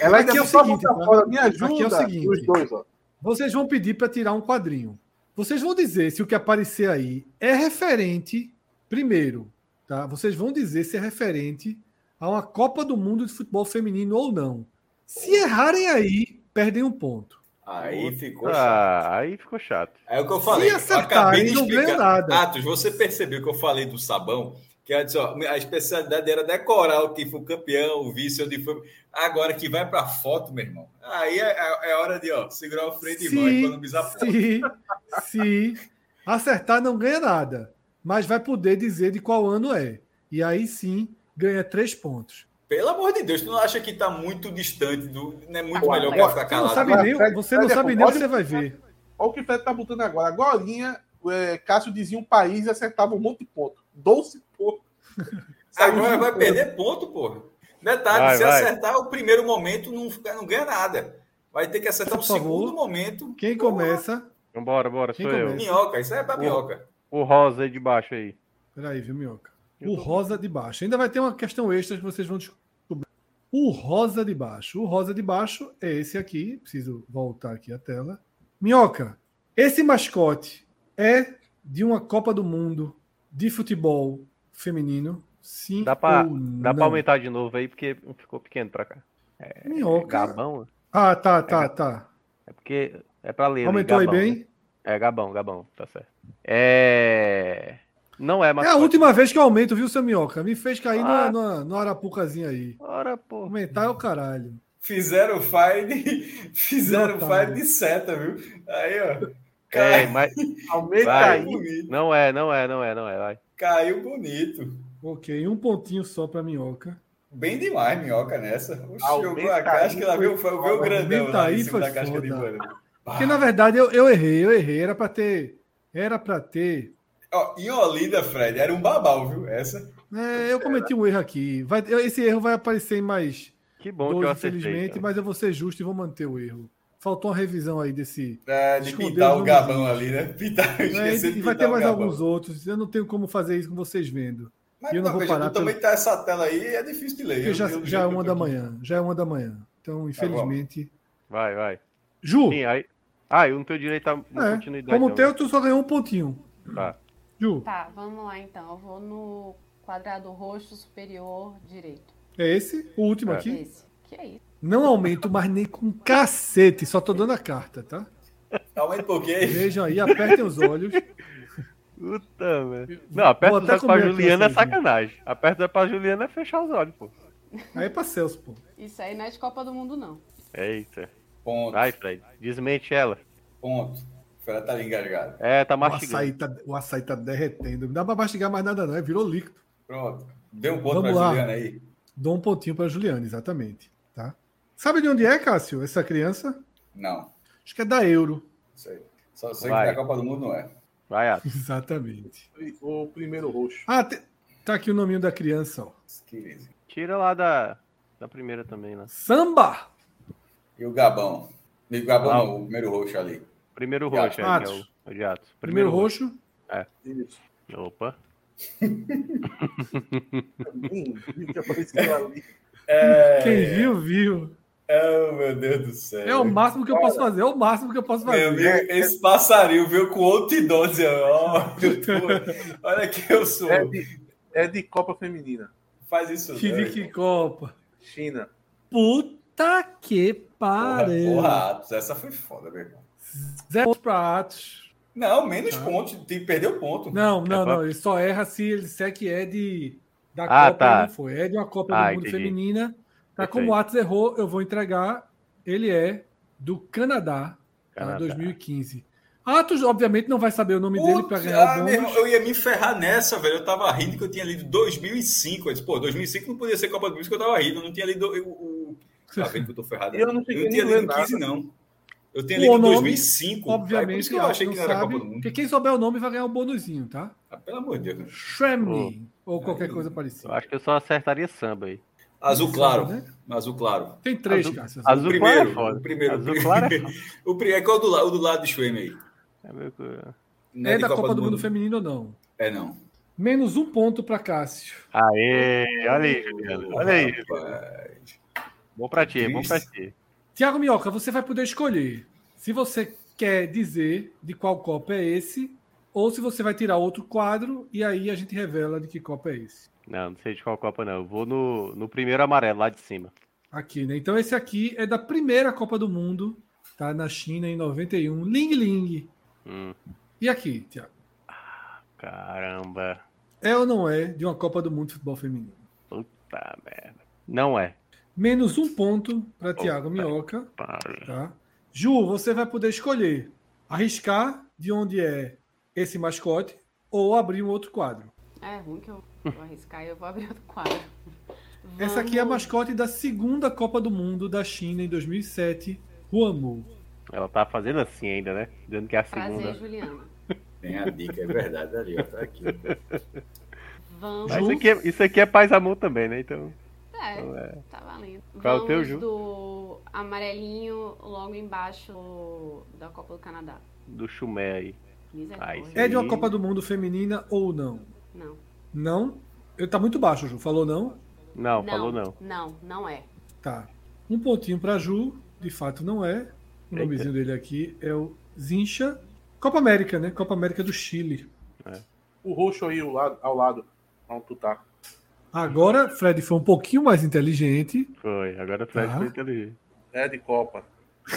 S2: Ela ainda
S1: Aqui é o
S2: botou a
S1: seguinte,
S2: boca
S1: tá?
S2: fora, me
S1: Aqui é o
S2: ajuda.
S1: seguinte.
S2: Os dois, ó.
S1: Vocês vão pedir para tirar um quadrinho. Vocês vão dizer se o que aparecer aí é referente, primeiro, tá? Vocês vão dizer se é referente a uma Copa do Mundo de futebol feminino ou não. Se errarem aí, perdem um ponto.
S4: Aí ficou chato.
S5: Ah, aí ficou chato.
S4: É o que eu falei.
S1: se
S4: eu acabei de
S1: acertarem, não ganham
S4: explicar. Ah,
S1: nada.
S4: Atos, você percebeu que eu falei do sabão? Que ela disse, ó, a especialidade era decorar o que foi o campeão, o vice, onde foi. Agora que vai pra foto, meu irmão. Aí é, é- é hora de ó, segurar o freio de mão, economizar ponto.
S1: se, se acertar, não ganha nada. Mas vai poder dizer de qual ano é. E aí sim, ganha três pontos.
S4: Pelo amor de Deus, tu não acha que tá muito distante do. Não é muito
S3: Tá
S4: melhor
S3: bom,
S4: pra ficar
S1: Você não
S4: calado. né?
S1: sabe
S2: Agora,
S1: nem,
S2: Fred,
S1: você não
S2: Fred,
S1: sabe nem o que
S2: pode-
S1: você vai ver.
S2: Olha o que o Fred tá botando agora. Agora, é, Cássio dizia um país e acertava um monte de ponto. 12 pontos.
S4: [laughs] Agora
S2: Saiu
S4: vai
S2: de- um
S4: perder ponto, porra. Detalhe,
S5: Vai,
S4: se
S5: vai.
S4: acertar o primeiro momento, não, fica- não ganha nada. Vai ter que acertar o
S1: Por favor.
S4: segundo momento.
S1: Quem começa.
S5: Então bora, bora,
S1: Quem
S5: sou eu.
S1: começa?
S4: Minhoca, isso é pra minhoca.
S5: O rosa aí de baixo aí.
S1: Peraí, viu, Minhoca?
S5: Eu
S1: O
S5: tô-
S1: rosa de baixo. Ainda vai ter uma questão extra que vocês vão descobrir. O rosa de baixo. O rosa de baixo é esse aqui. Preciso voltar aqui a tela. Minhoca, esse mascote é de uma Copa do Mundo de futebol feminino? Sim
S5: Dá pra-
S1: ou não?
S5: Dá pra aumentar de novo aí, porque ficou pequeno pra cá.
S1: Minhoca.
S5: Gabão?
S1: Ah, tá, tá, tá.
S5: É porque. É pra ler. né?
S1: Aumentou aí
S5: Gabão,
S1: bem?
S5: né? É, Gabão, Gabão, tá certo. É. Não é
S1: É a
S5: mascote.
S1: última vez que eu aumento, viu, seu Minhoca? Me fez cair
S5: Ah.
S1: na, na, na arapucazinha aí. [laughs]
S5: Ora, pô.
S1: Aumentar é o caralho.
S4: Fizeram fire, [laughs] fizeram
S1: Otário.
S4: fire de seta, viu? Aí, ó.
S5: É,
S4: Cai-
S5: mas
S2: Aumenta
S5: Vai.
S2: aí.
S4: bonito,
S5: não é, não é, não é, não é. Vai.
S4: caiu bonito.
S1: Ok, um pontinho só pra minhoca.
S4: Bem demais, minhoca nessa. Oxe, jogou
S2: Aumenta
S4: a casca,
S2: aí,
S4: lá veio, foi, veio o
S1: foi-
S4: grandão
S1: aumenta
S4: lá
S1: aí,
S4: em cima
S1: foi
S4: da casca de
S1: foda.
S4: banana.
S1: Porque
S5: Ah.
S1: na verdade eu, eu errei, eu errei. Era pra ter. Era pra ter.
S4: Ó, em Olinda, Fred, era um babau, viu? Essa.
S1: É, eu cometi um erro aqui. Vai, eu- esse erro vai aparecer em mais
S5: Que bom que eu
S1: dois,
S5: acertei.
S1: infelizmente,
S5: então.
S1: mas eu vou ser justo e vou manter o erro. Faltou uma revisão aí desse.
S4: É, de
S1: Escondeu
S4: pintar
S1: os
S4: o gabão ali, né? [laughs] Pintar,
S1: né,
S4: esqueci de
S1: e vai
S4: pintar
S1: ter
S4: o
S1: mais
S4: gabão.
S1: alguns outros. Eu não tenho como fazer isso com vocês vendo.
S4: Mas
S1: E eu não vou
S4: veja,
S1: parar
S4: tu também tá essa tela aí, é difícil de ler.
S1: Porque
S4: Eu-
S1: já,
S4: eu-
S5: um
S1: já é
S4: eu tô
S1: uma da
S4: aqui.
S1: manhã. Já é uma da manhã. Então, infelizmente.
S5: Vai, vai.
S1: Ju,
S5: Tá Sim, aí. Ah, eu não tenho direito a uma
S1: é,
S5: continuidade.
S1: como
S5: não,
S1: teu, tu só ganhou um pontinho.
S5: Tá.
S1: Ju,
S3: Tá, vamos lá então. Eu vou no quadrado roxo superior direito.
S1: é esse? O último
S5: É.
S1: aqui?
S3: Esse. Que é isso?
S1: Não aumento mais nem com cacete. Só tô dando a carta, tá?
S4: Aumenta um pouquinho aí.
S1: Vejam aí, apertem os olhos.
S5: Puta, velho. Não, aperta
S1: Vou
S5: o
S1: até
S5: zóio pra
S1: comer aqui uma
S5: Juliana é sacanagem. Aperta o zóio pra Juliana é fechar os olhos, pô.
S1: Aí é pra Celso, pô.
S3: Isso aí não é de Copa do Mundo, não.
S5: Eita.
S4: Ponto,
S5: Vai, Fred. Desmente ela.
S4: ponto. O cara tá ali engasgado.
S5: É, tá
S1: O açaí, tá,
S5: mastigando.
S1: o açaí tá derretendo. Não dá pra mastigar mais nada, não. É, virou líquido.
S4: Pronto. Deu um ponto
S1: Vamos
S4: pra
S1: lá.
S4: Juliana aí.
S1: Dou um pontinho pra Juliana, exatamente. Tá? Sabe de onde é, Cássio, essa criança?
S4: Não,
S1: Acho que é da Euro. [laughs]
S4: isso aí. Só sei
S5: Vai.
S4: que da Copa do Mundo não é.
S5: Vai, Atos.
S1: Exatamente.
S2: O primeiro roxo.
S1: Ah, te- tá aqui o nominho da criança, ó.
S4: Esquece.
S5: Tira lá da, da primeira também, né?
S1: Samba!
S4: E o Gabão. E o Gabão,
S5: Ah.
S4: não, o primeiro roxo ali.
S5: Primeiro
S4: Gato.
S5: roxo, é, que é
S1: Atos.
S5: o, o de Atos.
S1: Primeiro, roxo.
S2: Isso.
S5: roxo. Opa.
S2: Hum, o que apareceu ali?
S1: Quem viu, viu.
S4: É. Oh, meu Deus do céu.
S1: É o máximo que eu posso fazer. É o máximo que eu posso
S4: Meu
S1: fazer.
S4: amigo, esse passarinho veio com outdoor dizendo, ó, [laughs] eu tô- olha que eu sou.
S2: É de, é de Copa Feminina.
S4: Faz isso. né? não.
S1: Chirique Copa.
S2: China.
S1: Puta que
S4: Porra,
S1: pariu.
S4: porra, Atos, essa foi foda, meu irmão.
S1: Zero pontos pra Atos.
S4: Não, menos
S1: Tá.
S4: ponto, tem, perdeu ponto.
S5: [laughs]
S1: Não, não,
S5: É pra-
S1: não. Ele só erra se ele disser que é de. Da
S5: Ah,
S1: Copa
S5: tá.
S1: não foi. É de uma Copa
S5: Ah,
S1: do Mundo
S5: entendi.
S1: Feminina. Tá,
S5: Perfeito.
S1: como o Atos errou, eu vou entregar. Ele é do Canadá, tá?
S5: Canadá.
S1: 2015. Atos, obviamente, não vai saber o nome dele pra
S4: Putz,
S1: ganhar
S4: ah,
S1: o
S4: meu irmão,
S1: bônus.
S4: eu ia me ferrar nessa, velho. Eu tava rindo que eu tinha lido 2005. Eu disse, pô, 2005 não podia ser Copa do Mundo, que eu tava rindo. Eu não tinha lido eu-
S1: [laughs]
S4: o. Tá vendo que eu tô ferrado?
S2: Eu não cheguei
S4: tinha
S2: nem a né?
S4: lido
S2: ler
S4: 15, não. Eu tinha
S1: O
S4: lido
S1: nome,
S4: 2005. Aí É por
S1: Obviamente,
S4: isso que eu
S1: Atos
S4: achei que não
S1: não
S4: era Copa
S1: sabe.
S4: do Mundo.
S1: Porque quem souber o nome vai ganhar o bônusinho, tá?
S4: Ah, pelo amor de Deus.
S1: Shremlin, ou qualquer coisa
S5: Eu
S1: parecida.
S5: acho que eu só acertaria samba aí.
S4: Azul claro.
S1: Né?
S4: Azul claro.
S1: Tem três,
S5: Azul-
S1: Cássio.
S5: Azul
S4: primeiro,
S5: claro é foda.
S4: o primeiro.
S5: Azul claro é foda.
S4: [laughs] O pri... é qual do, la- o do lado do Schwem aí?
S5: É meio que-
S4: Não
S1: É, da Copa, do Mundo, Feminino ou não?
S4: né? É, não.
S1: Menos um ponto pra Cássio.
S5: Aê, olha aí, Juliano. Olha aí.
S4: Rapaz.
S5: Bom pra ti, é bom pra ti.
S1: Tiago Minhoca, você vai poder escolher se você quer dizer de qual Copa é esse, ou se você vai tirar outro quadro e aí a gente revela de que Copa é esse.
S5: Não, não sei de qual Copa, não. Eu vou no, no primeiro amarelo, lá de cima.
S1: Aqui, né? Então esse aqui é da primeira Copa do Mundo, tá? Na China, em 91. Ling Ling.
S5: Hum,
S1: E aqui, Tiago?
S5: caramba.
S1: É ou não é de uma Copa do Mundo de Futebol Feminino?
S5: Puta Tá, merda. Não é.
S1: Menos um ponto para Tiago Minhoca.
S5: é.
S1: Tá? Ju, você vai poder escolher arriscar de onde é esse mascote ou abrir um outro quadro.
S3: É ruim que eu vou arriscar e eu vou abrir outro
S5: [laughs]
S3: quadro.
S1: Essa aqui é a
S3: Vamos-
S1: mascote da segunda Copa do Mundo da China em 2007, Huamu.
S5: Ela tá fazendo assim ainda, né? Dizendo que é a
S3: Prazer,
S5: segunda.
S3: Juliana.
S4: Tem a dica, é verdade ali, ó. Tá aqui.
S3: Vamos.
S5: Mas isso aqui, é- isso aqui é paz e amor também, né? Então.
S3: É, tá valendo.
S5: Qual é
S3: Vamos
S5: o teu, Ju?
S3: do amarelinho logo embaixo do- da Copa do Canadá.
S5: do chumé aí.
S3: Misericórdia.
S1: É de uma
S5: Sim.
S1: Copa do Mundo feminina ou não?
S3: Não.
S1: Não? Eu tá muito baixo, Ju. Falou não?
S5: É, Não, falou não.
S3: Não, não é.
S1: Tá. Um pontinho para Ju, de fato não é. O
S5: Eita.
S1: nomezinho dele aqui é o Zincha. Copa América, né? Copa América do Chile.
S2: O roxo aí ao lado, ao lado onde tu tá.
S1: Agora, Fred foi um pouquinho mais inteligente. [laughs]
S5: Foi, agora o Fred
S1: Tá.
S5: foi inteligente.
S2: É de Copa.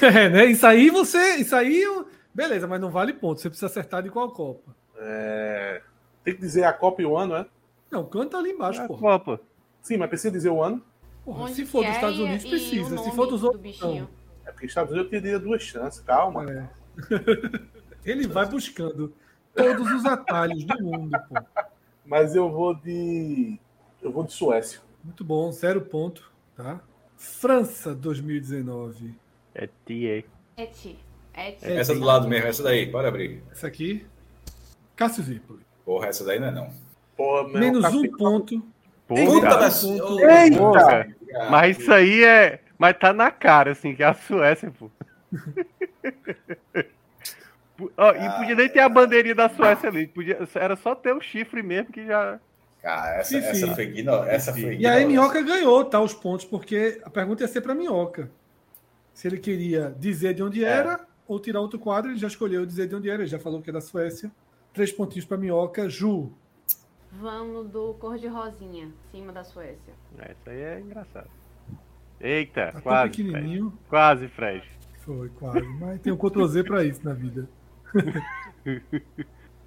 S1: É, né? Isso aí você. Isso aí. eu- Beleza, mas não vale ponto. Você precisa acertar de qual Copa.
S2: É, Tem que dizer a Copa e o ano, é?
S1: Não, canta ali embaixo,
S5: É a
S1: porra.
S5: Copa.
S2: Sim, mas precisa dizer o ano.
S1: Porra,
S3: Onde
S1: se for
S3: que
S1: dos
S3: é
S1: Estados
S3: e-
S1: Unidos,
S3: e o
S1: precisa. Se
S3: nome
S1: for dos
S3: do
S1: outros.
S3: bichinho?
S1: não.
S2: É porque Estados Unidos eu teria duas chances, calma.
S1: É. [laughs] Ele vai buscando todos os atalhos do mundo, pô.
S2: Mas eu vou de. Eu vou de Suécia.
S1: Muito bom, zero ponto, tá? França 2019.
S5: É TA.
S3: Eti. Eti.
S1: É,
S4: Essa do lado mesmo, essa daí, pode abrir.
S1: Essa aqui. Cássio Zirpoli.
S4: Porra, essa daí não é não.
S2: Porra, meu, tá
S1: Menos
S2: cacete.
S1: um ponto.
S4: Puta
S5: Puta,
S4: da
S1: ponto.
S5: porra.
S1: Ah,
S4: Cara,
S5: Mas isso aí é. Mas tá na cara, assim, que é a Suécia, pô. Pu- ó, e podia nem ter a bandeirinha da Suécia ali. Podia... Era só ter o chifre mesmo que já.
S4: Cara, essa,
S1: Enfim.
S4: essa foi igno- essa foi
S1: E aí
S4: ignorância.
S1: Minhoca ganhou, tá? Os pontos, porque a pergunta ia ser pra Minhoca. Se ele queria dizer de
S4: É.
S1: onde era ou tirar outro quadro, ele já escolheu dizer de onde era, ele já falou que é da Suécia. Três pontinhos pra Minhoca. Ju,
S3: Vamos do cor de rosinha, em cima da Suécia.
S5: É, isso aí é engraçado. Eita,
S1: tá tão
S5: É quase. Fred.
S1: pequenininho.
S5: Quase, Fred.
S1: Foi, quase. Mas tem um Ctrl Z pra isso na
S5: [laughs]
S1: vida.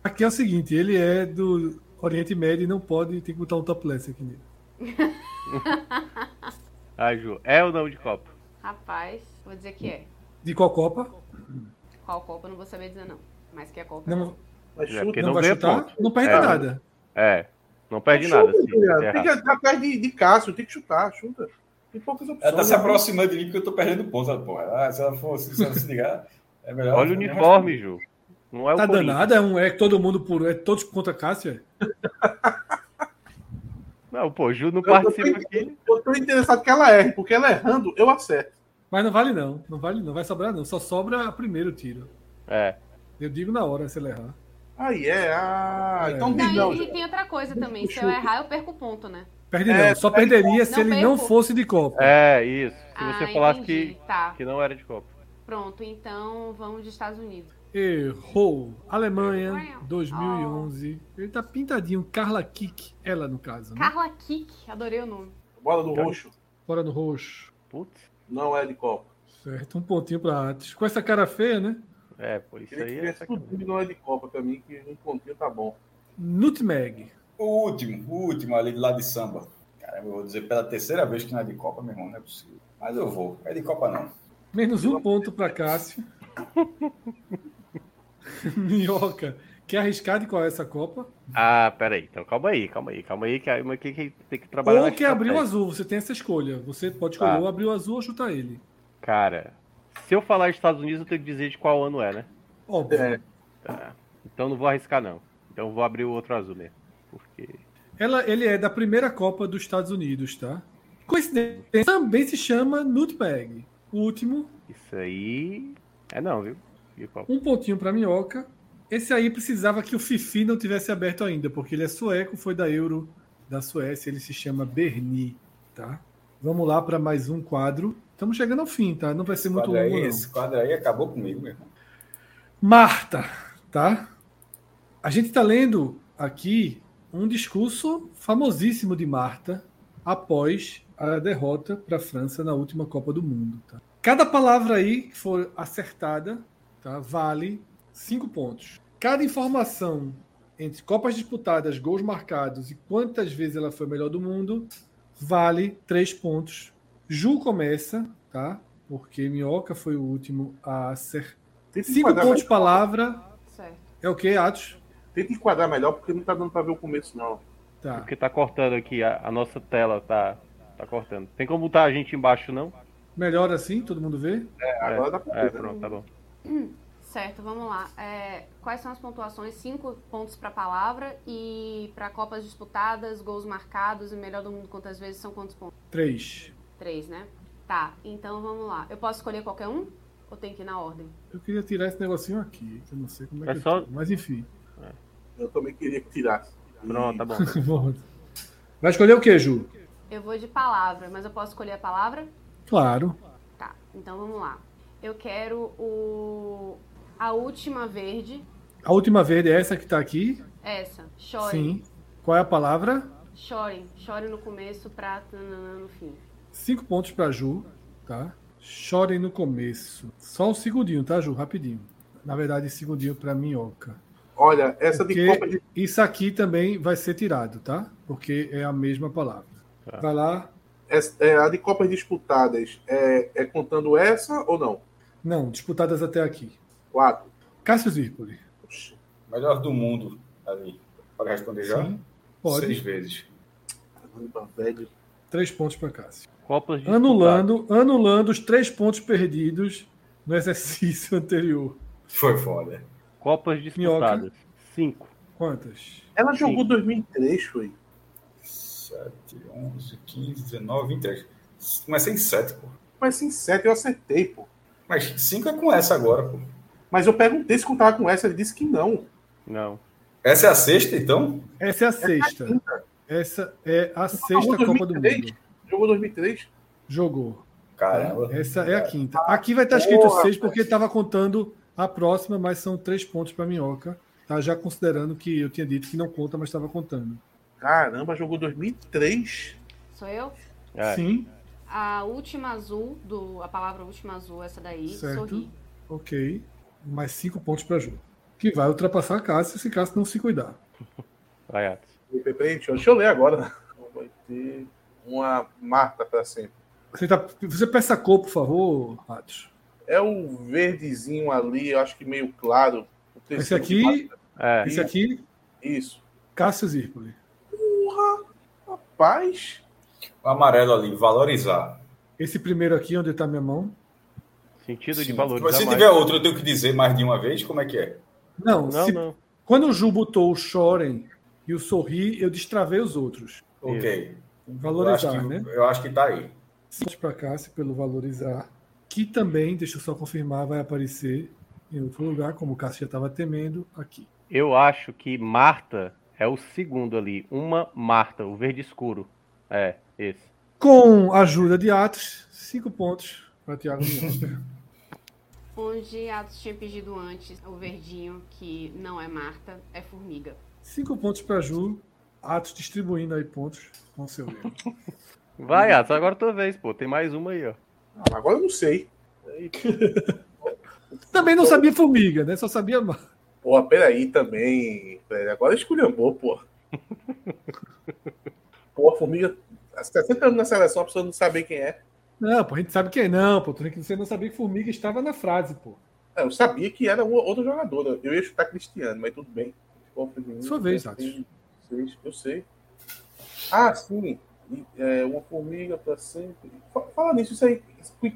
S1: aqui é o seguinte, ele é do Oriente Médio e não pode, tem que botar um topless aqui nele.
S5: Ah, Ju, é ou não de Copa?
S3: Rapaz, vou dizer que é.
S1: De qual Copa?
S3: Qual Copa eu não vou saber dizer não. Mas que é Copa.
S1: Não,
S2: Mas
S5: É,
S2: chuta,
S5: porque
S1: não,
S5: não
S1: vai
S5: ganha
S1: chutar?
S5: ponto.
S1: Não perde
S5: É.
S1: nada.
S5: É. Não perde
S2: chuta,
S5: nada. assim,
S2: Juliano.
S5: se
S2: Tem
S5: errar.
S2: que entrar tá atrás de, de Cássio, tem que chutar, chuta. Tem poucas opções.
S4: Ela tá se aproximando de mim porque eu tô perdendo ponto. Ela, porra, ah, se ela fosse, se ela se ligar, é melhor.
S5: Olha o uniforme, Ju. Não é o
S1: Tá
S5: Corinthians.
S1: danada, é um é todo mundo por. É todos contra Cássio?
S5: Não, pô, o Ju não
S2: Eu tô,
S5: participa aqui.
S2: eu tô interessado que ela erre, porque ela errando, eu acerto.
S1: Mas não vale não. Não vale não. Vai sobrar não. Só sobra o primeiro tiro.
S5: É.
S1: Eu digo na hora se ele errar.
S2: Aí é, ah,
S1: É.
S2: então
S3: Não, e-
S2: milhão.
S3: e, tem outra coisa também. Se eu errar, eu perco o ponto, né?
S1: Perde
S2: É,
S1: não. Só perderia se
S3: não
S1: ele não
S3: perco.
S1: fosse de Copa.
S5: É, isso. Se
S3: ah,
S5: você falasse
S3: entendi.
S5: que,
S3: Tá,
S5: que não era de Copa.
S3: pronto. Então vamos de Estados Unidos.
S1: Errou. Alemanha, 2011. Ele tá pintadinho. Carla Kick. Ela, no caso. Né?
S3: Carla Kick, adorei o nome.
S2: Bola do roxo.
S1: Fora no roxo.
S5: Putz.
S2: Não é de Copa.
S1: Certo. Um pontinho pra Atos. Com essa cara feia, né?
S5: É, pô, isso
S2: Queria
S5: aí
S2: que
S5: é
S2: tivesse tudo
S5: sacanagem.
S2: que não é de Copa pra mim, que um pontinho tá bom.
S1: Nutmeg.
S4: assim." O último, o último ali lá de samba. Caramba, eu vou dizer pela terceira vez que não é de Copa, meu irmão, não é possível. Mas eu vou, é de Copa não.
S1: Menos um ponto pra Cássio. [laughs] Minhoca. Quer arriscar de qual é essa Copa?
S5: Ah, peraí. Então calma aí, calma aí, calma aí, que aí mas que, que tem que trabalhar.
S1: Ou
S5: na
S1: quer abrir o
S5: estratégia.
S1: azul. Você tem essa escolha. Você pode escolher
S5: Tá.
S1: ou abrir o azul ou chutar ele.
S5: Cara, se eu falar Estados Unidos, eu tenho que dizer de qual ano é, né?
S1: Óbvio.
S2: É,
S5: Então não vou arriscar, não. Então eu vou abrir o outro azul mesmo. Porque.
S1: Ela, ele é da primeira Copa dos Estados Unidos, tá? Coincidência, também se chama Nutmeg. O último,
S5: Isso aí. É não, viu? De Copa.
S1: um pontinho pra Minhoca. Esse aí precisava que o Fifi não tivesse aberto ainda, porque ele é sueco, foi da Euro da Suécia, ele se chama Berni, tá? Vamos lá para mais um quadro. Estamos chegando ao fim, tá? Não vai ser
S4: Esse
S1: muito
S4: quadro,
S1: longo,
S4: aí,
S1: não.
S4: esse quadro aí acabou comigo, meu irmão.
S1: Marta, tá? A gente está lendo aqui um discurso famosíssimo de Marta após a derrota para a França na última Copa do Mundo. tá? Cada palavra aí que for acertada tá? vale cinco pontos. Cada informação entre Copas disputadas, gols marcados e quantas vezes ela foi a melhor do mundo vale três pontos. Ju começa, tá? Porque Minhoca foi o último a acertar.
S2: tenta
S1: Cinco
S2: enquadrar,
S1: pontos palavra.
S3: Certo.
S1: É o que, Atos?
S2: tenta enquadrar melhor, porque não tá dando pra ver o começo, não.
S1: Tá.
S5: Porque tá cortando aqui, a, a nossa tela tá, tá cortando. Tem como botar a gente embaixo, não?
S1: Melhor assim, todo mundo vê?
S2: É, agora dá pra
S5: É,
S2: ver. né?
S5: pronto, tá bom.
S3: Certo, vamos lá. É, quais são as pontuações? Cinco pontos para palavra e para Copas disputadas, gols marcados e melhor do mundo quantas vezes são quantos pontos?
S1: Três.
S3: Três, né? Tá, então vamos lá. Eu posso escolher qualquer um? Ou tem que ir na ordem?
S1: Eu queria tirar esse negocinho aqui. Eu não sei como é,
S5: É
S1: que
S5: só-
S1: eu tiro, Mas enfim.
S2: Eu também queria que tirasse.
S1: [laughs]
S5: Pronto, tá bom.
S1: Volta. Vai escolher o que, Ju?
S3: Eu vou de palavra, mas eu posso escolher a palavra?
S1: Claro.
S3: Tá, então vamos lá. Eu quero o. A última verde.
S1: A última verde é essa que tá aqui?
S3: Essa. Chore.
S1: Sim. Qual é a palavra?
S3: Chore. Chore no começo pra tananã no fim.
S1: Cinco pontos pra Ju, tá? Chorem no começo. Só um segundinho, tá, Ju? Rapidinho. Na verdade, segundinho pra minhoca.
S2: Olha, essa de
S1: Porque-
S2: Copa de.
S1: Isso aqui também vai ser tirado, tá? Porque é a mesma palavra.
S5: Tá.
S1: Vai lá,
S2: É, é, a de Copas disputadas é, é contando essa ou não?
S1: Não, disputadas até aqui.
S2: Quatro.
S1: Cássio Zirpoli.
S2: Oxi.
S4: Melhor do mundo ali. Pode responder já?
S1: Sim, pode.
S4: Seis vezes.
S2: Caramba, velho.
S1: Três pontos para Cássio.
S5: Copas de
S1: Anulando, anulando os três pontos perdidos no exercício [laughs] anterior.
S4: Foi foda.
S5: Copas disputadas. Cinco.
S1: Quantas?
S2: Ela jogou 2003, foi.
S4: 7, 11, 15, 19, 23. Comecei em 7, pô.
S2: Mas sim, sete eu acertei, pô.
S4: Mas 5 é com essa agora, pô.
S2: Mas eu perguntei se contava com essa, ele disse que não.
S5: Não.
S4: Essa é a sexta, então?
S1: Essa é a sexta. Essa é a sexta Copa do
S2: 2003?
S1: Mundo.
S2: Jogou 2003?
S1: Jogou.
S4: Caramba.
S1: Essa é a quinta. Aqui vai estar escrito
S2: Porra,
S1: seis, porque estava contando a próxima, mas são três pontos para Minhoca. Tá já considerando que eu tinha dito que não conta, mas estava contando.
S2: Caramba, jogou 2003.
S3: Sou eu?
S5: É.
S1: Sim,
S3: A última azul, do, a palavra última azul, essa daí.
S1: Certo.
S3: Sorri.
S1: ok. Mais cinco pontos para Ju. Que vai ultrapassar Cássio se Cássio não se cuidar.
S5: Vai, Atos.
S2: Pepe, Deixa eu- deixa eu ler agora. né? Vai ter uma Marta pra sempre.
S1: Você, tá, você peça a cor, por favor, Atos.
S2: É o verdezinho ali, eu acho que meio claro. O
S1: Esse
S2: terceiro
S1: aqui,
S5: É.
S1: esse aqui,
S2: Isso.
S1: Cássio Zirpoli.
S2: Paz.
S1: É.
S4: O amarelo ali, valorizar.
S1: Esse primeiro aqui, onde está minha mão.
S5: Sentido de
S4: Sim.
S5: valorizar
S4: Mas se
S5: mais.
S4: tiver outro, eu tenho que dizer mais de uma vez, como é que é?
S1: Não,
S5: Não,
S1: se-
S5: não.
S1: quando o Ju botou o chorem e o sorri, eu destravei os outros.
S4: Ok.
S1: Valorizar,
S4: eu acho que,
S1: né?
S4: Eu acho que tá aí.
S1: Pontos para Cássio pelo valorizar, que também, deixa eu só confirmar, vai aparecer em outro lugar, como o Cássio já estava temendo, aqui.
S5: Eu acho que Marta é o segundo ali. Uma Marta, o verde escuro. É, esse.
S1: Com a ajuda de Atos, cinco pontos para Tiago Minhoca.
S3: Onde Atos tinha pedido antes o verdinho, que não é Marta, é formiga.
S1: cinco pontos para Ju, Atos distribuindo aí pontos com seu erro.
S5: Vai, Atos, agora é tua vez, pô. Tem mais uma aí, ó.
S2: Ah, agora eu não sei.
S1: Também não sabia formiga, né? Só sabia Mar-
S2: Porra, peraí também. velho. Agora
S1: [laughs]
S2: esculhambou, porra. Porra, formiga. Há 60 anos na seleção, a pessoa não saber quem é.
S1: Não, pô, a gente sabe quem é. não, pô. Tu nem- Você não sabia que formiga estava na frase, pô.
S2: É, Eu sabia que era um- outra jogadora. Eu ia chutar Cristiano, mas tudo bem. Porra, formiga.
S1: Sua vez,
S2: Eu
S1: Atos.
S2: sei, eu sei, Eu sei. Ah, sim. E, é, uma formiga pra sempre. Fa- Fala nisso, isso aí.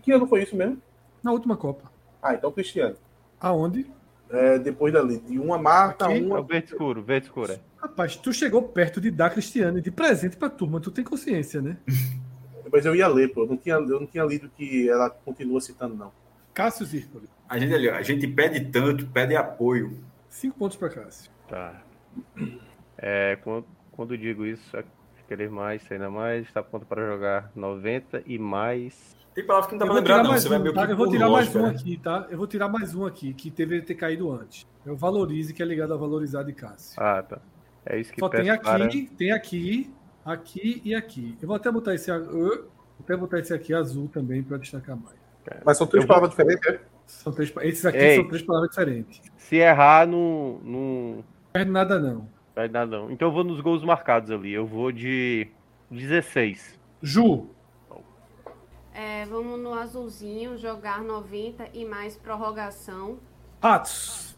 S2: Que ano foi isso mesmo?
S1: Na última Copa.
S2: Ah, então Cristiano.
S1: Aonde?
S2: É, depois dali, de uma marca,
S1: Aqui?
S5: É
S2: uma.
S5: o verde escuro, verde escuro. é.
S1: Rapaz, tu chegou perto de dar Cristiano de presente pra turma, tu tem consciência, né?
S2: Mas eu ia ler, pô. Eu não tinha, eu não tinha lido que ela continua citando, não.
S1: Cássio Zirpoli.
S4: A gente, ali, ó, a gente pede tanto, pede apoio.
S1: Cinco pontos pra Cássio.
S5: Tá. É, quando, quando digo isso, é querer mais, treinar mais, está pronto para jogar 90 e mais.
S4: Tem palavras que não
S1: Eu
S4: dá pra
S1: vou
S4: lembrar,
S1: tirar
S4: não.
S1: mais
S4: Você vai
S1: um,
S4: meio
S1: tá?
S4: que
S1: Eu vou
S4: por
S1: tirar mais
S4: lógica,
S1: um
S4: né?
S1: aqui, tá? Eu vou tirar mais um aqui, que deveria ter caído antes. Eu valorize, que é ligado a valorizar de Cássio.
S5: Ah, tá. É isso que
S1: Só tem
S5: peço
S1: aqui,
S5: para-
S1: tem aqui, aqui e aqui. Eu vou até botar esse... a- eu- Vou até botar esse aqui azul também pra destacar mais.
S2: Mas são três
S5: Eu vou-
S2: palavras diferentes, né?
S1: São três, pa- esses aqui
S5: Ei.
S1: são três palavras diferentes.
S5: Se errar, não, não
S1: Não perde nada, não.
S5: vai dar, não. Então eu vou nos gols marcados ali. Eu vou de 16.
S1: Ju,
S3: É, vamos no azulzinho, jogar 90 e mais prorrogação.
S1: Atos,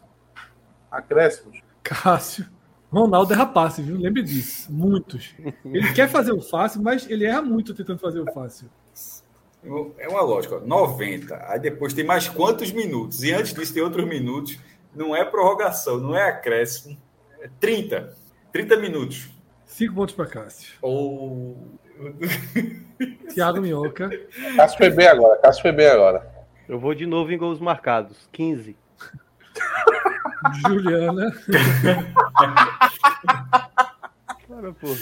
S2: Acréscimos.
S1: Cássio. Ronaldo erra passe, viu? Lembre disso. Muitos. Ele quer fazer o fácil, mas ele erra muito tentando fazer o fácil.
S4: Eu- É uma lógica, ó, 90. Aí depois tem mais quantos minutos? E antes disso tem outros minutos. Não é prorrogação, não é acréscimo. É 30. 30 minutos.
S1: Cinco pontos para Cássio.
S4: Ou.
S1: Thiago Minhoca.
S2: Cássio foi bem agora, Cássio foi bem agora.
S5: Eu vou de novo em gols marcados. 15.
S1: Juliana.
S5: Cara, pô.
S4: Ó,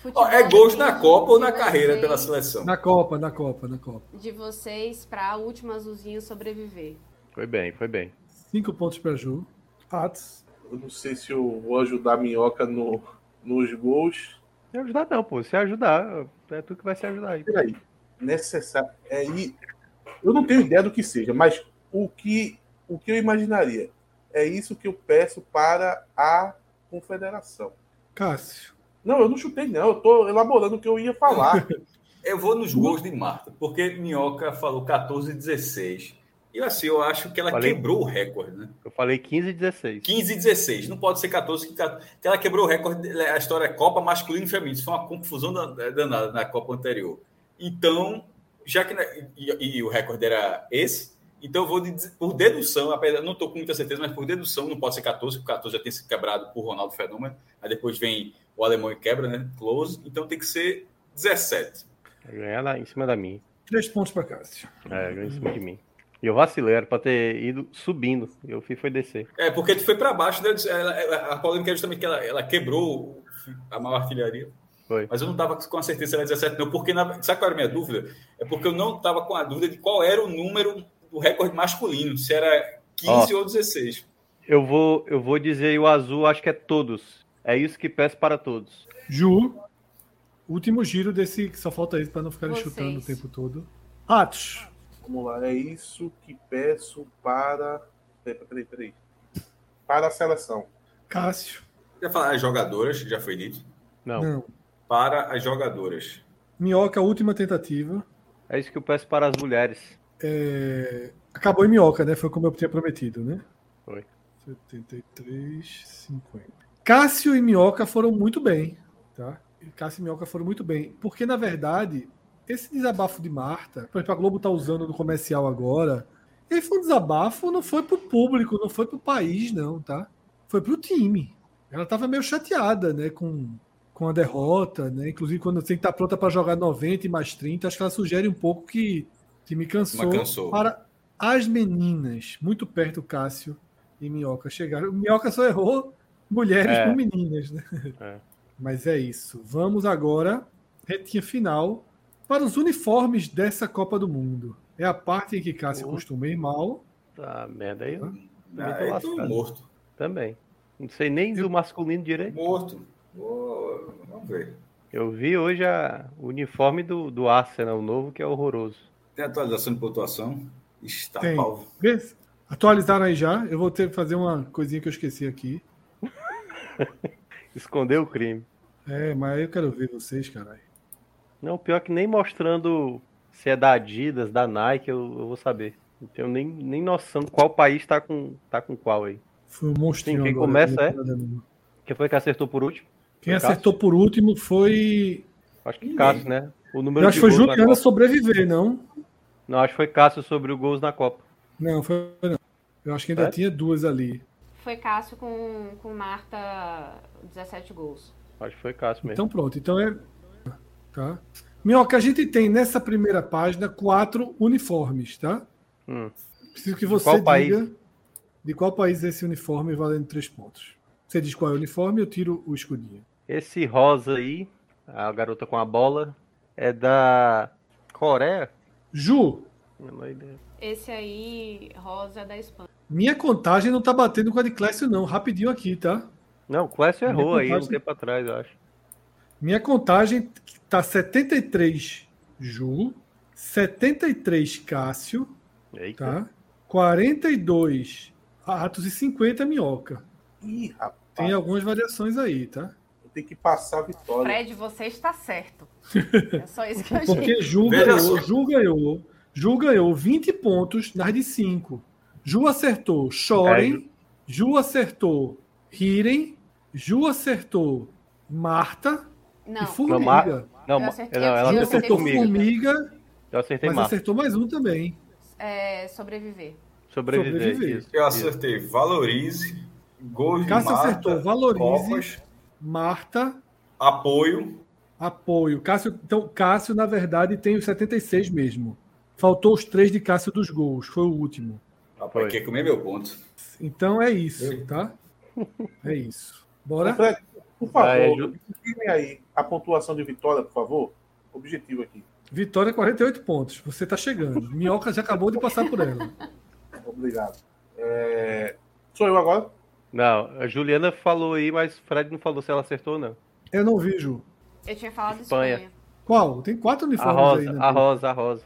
S3: Futebol
S4: é gols na
S3: feminino
S4: Copa ou na
S3: de
S4: carreira
S3: vocês-
S4: pela seleção?
S1: Na Copa, na Copa, na Copa.
S3: De vocês para o último azulzinho sobreviver.
S5: Foi bem, foi bem.
S1: Cinco pontos para Ju. Atos.
S2: Eu não sei se eu vou ajudar a minhoca no, nos gols.
S5: Se ajudar não, pô. Se ajudar, é tu que vai se ajudar aí.
S2: Peraí. Necessário. É, e eu não tenho ideia do que seja, mas o que, o que eu imaginaria é isso que eu peço para a confederação.
S1: Cássio.
S2: Não, eu não chutei, não. Eu tô elaborando o que eu ia
S5: [laughs]
S2: falar.
S4: Eu vou nos gols de Marta, porque Minhoca falou 14 e 16. E assim, eu acho que ela
S5: Falei.
S4: quebrou o recorde, né?
S5: Eu falei 15 e 16.
S4: 15 e 16. Não pode ser 14, que tá- que ela quebrou o recorde. A história é Copa masculino e feminino. Isso foi uma confusão dan- eh, danada na Copa anterior. Então, já que. na- E, e o recorde era esse. Então, eu vou de, por dedução, apesar, não estou com muita certeza, mas por dedução não pode ser 14, porque 14 já tem sido quebrado por Ronaldo Fenômeno. Aí depois vem o alemão e quebra, né? Close. Então tem que ser 17.
S5: Vai Ganhar lá em cima da minha.
S1: Três pontos para Cássio.
S5: É, ganhou em cima de mim. E eu vacilei, era pra ter ido subindo. Eu fiz foi descer.
S4: É, porque ele foi para baixo, né? Ela- ela- a polêmica é justamente que ela, ela quebrou a maior artilharia.
S5: Foi.
S4: Mas eu não estava com a certeza se era 17, não, porque na, sabe qual era a minha dúvida? É porque eu não estava com a dúvida de qual era o número do recorde masculino, se era 15 ou 16.
S5: Eu vou, eu vou dizer aí o azul, acho que é todos. É isso que peço para todos.
S1: Ju. Último giro desse que só falta esse para não ficarem
S3: Vocês.
S1: chutando o tempo todo. Atos.
S2: Vamos lá. É isso que peço para. Peraí, peraí, peraí. Para a seleção.
S1: Cássio.
S4: Já falar as jogadoras, já foi dito.
S5: Não.
S1: Não.
S4: Para as jogadoras.
S1: Minhoca, última tentativa.
S5: É isso que eu peço para as mulheres.
S1: É, Acabou em minhoca, né? Foi como eu tinha prometido, né?
S5: Foi.
S1: 73, 50. Cássio e minhoca foram muito bem, tá? Cássio e minhoca foram muito bem. Porque, na verdade, esse desabafo de Marta, por exemplo, a Globo tá usando no comercial agora, Ele foi um desabafo, não foi pro público, não foi pro país, não, tá? Foi pro time. Ela tava meio chateada, né, com, com a derrota, né? Inclusive, quando tem que estar tá pronta para jogar 90 e mais 30, acho que ela sugere um pouco que o time cansou,
S4: cansou.
S1: para as meninas. Muito perto, Cássio e Minhoca chegaram. Minhoca só errou mulheres
S5: É.
S1: com meninas, né?
S5: É.
S1: Mas é isso. Vamos agora, retinha final, para os uniformes dessa Copa do Mundo. É a parte em que Cássio
S5: Oh.
S1: costuma ir mal.
S5: Tá, merda aí. Eu
S4: Ah, eu tô
S5: lascado.
S4: morto.
S5: também. Não sei nem do masculino direito.
S4: Morto. Vou- Vamos ver.
S5: Eu vi hoje a- o uniforme do, do Arsenal, o novo, que é horroroso.
S4: Tem atualização de pontuação? Está
S1: Tem.
S4: pau.
S1: Vê? Atualizaram aí já. Eu vou ter que fazer uma coisinha que eu esqueci aqui.
S5: Escondeu o crime.
S1: É, mas eu quero ver vocês, caralho.
S5: Não, pior que nem mostrando se é da Adidas, da Nike, eu, eu vou saber. Não tenho nem, nem noção de qual país tá com, tá com qual aí.
S1: Foi um monstrinho.
S5: Sim, quem
S1: agora,
S5: começa
S1: né?
S5: é? Quem foi que acertou por último?
S1: Quem
S5: Cássio?
S1: acertou por último foi.
S5: Acho que Cássio, né? O número
S1: Eu acho que foi
S5: de gols na
S1: Juliana
S5: Copa.
S1: sobreviver, não?
S5: Não, acho que foi Cássio sobre o gols na Copa.
S1: Não, foi não. Eu acho que ainda
S5: É?
S1: tinha duas ali.
S3: Foi Cássio com, com Marta, 17 Ah, gols.
S5: Acho que foi Cássio mesmo.
S1: Então pronto, então é. Tá? Minhoca, a gente tem nessa primeira página quatro uniformes, tá?
S5: Hum.
S1: Preciso que você
S5: qual
S1: diga de qual país é esse uniforme valendo três pontos. Você diz qual é o uniforme, eu tiro o escudinho.
S5: Esse rosa aí, a garota com a bola, é da Coreia? né?
S1: Ju,
S5: Menor ideia.
S3: Esse aí, Rosa, é da Espanha.
S1: minha contagem não tá batendo com a de Clécio, não. Rapidinho aqui, tá?
S5: Não, o Clécio
S1: Minha
S5: errou aí um
S1: contagem-
S5: tempo atrás, eu acho.
S1: Minha contagem tá 73 Ju, 73 Cássio,
S5: Eita.
S1: tá? 42 Atos e 50 Minhoca.
S2: Ih, rapaz,
S1: Tem algumas variações aí, tá?
S2: eu tenho que passar a vitória.
S3: Fred, você está certo. É só isso que eu achei.
S1: Porque Ju
S4: Veja
S1: ganhou,
S4: só.
S1: Ju ganhou, Ju ganhou 20 pontos nas de 5. Ju acertou
S5: É,
S1: Chorem, Ju acertou Rirem, Ju acertou Marta e
S3: Não,
S1: Formiga.
S5: Não, Mar- Não,
S3: Eu
S5: ma-
S3: acertei- um.
S5: não, ela
S3: eu
S1: Ju
S5: acertou
S1: acertou
S5: comigo.
S1: Formiga,
S5: Eu acertei
S1: mas
S5: Marta.
S1: acertou mais um também.
S3: é sobreviver.
S5: Sobreviver.
S1: Sobreviver.
S5: Isso,
S4: Eu
S5: isso.
S4: acertei. Valorize. Gol de
S1: Cássio
S4: Marta,
S1: acertou, valorize.
S4: Copas,
S1: Marta,
S4: apoio.
S1: apoio. Cássio, então, Cássio, na verdade, tem os 76 mesmo. Faltou os três de Cássio dos gols, foi o último.
S5: Foi.
S4: Rapaz, quer comer meu ponto.
S1: Então é isso, tá? É isso. Bora?
S2: Ô, Fred, por
S5: Ah, é
S2: favor,
S5: ju-
S2: confirme aí a pontuação de vitória, por favor. Objetivo aqui.
S1: Vitória 48 pontos. Você tá chegando. Minhoca já acabou de passar por ela.
S2: Obrigado. É, Sou eu agora?
S5: Não, a Juliana falou aí, mas Fred não falou se ela acertou ou não.
S1: Eu não vi, Ju.
S3: Eu tinha falado
S5: Espanha.
S3: Espanha.
S1: Qual? Tem quatro
S5: A
S1: uniformes
S5: rosa,
S1: aí, né?
S5: a rosa, a rosa.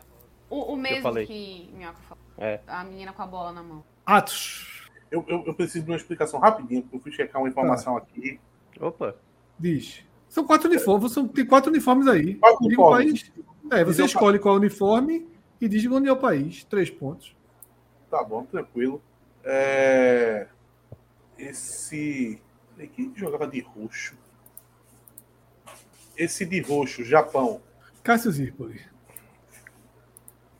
S3: O, o mesmo
S5: falei.
S3: que Minhoca falou.
S5: É.
S3: A menina com a bola na mão.
S1: Atos.
S2: Eu, eu- eu preciso de uma explicação rapidinha, porque eu fui checar uma
S1: Tá.
S2: informação aqui.
S5: Opa.
S1: Diz. São quatro uniformes. São- Tem quatro uniformes aí.
S2: Quatro
S1: Diga o
S2: uniformes.
S1: país. É, você
S2: é Diga o
S1: escolhe qual uniforme e diz onde é o país. Três pontos.
S2: Tá bom, tranquilo. É, Esse. Peraí, Quem jogava de roxo? Esse de roxo, Japão.
S1: Cássio Zirpoli.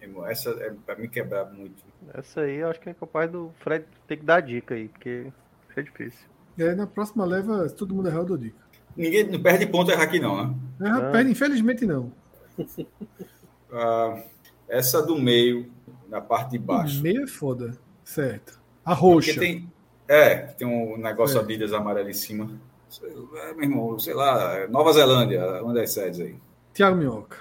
S4: Irmão, Essa é pra me quebrar muito.
S5: Essa aí eu acho que é capaz do Fred ter que dar dica aí, porque isso é difícil.
S1: E aí, na próxima leva, se todo mundo errar, eu dou dica.
S4: Ninguém não perde ponto errar aqui, não, né?
S1: É,
S5: Ah.
S1: rapaz, infelizmente não.
S4: Ah, essa do meio, na parte de baixo.
S1: Meio é foda. Certo. A
S4: Porque
S1: roxa.
S4: tem. É, tem um negócio
S1: É.
S4: Adidas amarelo em cima. Sei lá, meu irmão, sei lá, Nova Zelândia, uma das sedes aí.
S1: Tiago Minhoca.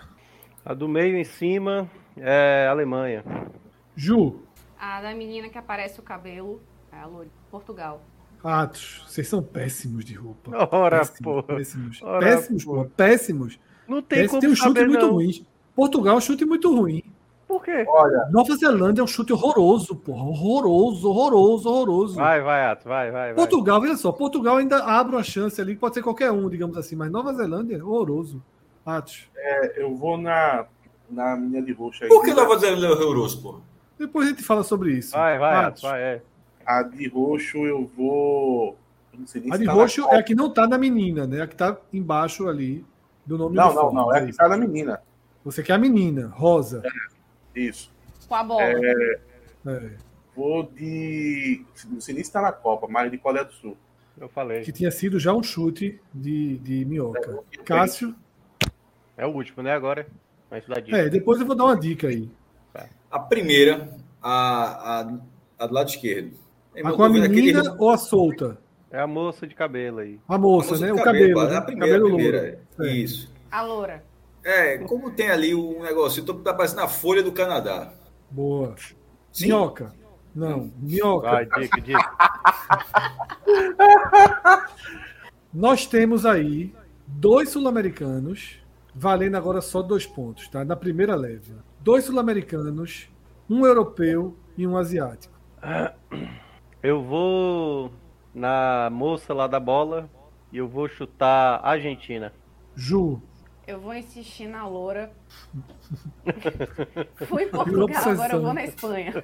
S5: A do meio em cima é Alemanha. [laughs]
S1: Ju.
S3: A da menina que aparece o cabelo. É a Loura. Portugal.
S1: Atos. Vocês são péssimos de roupa.
S5: Ora,
S1: Péssimos,
S5: porra.
S1: Péssimos,
S5: Ora,
S1: péssimos, pô, péssimos.
S5: Não tem
S1: Tem,
S5: como
S1: tem um chute
S5: saber,
S1: muito
S5: não.
S1: ruim. Portugal é um chute muito ruim.
S5: Por quê?
S2: Olha,
S1: Nova Zelândia é um chute horroroso, porra. Horroroso, horroroso, horroroso.
S5: Vai, vai, Ato, vai, vai, vai.
S1: Portugal, veja só, Portugal ainda abre uma chance ali, pode ser qualquer um, digamos assim, mas Nova Zelândia, horroroso. Atos.
S2: é, eu vou na, na minha de roxo aí.
S4: Por que Nova Zelândia é horroroso, pô?
S1: Depois a gente fala sobre isso.
S5: Vai, vai, Ato,
S1: Atos.
S5: vai, é.
S2: A de roxo eu vou. eu não sei nem
S1: A
S2: se
S1: de
S2: tá na
S1: roxo
S2: Copa.
S1: é a que não tá na menina, né? A que tá embaixo ali do nome
S2: Não,
S1: do
S2: não,
S1: fone,
S2: não. É a que
S1: isso.
S5: tá
S2: tá na menina.
S1: Você quer a menina, rosa.
S2: Isso.
S3: Com a bola.
S1: É,
S2: Vou de. Não sei nem se tá na Copa, mas de Coreia do Sul.
S5: Eu falei.
S1: que tinha sido já um chute de, de minhoca.
S2: É,
S1: Cássio.
S5: É o último, né? Agora. Mas dá dica.
S1: É, depois eu vou dar uma dica aí.
S4: A primeira, a, a, a do lado esquerdo.
S1: A com a menina ou a solta?
S5: É a moça de cabelo aí.
S1: A moça, né? O cabelo. né?
S4: é A primeira,
S1: cabelo
S4: a
S1: louro.
S4: primeira.
S1: É.
S4: Isso.
S3: A loura.
S4: É, como tem ali um negócio, então tá parecendo a folha do Canadá.
S1: Boa.
S4: Sim.
S1: Minhoca. Não, minhoca.
S5: Vai, dica, dica.
S1: Nós temos aí dois sul-americanos, valendo agora só dois pontos, tá? Na primeira leva. Dois sul-americanos, um europeu e um asiático.
S5: Eu vou na moça lá da bola e eu vou chutar a Argentina.
S1: Ju,
S3: Eu vou insistir na loura.
S5: [laughs]
S3: Fui em
S1: Virou
S3: Portugal,
S1: obsessão.
S3: agora eu vou na Espanha.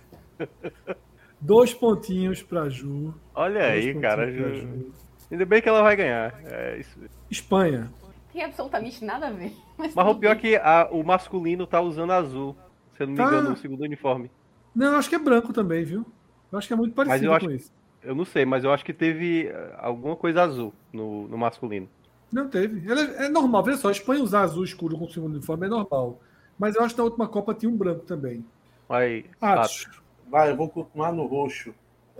S1: dois pontinhos para Ju.
S5: Olha
S1: dois
S5: aí,
S1: pontinhos
S5: cara.
S1: pra
S5: ju- Ainda bem que ela vai ganhar. É isso.
S1: Espanha.
S3: Tem absolutamente nada a ver. Mas,
S5: Mas o
S3: tudo
S5: pior é
S3: bem.
S5: que a- o masculino tá usando azul. Se eu não me
S1: Tá.
S5: engano, o segundo uniforme.
S1: Não, acho que é branco também, viu? Eu acho que é muito parecido
S5: eu acho-
S1: com isso.
S5: Eu não sei, mas eu acho que teve eh, alguma coisa azul no, no masculino.
S1: Não teve. Ela- é normal, veja só, a Espanha usar azul escuro com o segundo uniforme é normal. Mas eu acho que na última Copa tinha um branco também.
S5: Mas
S1: Atos.
S2: Vai, eu vou continuar no roxo.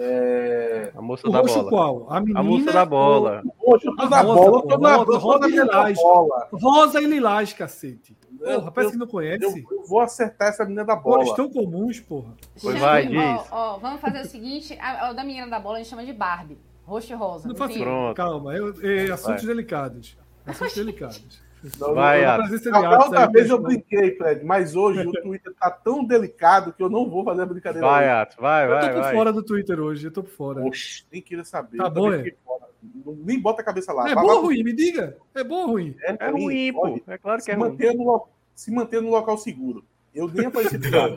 S2: É...
S5: a moça
S1: O
S5: da
S1: roxo
S5: bola.
S1: qual? A menina. é
S5: A moça da bola.
S2: Roxo, eu tô
S1: Ah,
S2: na
S1: rosa,
S2: bola,
S1: pô,
S2: eu tô na
S1: rosa,
S2: eu tô na
S1: rosa e lilás.
S2: bola.
S1: ou- Rosa e lilás, cacete.
S2: Eu-
S1: Porra, parece
S2: eu-
S1: que não
S2: Eu,
S1: conhece.
S2: eu vou acertar essa menina da
S1: Pô, eles
S2: bola.
S1: tão comuns, porra.
S5: Pois
S3: Chama-
S5: vai,
S3: ó,
S5: diz.
S3: ó, vamos fazer o seguinte: a, a da menina da bola a gente chama de Barbie. Roxo e rosa.
S1: Não
S3: não
S1: faço
S3: tem?
S5: Pronto.
S1: Calma, eu, é, assuntos delicados. Assuntos delicados.
S2: Não,
S5: [laughs] Vai,
S2: não,
S1: Na
S5: Atos.
S1: presença de
S2: não, da
S1: Atos,
S2: outra
S1: aí,
S2: vez eu
S1: mas-
S2: brinquei, Fred, mas hoje
S1: [laughs]
S2: o Twitter tá tão delicado que eu não vou fazer a brincadeira.
S5: Vai,
S2: hoje.
S5: Atos, vai,
S1: Eu
S5: vai,
S1: tô por
S5: vai.
S1: fora do Twitter hoje, eu tô por fora.
S2: Oxe, nem queria saber.
S1: Tá
S2: eu também
S1: bom,
S2: fiquei fora. Não- Nem bota a cabeça lá.
S1: É
S2: Vai
S1: bom
S2: lá
S1: ou ruim? Me diga. É bom ou ruim?
S2: pro-
S5: É ruim,
S2: olha,
S5: pô. É claro que é
S2: Se
S5: ruim.
S2: manter, no, lo- se manter no local seguro. Eu nem apareci
S1: [laughs]
S2: por lá.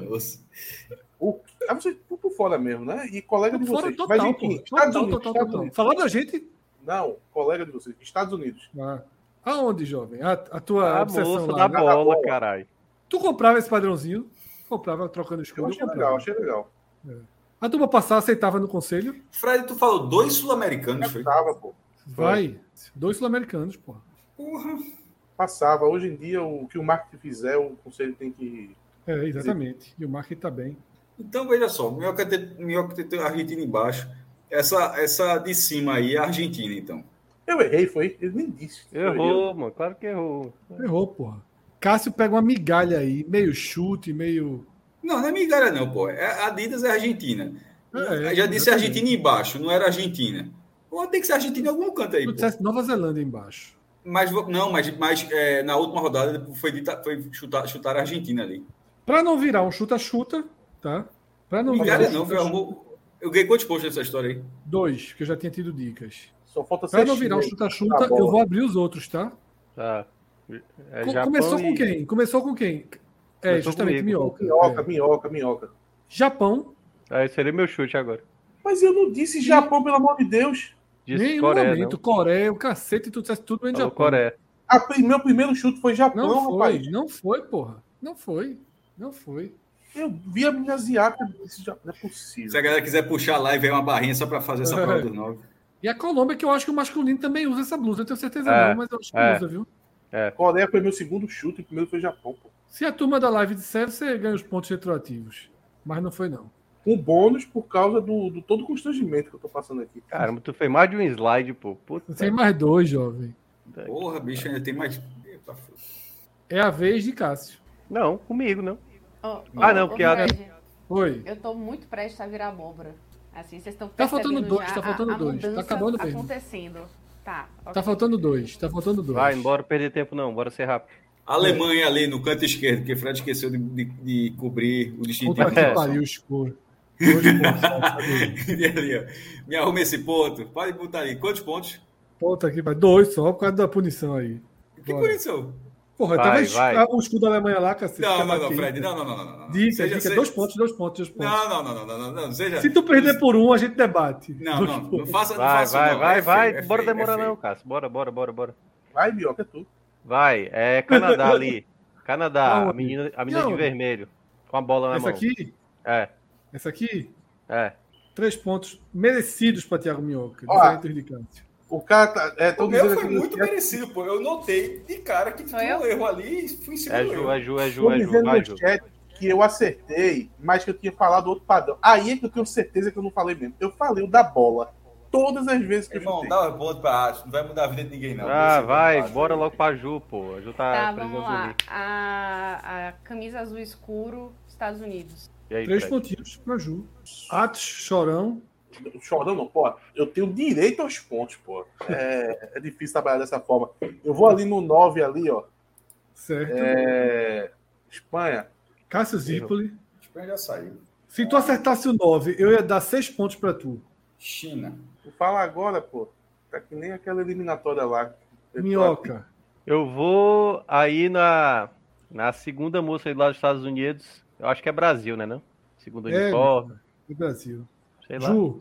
S2: Aí vocês estão por fora mesmo, né? E colega
S1: Tô
S2: de
S1: por fora
S2: vocês.
S1: total,
S2: Mas
S1: pô.
S2: enfim,
S1: Total,
S2: Estados Unidos.
S1: total,
S2: Estados
S1: total.
S2: Unidos.
S1: Falar da gente?
S2: Não, colega de vocês. Estados Unidos.
S1: Ah, aonde, jovem? A, a tua
S5: A
S1: obsessão
S5: moça
S1: lá,
S5: da
S1: né?
S5: bola, caralho.
S1: Tu comprava esse padrãozinho? Comprava trocando
S2: Eu
S1: escudo?
S2: achei
S1: comprava.
S2: legal, achei legal.
S1: A turma passar aceitava no conselho?
S4: Fred, tu falou dois sul-americanos, foi?
S2: Passava, pô.
S1: Vai. Dois sul-americanos, porra.
S4: Porra.
S2: Passava. Hoje em dia, o que o marketing fizer, o conselho tem que.
S1: É, exatamente. E o marketing tá bem.
S4: Então, veja só, Minhoca tem, Minhoca tem- tem a Argentina embaixo. Essa, essa de cima aí é a Argentina, então.
S2: Eu errei, foi. Ele nem disse. Eu-
S5: Errou, mano. Claro que errou.
S1: Errou, porra. Cássio pega uma migalha aí, meio chute, meio.
S4: Não, não é migalha, não, pô. É, a Adidas é a Argentina.
S1: É,
S4: Já disse
S1: exatamente.
S4: Argentina embaixo, não era Argentina. Pô, tem que ser Argentina em algum canto aí,
S1: Tu
S4: pô.
S1: disseste Nova Zelândia embaixo.
S4: Mas, vo- não, mas, mas é, na última rodada foi, dita, foi chutar, chutar a Argentina ali.
S1: Pra não virar um chuta-chuta, tá? Pra não virar.
S4: Migalha
S1: um
S4: não, viu?
S1: chuta-chuta,
S4: Arrumou... Eu ganhei quantos pontos nessa história aí?
S1: Dois, porque eu já tinha tido dicas.
S2: Só falta
S1: Pra
S2: ser.
S1: não virar um
S2: chinês.
S1: chuta-chuta,
S2: Tá bom.
S1: eu vou abrir os outros, tá?
S5: Tá. É
S1: Co-
S5: Japão
S1: Começou
S5: e-
S1: com quem? Começou com quem? É,
S5: Começou
S1: justamente
S5: comigo.
S1: minhoca.
S2: Minhoca,
S1: É.
S2: minhoca, minhoca.
S1: Japão,
S5: Ah, esse seria meu chute agora.
S2: Mas eu não disse Japão, pelo amor de Deus.
S5: Disse
S1: nenhum
S5: Coreia,
S1: momento.
S5: não.
S1: Coreia, o cacete, tu disseste tudo bem de
S5: Falou
S1: Japão.
S5: Coreia.
S2: A pri- Meu primeiro chute foi Japão, é um
S1: Não, foi,
S2: rapaz.
S1: não foi, porra. Não foi. Não foi.
S2: Eu vi a menina asiática e disse, "Já- não é possível.
S4: Se a galera quiser puxar lá e ver uma barrinha só para
S1: [laughs]
S4: fazer essa prova dos nove.
S1: E a Colômbia, que eu acho que o masculino também usa essa blusa. Eu tenho certeza
S5: É,
S1: não, mas eu acho que
S5: é.
S1: usa, viu?
S2: Coreia é? foi meu segundo chute, o primeiro foi Japão. Pô.
S1: Se a turma da live disser, você ganha os pontos retroativos. Mas não foi, não.
S2: Um bônus por causa do, do todo o constrangimento que eu tô passando aqui.
S5: Caramba, tu fez mais de um slide, pô. Puta.
S1: Tem mais dois, jovem.
S4: Porra, bicho, ainda tem mais. Eita, f-
S1: É a vez de Cássio.
S5: Não, comigo não.
S3: Ó, ó,
S5: Ah, não,
S3: ô,
S5: porque a-
S3: Fred,
S1: Oi.
S3: Eu tô muito prestes a virar abóbora. Assim, vocês estão
S1: Tá faltando
S3: percebendo
S1: dois,
S3: já
S1: tá faltando
S3: a, a
S1: dois. Tá
S3: mudança
S1: acabando mesmo.
S3: acontecendo. Tá. ok.
S1: Tá faltando dois. Tá faltando dois.
S5: Vai, não bora perder tempo não. Bora ser rápido.
S4: Alemanha ali no canto esquerdo, porque Fred esqueceu de, de- de cobrir o distintivo.
S1: Puta
S4: de
S1: que
S5: É.
S1: pariu, escuro. Dois pontos. tá sabe?
S4: E [laughs] ali, ó, Me arruma esse ponto. Pode botar aí. Quantos pontos?
S1: Puta que pariu. Dois só por causa da punição aí.
S4: Que
S1: Bora.
S4: punição?
S1: Porra,
S5: Vai,
S1: tava
S5: vai.
S1: ah, o escudo da Alemanha lá, cacete.
S4: Não,
S1: tava
S4: não, não,
S1: aqui.
S4: Fred. Não, não, não, não, não.
S1: Dica,
S4: Seja-
S1: dica.
S4: seja-
S1: Dois pontos, dois pontos, dois pontos.
S4: Não, não, não, não, não, não, não, não. Seja.
S1: Se tu perder por um, a gente debate.
S4: Não,
S1: Dois
S4: não, não,
S1: pontos.
S4: faça, não
S5: Vai,
S4: faça
S5: vai,
S4: não.
S5: vai,
S4: É
S5: vai.
S4: feio, é
S5: bora
S4: feio,
S5: demorar
S4: é
S5: não,
S4: feio.
S5: Cássio. Bora, bora, bora, bora.
S2: Vai, Bioca, é tu.
S5: Vai. É
S1: [laughs]
S5: Canadá ali. Canadá, a
S1: Aonde?
S5: menina, a menina de
S1: Aonde?
S5: vermelho. Com a bola na
S1: Essa
S5: mão.
S1: aqui?
S5: É.
S1: Essa aqui,
S5: É.
S1: três pontos merecidos para Thiago Minhoca,
S2: Ó.
S1: diferente de Cássio.
S2: O cara tá. É,
S4: O
S2: tô
S4: meu
S2: dizendo
S4: foi
S2: aqui no
S4: muito
S2: chat-
S4: merecido, pô. Eu notei de cara que
S3: Sou
S4: tinha um
S3: eu?
S4: erro ali e fui em cima
S5: É
S4: do
S5: Ju,
S4: erro.
S5: é Ju, é Ju,
S2: Tô
S5: é Ju,
S2: dizendo
S5: vai,
S2: no
S5: Ju.
S2: chat que eu acertei, mas que eu tinha falado outro padrão. Aí é que eu tenho certeza que eu não falei mesmo. Eu falei o da bola. Todas as vezes que eu
S4: Irmão,
S2: chutei.
S4: dá um ponto pra Acho. Não vai mudar a vida de ninguém, não.
S5: Ah,
S4: Esse
S5: vai,
S4: ponto,
S5: bora
S4: acho.
S5: logo pra Ju, pô. A Ju tá,
S3: Tá,
S5: precisando
S3: vamos lá.
S5: dormir.
S3: A, a camisa azul escuro, Estados Unidos.
S5: E aí,
S1: Três
S5: Fred?
S1: pontinhos para Ju. Atos, Chorão,
S2: Chorando, pô, eu tenho direito aos pontos, pô. É, é difícil trabalhar dessa forma. Eu vou ali no 9 ali, ó.
S1: certo.
S2: É, Espanha.
S1: Cássio Zirpoli.
S4: A Espanha já saiu.
S1: Se tu acertasse o 9, eu ia dar seis pontos para tu.
S4: China.
S2: Não Fala agora, pô. Tá que nem aquela eliminatória lá.
S1: Minhoca.
S5: Eu vou aí na, na segunda moça aí lá dos Estados Unidos. Eu acho que é Brasil, né? Não? Segundo
S1: É.
S5: uniforme,
S1: do Brasil.
S5: sei lá.
S1: Ju,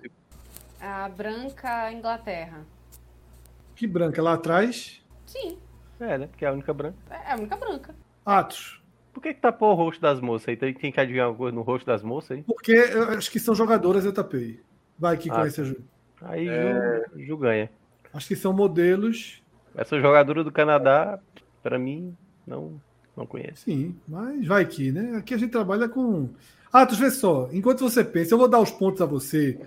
S3: A branca, Inglaterra.
S1: que branca lá atrás.
S3: Sim,
S5: É, né? Porque é a única branca.
S3: é a única branca.
S1: Atos.
S5: Por que, que tapou o rosto das moças aí? Tem, tem que adivinhar alguma coisa no rosto das moças aí?
S1: Porque eu acho que são jogadoras, eu tapei. Vai que
S5: Ah.
S1: conhece a Ju.
S5: Aí
S1: É.
S5: Ju, Ju ganha.
S1: Acho que são modelos,
S5: Essa jogadora do Canadá, pra mim, não, não conheço.
S1: sim, mas vai que, né? Aqui a gente trabalha com. Atos, vê só. Enquanto você pensa, eu vou dar os pontos a você.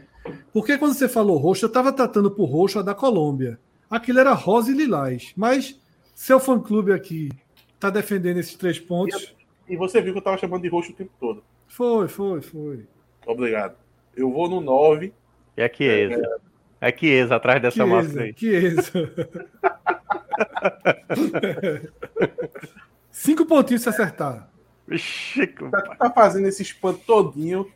S1: Porque quando você falou roxo, eu estava tratando por roxo a da Colômbia. Aquilo era rosa e lilás. Mas seu fã-clube aqui tá defendendo esses três pontos.
S2: E você viu que eu tava chamando de roxo o tempo todo.
S1: Foi, foi, foi.
S2: Obrigado. Eu vou no 9.
S5: E a Chiesa. É a Chiesa atrás dessa massa
S1: Chiesa,
S5: aí.
S1: Chiesa. [laughs] Cinco pontinhos se acertar.
S5: Ixi, que-
S2: Tá, tá fazendo esse espanto todinho.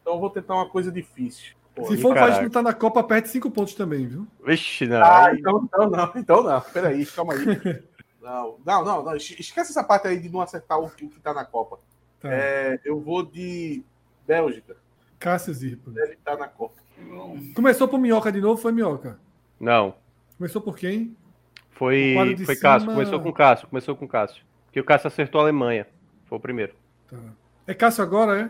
S2: Então eu vou tentar uma coisa difícil. Pô,
S1: Se for um
S5: caraca.
S1: país que não tá na Copa, perde cinco pontos também, viu?
S5: Ixi, não.
S2: Ah,
S5: aí-
S2: então, então não, então não. Peraí, calma aí. [laughs] Não, não, não, não. Es- Esquece essa parte aí de não acertar o que o que tá na Copa.
S1: Tá.
S2: É, eu vou de Bélgica.
S1: Cássio Zirpoli.
S2: Deve estar na Copa.
S4: Irmão,
S1: Começou por Minhoca de novo, foi Minhoca.
S5: Não.
S1: Começou por quem? O quadro
S5: Foi,
S1: de
S5: foi Cássio.
S1: cima-
S5: Começou com Cássio. Começou com Cássio. Porque o Cássio acertou a Alemanha. Foi o primeiro.
S1: Tá. É Cássio agora,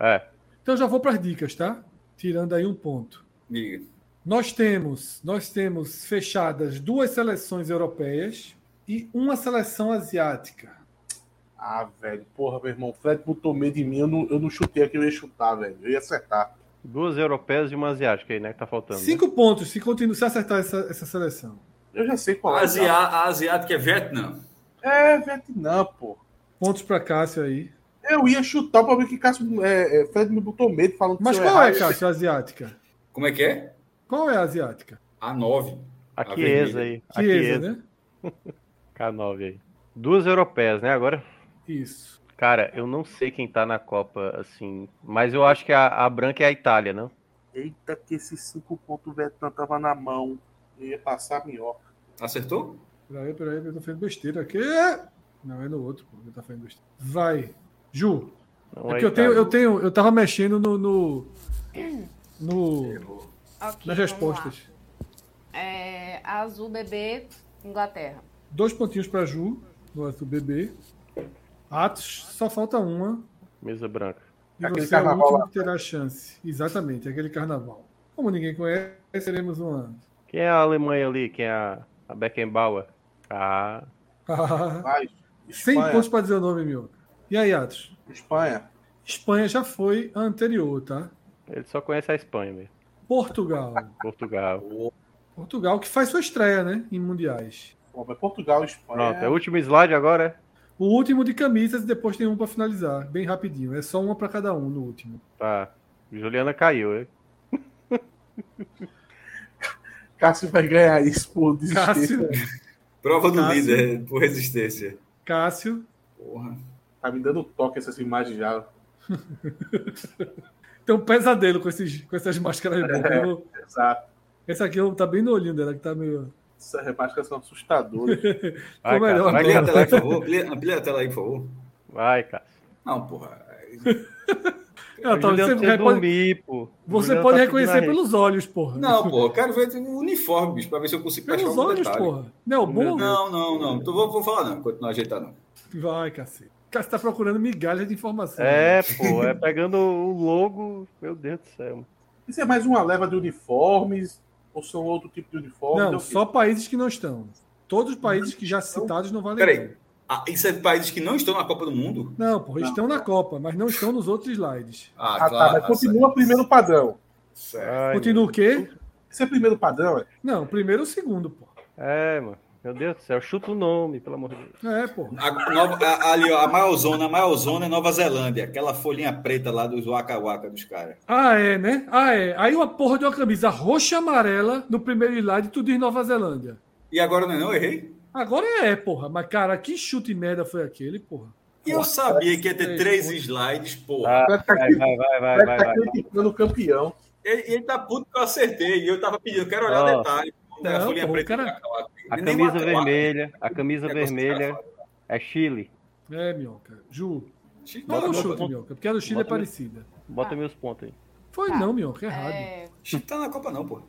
S1: é?
S5: É.
S1: Então eu já vou para as dicas, tá? Tirando aí um ponto.
S4: diga.
S1: Nós temos, nós temos fechadas duas seleções europeias e uma seleção asiática.
S2: Ah, velho. Porra, meu irmão. O Fred botou medo em mim. Eu não, eu não chutei aqui. Eu ia chutar, velho. Eu ia acertar.
S5: Duas europeias e uma asiática aí, né? Que tá faltando. né?
S1: Cinco pontos se continu- se acertar essa, essa seleção.
S2: Eu já sei qual é.
S4: Asia, a asiática é Vietnã.
S2: É, Vietnã, pô.
S1: Pontos para Cássio aí.
S2: Eu ia chutar. O problema é que Cássio, é, é, Fred me botou medo falando que
S1: Mas
S2: se eu
S1: qual é,
S2: errar,
S1: Cássio, a asiática?
S4: Como é que é?
S1: Qual é a asiática?
S4: A 9.
S5: A
S4: A
S5: Chiesa
S4: vermelha.
S5: aí. A
S1: Chiesa,
S5: Chiesa.
S1: né?
S5: K9 aí. Duas europeias, né? Agora.
S1: Isso.
S5: Cara, eu não sei quem tá na Copa, assim. Mas eu acho que a, a branca é a Itália, não?
S2: Eita, que esses cinco pontos o Vietnã tava na mão. Eu ia passar a minhoca.
S4: Acertou?
S1: Peraí, peraí, eu tô fazendo besteira aqui. Não, é no outro, pô. Eu tô fazendo besteira. Vai. Ju,
S5: Não
S1: É
S5: a
S1: que eu tenho,
S5: Itália.
S1: eu tenho, eu tava mexendo no, no, no-
S3: Ok,
S1: nas
S3: vamos
S1: respostas.
S3: lá. É, a azul bebê, Inglaterra.
S1: Dois pontinhos pra Ju, no do bebê. Atos, só falta uma.
S5: né? Mesa branca.
S1: E
S2: Aquele
S1: você é o
S2: carnaval
S1: último
S2: lá.
S1: que terá a chance. Exatamente, aquele carnaval. Como ninguém conhece, um teremos uma. [laughs]
S5: Quem é a Alemanha ali? Quem é a, a Beckenbauer? Ah,
S2: Vai.
S1: 100
S2: Espanha.
S1: pontos pra dizer o nome, meu. E aí, Atos?
S2: Espanha.
S1: Espanha já foi a anterior, tá?
S5: ele só conhece a Espanha mesmo.
S1: Portugal.
S5: Portugal.
S1: Portugal, que faz sua estreia, né? Em mundiais.
S2: Pô, mas Portugal e Espanha.
S5: Pronto, é o último slide agora, é?
S1: O último de camisas e depois tem um pra finalizar, bem rapidinho. É só uma pra cada um no
S5: [laughs]
S1: último.
S5: é? Tá. Juliana caiu, hein?
S2: Cássio vai ganhar isso por desistir.
S1: Cássio,
S4: Prova do
S1: Cássio.
S4: líder por resistência.
S1: Cássio.
S4: Porra.
S2: Tá me dando toque essas imagens já.
S1: Tem um pesadelo com, esses, com essas máscaras de boca. Eu vou-
S2: Exato.
S1: Essa aqui eu- tá bem no olhinho dela, que tá meio.
S2: Essas remáticas são assustadoras.
S5: Vai,
S1: melhor né?
S5: Cássio, vai,
S4: Amplia a
S5: Cássio.
S4: tela aí, por favor. Amplia, amplia a tela aí, por favor.
S5: Vai, Cássio.
S4: Não, porra.
S1: Ela tá-
S5: Juliana
S1: você
S5: precisa
S1: você pode,
S5: dormir, pô.
S1: você
S5: Juliana
S1: pode
S5: tá
S1: reconhecer
S5: pedindo a
S1: pelos olhos, porra.
S4: Não, porra. Eu quero ver o uniforme, bicho, pra ver se eu consigo achar
S1: pelos
S4: algum
S1: olhos,
S4: detalhe.
S1: porra. Não é o
S5: Meu
S1: bom?
S4: Não, não, não. Então vou, vou falar, não. Continuar ajeitar, não.
S1: Vai, cacete. cara está procurando migalha de informação.
S5: É, pô, é pegando o logo, meu Deus do céu.
S2: Isso é mais uma leva de uniformes ou são outro tipo de uniforme?
S1: Não,
S2: Então,
S1: só países que não estão. Todos os países que já
S5: Então,
S1: citados não valem.
S4: Peraí. Ah, isso é países que não estão na Copa do Mundo?
S1: Não, porra, estão na Copa, mas não estão nos outros slides.
S4: Ah,
S2: Ah, tá, mas continua primeiro padrão.
S4: certo.
S5: Ai,
S1: Continua o quê?
S2: Isso é primeiro padrão, é?
S1: Não, primeiro ou segundo, pô.
S5: É, mano. Meu Deus do céu, chuta o nome, pelo amor de Deus.
S1: É, pô.
S4: A, nova, a, ali, ó, a maiorzona, a maiorzona é Nova Zelândia, aquela folhinha preta lá dos Waka Waka dos caras.
S1: Ah, é, né? Ah, é. Aí uma porra de uma camisa roxa e amarela no primeiro slide, tu diz Nova Zelândia.
S4: E agora não é não? Errei?
S1: Agora é, porra. Mas, cara, que chute merda foi aquele, porra?
S4: E eu sabia que ia ter três slides,
S5: Ah.
S4: porra.
S2: Vai ficar
S5: Vai, vai, vai, vai, vai. vai.
S2: criticando o campeão.
S4: Ele, ele tá puto que eu acertei. E eu tava pedindo, quero olhar
S5: Ó.
S4: detalhe. Não, a
S1: Não,
S4: folhinha
S1: pô,
S4: preta
S1: cara,
S4: do Waka Waka.
S5: A
S4: Nem
S5: camisa
S4: Waka Waka.
S5: vermelha, a camisa
S4: É
S5: vermelha
S4: considerado.
S5: é Chile.
S1: É, Minhoca. Ju,
S4: Bota
S1: não
S4: meu
S1: chute,
S4: ponto.
S1: Minhoca, porque a do Chile é
S5: Bota no-
S1: parecida.
S5: Bota meus pontos aí.
S1: Foi
S3: Tá.
S1: não, Minhoca, errado.
S3: É,
S4: Chile tá na Copa, não, pô.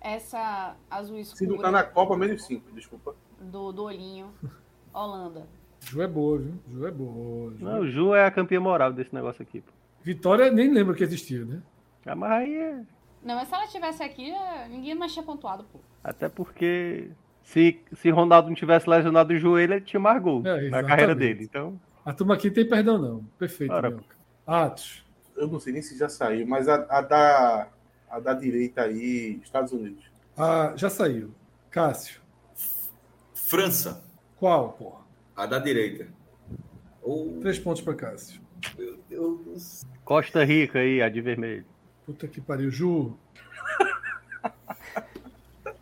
S3: essa azul escura
S2: Se não tá na Copa, menos cinco, desculpa.
S3: do, do olhinho, [laughs] Holanda.
S1: Ju é boa, viu? Ju é boa. Ju.
S5: Não, o Ju é a campeã moral desse negócio aqui. Pô.
S1: Vitória nem lembro que existiu, né?
S5: Ah, mas aí é...
S3: Não, mas se ela estivesse aqui, já- ninguém mais tinha pontuado, pô.
S5: Até porque se, se Ronaldo não tivesse lesionado o joelho, ele tinha mais gol
S1: É,
S5: na
S1: exatamente.
S5: carreira dele. Então,
S1: A turma aqui tem perdão, não. Perfeito,
S5: Ora.
S1: Minhoca. Atos.
S2: Eu não sei nem se já saiu, mas a, a da, a da direita aí, Estados Unidos.
S1: Ah, já saiu. Cássio.
S4: França,
S1: Qual, porra?
S4: a da direita. Ou
S1: Três pontos pra Cássio.
S4: eu-
S5: Costa Rica aí, a de vermelho.
S1: Puta que pariu, Ju.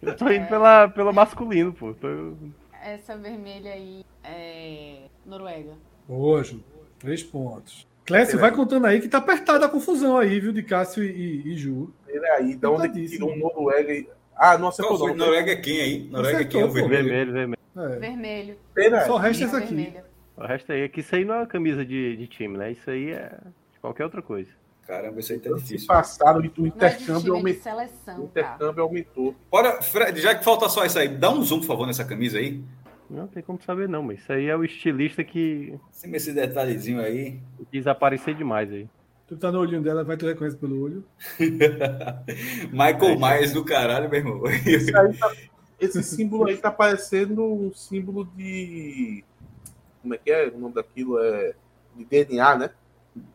S5: Eu tô indo pela, pelo masculino, pô. Tô-
S3: Essa vermelha aí é Noruega.
S1: Boa, Ju. Três pontos. Clécio, vai contando aí que tá apertada a confusão aí, viu, de Cássio e, e- e Ju.
S2: Ele aí, da onde que
S1: Contadíssimo.
S2: tirou o Noruega e... Ah, nossa,
S4: Qual
S2: não,
S4: foi?
S2: não,
S4: Noruega é quem aí? Noruega é quem? É o
S1: Acertou, pô.
S4: vermelho.
S5: Vermelho, vermelho.
S1: É.
S3: Vermelho.
S2: pera
S1: Só
S2: aí.
S1: resta essa aqui.
S3: vermelha.
S5: O resto aí é que isso aí não é uma camisa de, de time, né? Isso aí é de qualquer outra coisa.
S4: Caramba, isso aí tá
S2: Se
S4: difícil.
S2: passaram e o
S3: Não é de
S2: intercâmbio
S3: time, é de
S2: aumentou. O
S3: seleção, tá?
S2: intercâmbio aumentou.
S4: Bora, Fred, já que falta só isso aí, dá um zoom, por favor, nessa camisa aí.
S5: Não tem como saber, não, mas isso aí é o estilista que
S4: Sem esse detalhezinho aí.
S5: quis aparecer demais aí.
S1: Tu tá no olhinho dela, vai tu reconhece pelo olho.
S4: Michael Myers do caralho, meu irmão. [laughs]
S2: Esse, aí tá- esse símbolo aí tá parecendo um símbolo de... Como é que é o nome daquilo? É... De DNA, né?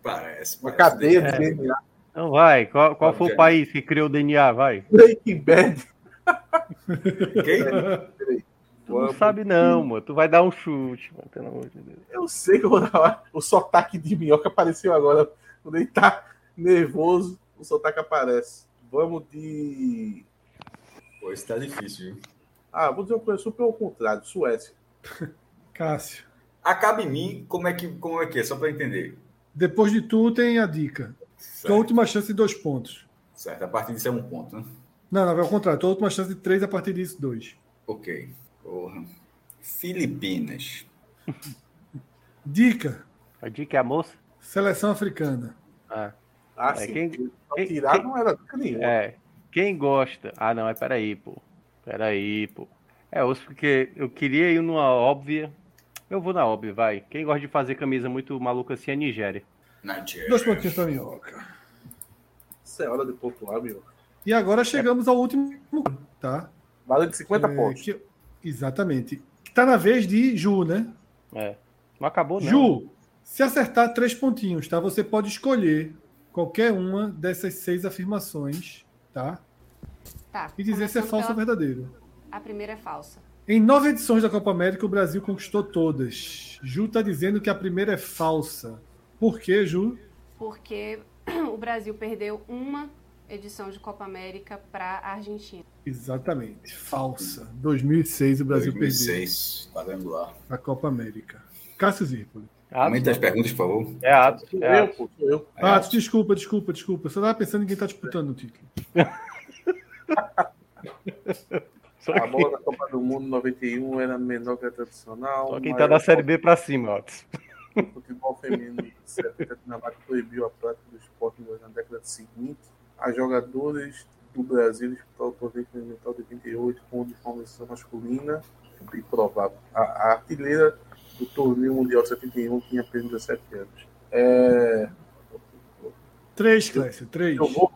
S4: Parece.
S2: Uma
S1: É,
S4: parece.
S2: cadeia de DNA.
S5: Então vai, qual, qual
S4: Tá
S5: foi o
S4: certo.
S5: país que criou o DNA? Vai.
S1: É.
S2: Breaking Bad.
S4: Quem?
S5: Tu não sabe, não, mano. Tu vai dar um chute, mano, pelo amor de Deus.
S2: Eu sei que eu vou dar uma- o sotaque de minhoca apareceu agora. Quando ele tá nervoso, o sotaque aparece. Vamos de.
S4: Pô, isso tá difícil, viu?
S2: Ah, vou dizer uma coisa super ao contrário, Suécia.
S1: Cássio.
S4: Acaba em mim, como é que, como é, que é? Só pra entender.
S1: Depois de tu, tem a dica. Tua
S4: Certo,
S1: última chance de dois pontos.
S4: certo. a partir disso é um ponto, né?
S1: Não, não, é o contrário. Tua última chance de três, a partir disso, dois.
S4: Ok. Porra. Filipinas.
S1: Dica.
S5: A dica é a moça?
S1: Seleção africana.
S5: Ah.
S2: Ah,
S5: É,
S2: sim.
S5: quem-
S2: Só
S5: quem-
S2: tirar
S5: quem-
S2: não era dica nenhuma.
S5: É. Quem gosta. Ah, não, é peraí, pô. Peraí, pô. É osso porque eu queria ir numa óbvia. Eu vou na óbvia, vai. Quem gosta de fazer camisa muito maluca assim é Nigéria.
S4: Nigéria.
S1: Dois pontinhos pra minhoca.
S2: Isso é hora de pontuar, minhoca.
S1: E agora chegamos ao último, tá?
S2: Valendo 50
S5: Hum,
S1: É,
S2: pontos.
S1: que- Exatamente. Que tá na vez de Ju, né?
S5: É. Não acabou, não.
S1: Ju, se acertar três pontinhos, tá? Você pode escolher qualquer uma dessas seis afirmações, tá?
S3: Tá.
S1: E dizer se é
S3: começando
S1: falso ou
S3: pela-
S1: verdadeiro.
S3: A primeira é falsa.
S1: Em nove edições da Copa América, o Brasil conquistou todas. Ju está dizendo que a primeira é falsa. Por quê, Ju?
S3: Porque [clears throat] o Brasil perdeu uma edição de Copa América pra Argentina.
S1: Exatamente, falsa. 2006 o Brasil
S4: 2006, quadrangular.
S1: perdeu a Copa América. Cássio Zirpoli.
S2: Ah,
S5: Atos,
S2: tá.
S4: Aumenta as perguntas, por favor.
S5: É ato.
S2: Sou
S5: É
S2: eu,
S5: ato.
S2: pô, sou eu.
S1: Ah, desculpa, desculpa, desculpa. Só estava pensando em quem está disputando o título.
S5: Só,
S2: A
S5: quem,
S2: bola da Copa do Mundo 91 era menor que a tradicional.
S5: só quem tá da Série B pra cima, Atos.
S2: O futebol feminino de 70, a Dinamarca proibiu a prática do esporte inglês na década seguinte. As jogadoras do Brasil disputaram o torneio continental de 28 com uniformização masculina. Bem provável. A, a artilheira do torneio mundial de 71, tinha apenas 17 anos. É,
S1: Três,
S4: Então,
S1: Clécio, três.
S2: eu, vou,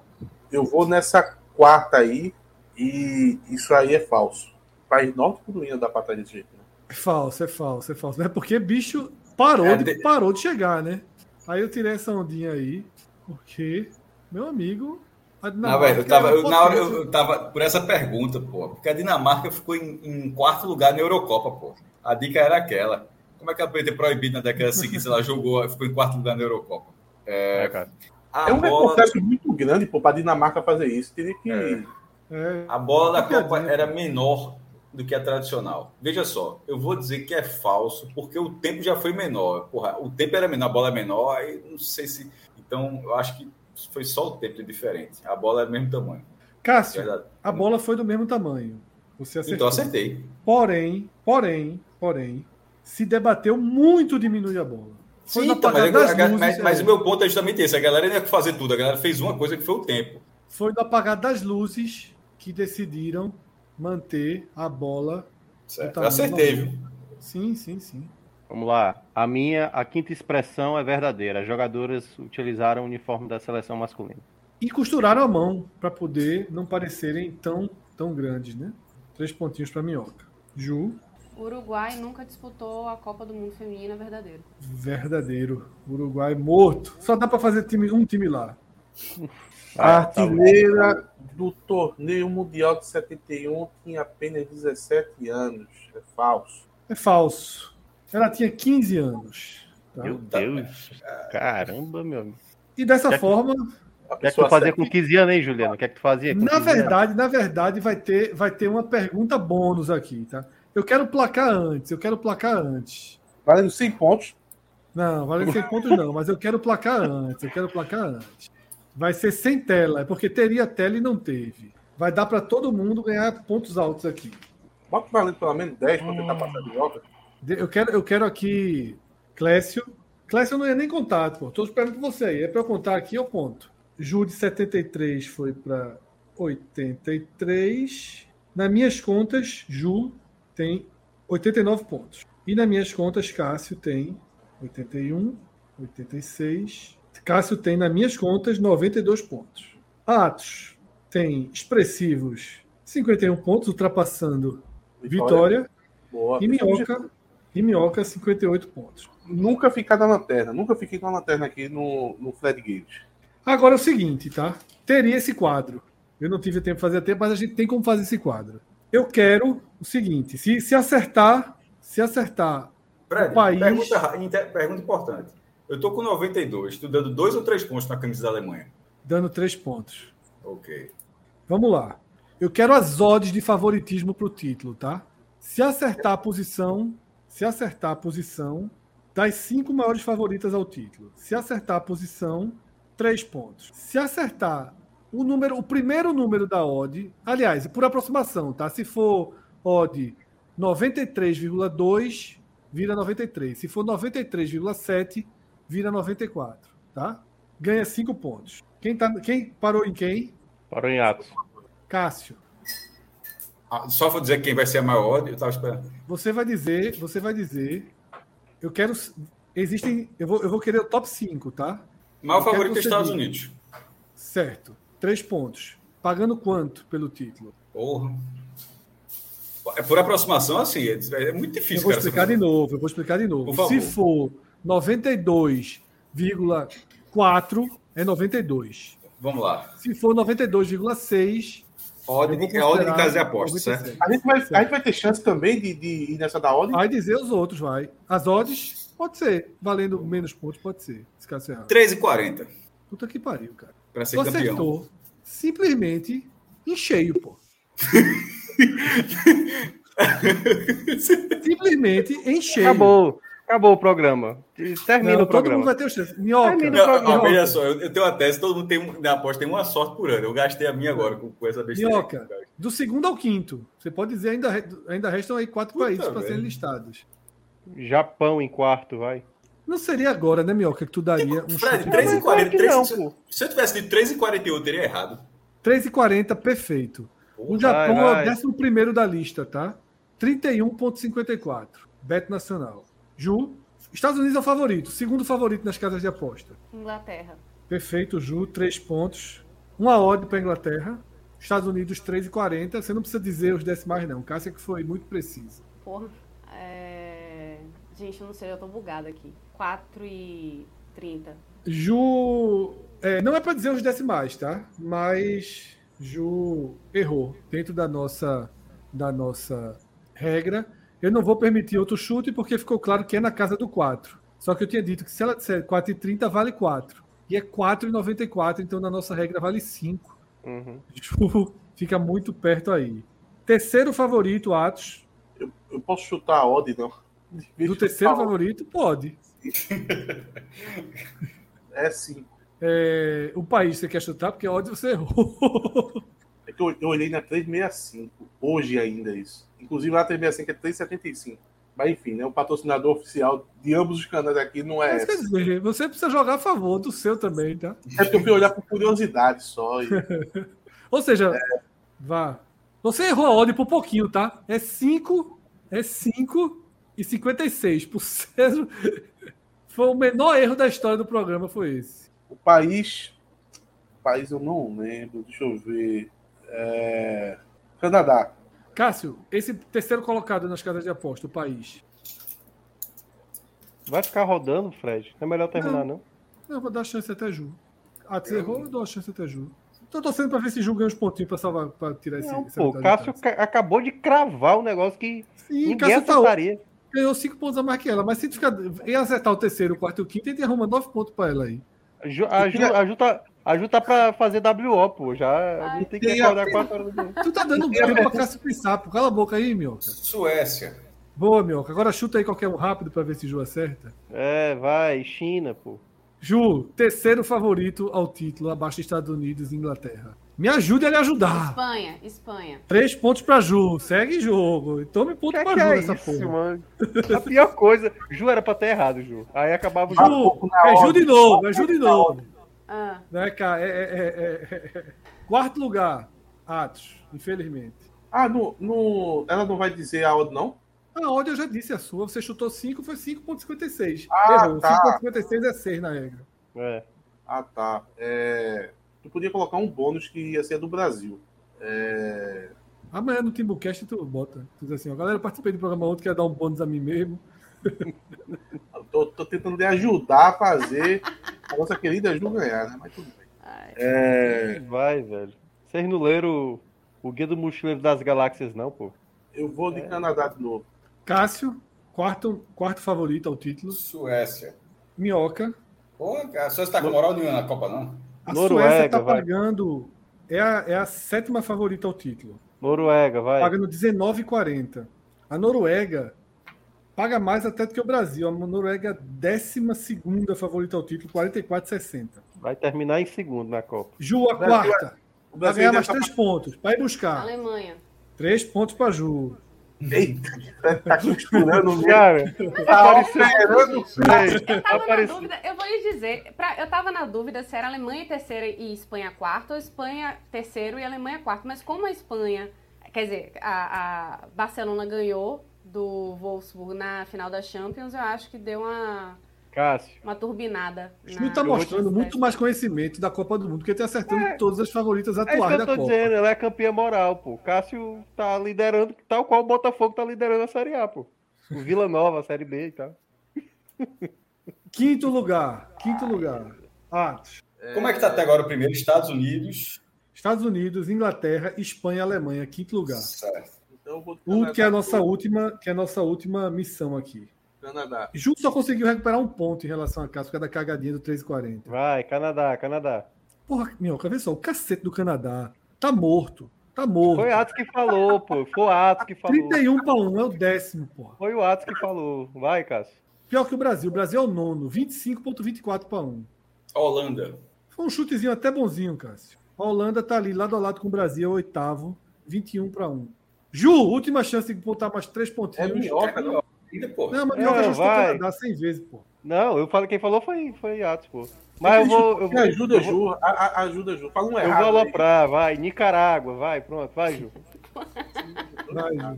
S2: eu vou nessa quarta aí, e isso aí é falso. País Nórdico não ia dar pra trás desse jeito, né?
S1: É falso, é falso, é falso. Não é porque bicho parou,
S4: É,
S1: de,
S4: de-
S1: parou de chegar, né? Aí eu tirei essa ondinha aí, porque, meu amigo. a
S4: Na, verdade, Ah, eu
S1: Dinamarca
S4: tava,
S1: era
S4: eu- na hora eu,
S1: potência.
S4: eu tava por essa pergunta, pô. Porque a Dinamarca ficou em, em quarto lugar na Eurocopa, pô. A dica era aquela. Como é que a PT proibida na década seguinte, ela jogou, ficou em quarto lugar na Eurocopa?
S5: É, cara.
S4: A
S2: É um
S4: bola,
S2: retrocesso muito grande, pô, pra Dinamarca fazer isso. Teria que.
S4: É.
S1: É,
S4: a bola da Copa era menor do que a tradicional. Veja só, eu vou dizer que é falso, porque o tempo já foi menor. Porra, o tempo era menor, a bola é menor, aí não sei se. Então, eu acho que foi só o tempo de diferente. A bola é do mesmo tamanho. é
S1: Cássio,
S4: Verdade.
S1: a bola foi do mesmo tamanho. Você acertou.
S4: Então acertei.
S1: Porém, porém, porém, se debateu muito diminuir a bola. Foi
S4: Sim,
S1: no
S4: então, mas,
S1: apagar
S4: eu-
S1: das
S4: a- mas-
S1: luzes,
S4: mas
S1: é.
S4: o meu ponto é justamente esse. A galera não ia fazer tudo. A galera fez uma coisa que foi o tempo.
S1: Foi no apagar das luzes que decidiram manter a bola.
S4: Certo.
S1: Então,
S4: eu acertei,
S1: não-
S4: viu?
S1: Sim, sim, sim.
S5: Vamos lá. A minha, a quinta expressão é verdadeira. As jogadoras utilizaram o uniforme da seleção masculina.
S1: E costuraram a mão para poder não parecerem tão, tão grandes, né? Três pontinhos para minhoca. Ju,
S3: O Uruguai nunca disputou a Copa do Mundo Feminina verdadeiro.
S1: verdadeiro. Uruguai morto. Só dá para fazer time- um time lá.
S2: A
S5: Ah, tá bom.
S2: artilheira do torneio mundial de 71 tinha apenas 17 anos. É falso.
S1: É falso. Ela tinha 15 anos. tá?
S5: Meu
S4: Puta
S5: Deus. Caramba, meu amigo.
S1: E dessa
S5: Já que-
S1: forma,
S2: A
S5: O que é que
S2: pessoa
S5: tu fazia
S2: acerta-
S5: com 15 anos, hein, Juliano? O que é que tu fazia? com
S1: Na
S5: 15 anos?
S1: verdade, na verdade, vai ter, vai ter uma pergunta bônus aqui, tá? Eu quero placar antes, eu quero placar antes.
S2: Valendo 100 pontos.
S1: Não, vale 100 pontos não, mas eu quero placar antes, eu quero placar antes. Vai ser sem tela, é porque teria tela e não teve. Vai dar para todo mundo ganhar pontos altos aqui.
S2: Bota valendo pelo menos 10 pra
S1: Hum.
S2: tentar passar de volta.
S1: De- Eu quero, eu quero aqui Clécio. Clécio eu não ia nem contar, pô. Tô esperando por você aí. É para eu contar aqui, eu conto. Ju de 73 foi para 83. Nas minhas contas, Ju tem 89 pontos. E nas minhas contas, Cássio tem 81, 86. Cássio tem, nas minhas contas, 92 pontos. Atos tem expressivos 51 pontos, ultrapassando Vitória.
S2: Boa.
S1: E Minhoca, e Minhoca, 58 pontos.
S2: Nunca ficar na lanterna. Nunca fiquei com a lanterna aqui no, no Fred Gate.
S1: Agora é o seguinte, tá? Teria esse quadro. Eu não tive tempo de fazer tempo, mas a gente tem como fazer esse quadro. Eu quero o seguinte: se, se acertar, se acertar,
S4: Fred,
S1: O país-
S4: pergunta, ra- inter- pergunta importante. Eu tô com 92. Tu dando dois ou três pontos na camisa da Alemanha?
S1: dando três pontos.
S4: Ok.
S1: Vamos lá. Eu quero as odds de favoritismo pro título, tá? Se acertar a posição, se acertar a posição das cinco maiores favoritas ao título. Se acertar a posição, três pontos. Se acertar o número, o primeiro número da odd, aliás, por aproximação, tá? Se for odd 93,2, vira 93. Se for 93,7, vira 94, tá? Ganha cinco pontos. Quem tá, quem parou em quem?
S5: Parou em Atos.
S1: Cássio,
S4: Ah, só vou dizer quem vai ser a maior. Eu tava esperando.
S1: você vai dizer, você vai dizer. Eu quero. Existem. Eu vou, eu vou querer o top 5, tá?
S4: Maior
S1: Eu quero
S4: favorito
S1: que
S4: é
S1: você
S4: Estados
S1: diga.
S4: Unidos.
S1: Certo. Três pontos. Pagando quanto pelo título?
S4: Porra. É por aproximação, assim. É, é muito
S1: Eu
S4: difícil,
S1: vou
S4: cara.
S1: explicar de
S4: essa-
S1: novo, eu vou explicar de novo.
S4: Por favor.
S1: Se for 92,4, é 92.
S4: Vamos lá.
S1: Se for 92,6, eu
S4: Ordem,
S1: vou
S4: de- é ordem de
S1: considerar
S4: casa de apostas, certo?
S1: 96.
S2: A gente vai, a gente vai ter chance também de, de ir nessa da ordem.
S1: Vai dizer os outros, vai. As odds, pode ser. Valendo menos pontos, pode ser. Se caso errado.
S4: 13 e 40
S1: Puta que pariu, cara.
S4: para ser
S1: Tu
S4: campeão.
S1: acertou simplesmente em cheio,
S4: [laughs]
S1: pô. simplesmente em cheio.
S5: Acabou. Acabou o programa. Termina
S1: Não,
S5: o
S1: todo mundo
S5: programa.
S1: vai ter chance. Minhoca,
S5: Termina
S4: Não,
S5: o
S4: não,
S5: programa.
S4: veja só, eu, eu tenho uma tese, todo mundo tem um- na aposta tem uma sorte por ano. Eu gastei a minha agora com, com essa besteira.
S1: Minhoca. do segundo ao quinto. Você pode dizer, ainda, re- ainda restam aí quatro
S4: Puta
S1: países para
S4: merda.
S1: serem listados.
S5: Japão em quarto, vai.
S1: Não seria agora, né, Minhoca, que tu daria um
S4: Fred,
S1: chute?
S4: três- 13 e 40,
S5: Mas claro que não, pô.
S4: Se eu tivesse de 13 e 41, eu teria errado.
S1: 3,40, perfeito. O
S4: Vai,
S1: Japão é o
S5: vai.
S1: um décimo primeiro da lista, tá? 31,54. Bet Nacional. Ju, Estados Unidos é o favorito, segundo favorito nas casas de aposta.
S3: Inglaterra.
S1: Perfeito, Ju, três pontos. Uma odd para Inglaterra. Estados Unidos, 3,40. Você não precisa dizer os decimais, não. Cássia que foi muito precisa.
S3: Porra. É... Gente, eu não sei, eu tô bugada aqui. 4 e 30.
S1: Ju. é, não é para dizer os decimais, tá? Mas Ju errou dentro da nossa, da nossa regra. Eu não vou permitir outro chute porque ficou claro que é na casa do 4. Só que eu tinha dito que se ela disser 4,30 vale 4. E é 4,94, então na nossa regra vale 5.
S5: Uhum.
S1: Ju fica muito perto aí. Terceiro favorito, Atos.
S2: Eu, eu posso chutar a odd, não?
S1: Do terceiro favorito, pode.
S2: É sim.
S1: É, o país você quer chutar, porque a odd você errou. [laughs]
S2: É que eu, eu olhei na 365, hoje ainda isso. Inclusive lá a 365 é 375. Mas enfim, né, o patrocinador oficial de ambos os canais aqui não é
S1: Mas quer
S2: essa.
S1: dizer, você precisa jogar a favor do seu também, tá?
S2: É porque eu fui olhar por curiosidade só. E...
S1: Ou seja, vá. Você errou a ordem por pouquinho, tá? É 5, é 5 e 56. Por cento. [laughs] Foi o menor erro da história do programa, foi esse.
S2: O país. O país eu não lembro, deixa eu ver. É... Canadá.
S1: Cássio, esse terceiro colocado nas casas de aposta, o país.
S5: Vai ficar rodando, Fred. É melhor terminar, não?
S1: Não, vou dar chance até Ju. Ah, você errou, eu dou a chance até Ju. Tô torcendo pra ver se Ju ganha uns pontinhos pra salvar, pra tirar esse. é
S5: Não,
S1: essa
S5: pô.
S1: metade
S5: Cássio
S1: do
S5: ca- acabou de cravar um negócio que
S1: Sim,
S5: ninguém
S1: Cássio tá
S5: acertaria.
S1: ganhou cinco pontos a mais que ela, mas se tu ficar e acertar o terceiro, o quarto e o quinto, ele arruma nove pontos pra ela aí.
S5: A Ju, a Ju, a Ju tá, a Ju tá pra fazer WO, pô. Já
S3: Ai.
S5: não tem que
S2: Tem
S5: acordar
S2: a-
S5: 4 horas da manhã.
S1: Tu tá
S5: [laughs]
S1: dando tempo pra Cássio pensar, pô. Cala a boca aí, Mioca.
S4: Suécia.
S1: Boa, Mioca. Agora chuta aí qualquer um rápido pra ver se Ju acerta.
S5: É, vai, China, pô.
S1: Ju, terceiro favorito ao título, abaixo dos Estados Unidos e Inglaterra. Me ajude a lhe ajudar.
S3: Espanha, Espanha.
S1: Três pontos pra Ju. Segue jogo. E Tome
S5: O que
S1: ponto
S5: é,
S1: pra
S5: que
S1: Ju
S5: é
S1: nessa
S5: isso,
S1: porra.
S5: mano? A pior coisa. Ju era pra ter errado, Ju. Aí acabava o jogo.
S1: Ju, é Ju de novo, é Ju de novo.
S3: Ah,
S1: Né, cara? É, é- é- é- Quarto lugar, Atos, infelizmente.
S2: Ah, no, no... ela não vai dizer a odd, não?
S1: A odd eu já disse a sua. Você chutou 5, foi 5,56.
S2: Ah,
S1: Errou.
S2: tá.
S1: 5,56 é 6 na regra.
S5: É.
S2: Ah, tá. É... Eu podia colocar um bônus que ia ser do Brasil. É...
S1: Amanhã no Timbucast tu bota. Tu diz assim, ó, galera, eu participei do programa ontem, quero dar um bônus a mim mesmo.
S2: Eu Tô, tô tentando lhe ajudar a fazer a nossa querida Ju ganhar, né? Mas tudo bem.
S3: ai.
S2: É,
S5: Vai, velho. Vocês não leram o, o Guia do Mochileiro das Galáxias, não, pô?
S2: eu vou de Canadá de novo.
S1: Cássio, quarto, quarto favorito ao título.
S4: Suécia.
S1: Minhoca.
S4: Pô, a Suécia tá com moral nenhuma na Copa, não?
S1: A
S5: Noruega,
S1: Suécia tá
S5: vai.
S1: pagando. É a, é a sétima favorita ao título.
S5: Noruega, vai.
S1: Pagando 19,40. A Noruega paga mais até do que o Brasil. A Noruega é a décima segunda favorita ao título, 44,60.
S5: Vai terminar em segundo na Copa.
S1: Ju, a
S2: Brasil-
S1: quarta.
S2: O
S1: Vai
S2: Brasil
S1: ganhar
S2: ainda
S1: mais
S2: tá...
S1: três pontos. Vai buscar.
S3: Alemanha.
S1: Três pontos para Ju.
S2: Eita, tá costurando mesmo.
S5: Cara,
S2: Tá
S5: apareceu.
S2: operando.
S5: Fred,
S3: Eu tava
S5: apareceu-
S3: na dúvida, eu vou lhe dizer, pra- eu tava na dúvida se era Alemanha terceira e Espanha quarta, ou Espanha terceiro e Alemanha quarta. Mas como a Espanha, quer dizer, a, a Barcelona ganhou do Wolfsburg na final da Champions, eu acho que deu uma,
S5: Cássio.
S3: uma turbinada. na-
S1: Ju tá
S3: no
S1: mostrando
S3: processo.
S1: muito mais conhecimento da Copa do Mundo, porque tá acertando todas as favoritas
S5: É isso que
S1: atuais da
S5: eu tô
S1: Copa.
S5: dizendo, ela é campeã moral, pô. Cássio tá liderando, tal qual o Botafogo tá liderando a Série A, pô. O Vila Nova, a Série B e tal.
S1: Quinto lugar. Quinto lugar. Atos.
S4: Como é que tá até agora o primeiro? Estados Unidos.
S1: Estados Unidos, Inglaterra, Espanha e Alemanha, quinto lugar.
S4: Certo.
S2: Então eu vou de
S1: O
S5: tá
S1: que é a nossa
S2: de novo.
S1: última, que é a nossa última missão aqui.
S2: Canadá.
S1: Ju só conseguiu recuperar um ponto em relação a Cássio, por causa da cagadinha do 340.
S5: Vai, Canadá, Canadá.
S1: Porra, minhoca, vê só, o cacete do Canadá tá morto. Tá morto.
S5: Foi Atos que falou, pô. Foi o Atos que falou.
S1: 31 para 1 é o décimo, porra.
S5: Foi o Atos que falou. Vai, Cássio.
S1: Pior que o Brasil. O Brasil é o nono, 25,24 para 1.
S4: Holanda.
S1: Foi um chutezinho até bonzinho, Cássio. A Holanda tá ali lado a lado com o Brasil, é o oitavo, 21 para 1. Ju, última chance de botar mais três
S2: É
S1: pontinhos.
S2: minhoca, não?
S4: Ainda, pô.
S1: Não, mas
S5: É,
S1: Minhoca é, chutou o
S5: vai.
S1: Canadá 100 vezes, pô.
S5: Não, eu falo quem falou foi, foi Atos, pô. Mas eu vou. Eu
S2: Me
S5: vou
S2: ajuda,
S5: eu vou,
S2: Ju. A- a- ajuda, Ju. Fala um
S5: eu
S2: errado.
S5: vou
S2: aí.
S5: aloprar, vai.
S1: Tá.
S5: Nicarágua, vai, pronto, vai, Ju.
S1: Vai, Ju.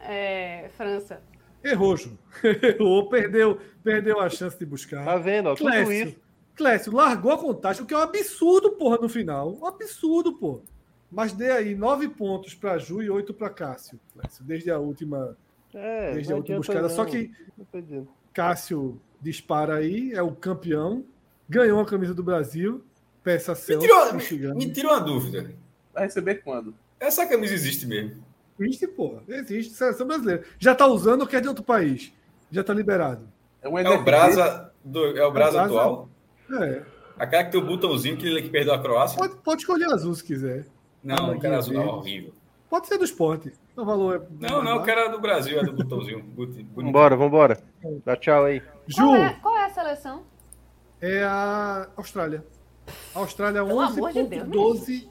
S3: É, França.
S1: Errou, Ju. [laughs] Errou, perdeu, perdeu a chance de buscar.
S5: Tá vendo? Ó, tudo
S1: Clécio.
S5: isso.
S1: Clécio largou a contagem, o que é um absurdo, porra, no final. Um absurdo, porra. Mas dê aí nove pontos para Ju e oito para Cássio. Clécio, desde a última,
S5: É,
S1: desde
S5: não
S1: a última
S5: adianta
S1: buscada. Só
S5: não.
S1: que
S5: Não tô dizendo.
S1: Cássio dispara aí, é o campeão, ganhou a camisa do Brasil, peça a
S4: Me
S1: Celso.
S4: tira,
S1: pro
S4: me,
S1: Cigano.
S4: me tira uma dúvida.
S2: Vai receber quando?
S4: Essa camisa existe mesmo.
S1: Existe, porra. Existe, seleção brasileira. Já tá usando, quer de outro país. Já tá liberado.
S2: É, um
S4: É o Brasa, do, é o
S1: Brasa.
S4: brasa atual?
S1: É,
S4: Aquela que tem o botãozinho que ele que perdeu a Croácia?
S1: pode, pode escolher azul se quiser.
S4: Não, o cara azul é
S1: Verde.
S4: horrível.
S1: Pode ser do esporte. Não valor é.
S4: Não, não, o cara é do Brasil, é do botãozinho. [laughs] Bot- bonito.
S5: Vambora, vambora. Dá tchau aí.
S1: Ju,
S3: Qual é, qual é a seleção?
S1: é a Austrália. A Austrália
S3: Pelo amor de Deus,
S1: 11.12,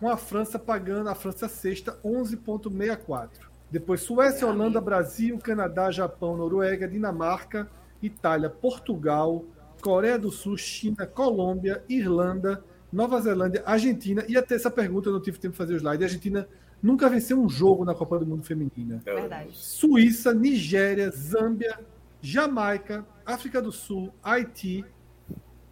S1: com a França pagando, a França sexta, 11.64. Depois Suécia, Holanda, Brasil, Canadá, Japão, Noruega, Dinamarca, Itália, Portugal, Coreia do Sul, China, Colômbia, Irlanda, Nova Zelândia, Argentina. E até essa pergunta eu não tive tempo de fazer o slide. A Argentina nunca venceu um jogo na Copa do Mundo Feminina.
S4: É,
S3: Verdade.
S1: Suíça, Nigéria, Zâmbia, Jamaica, África do Sul, Haiti,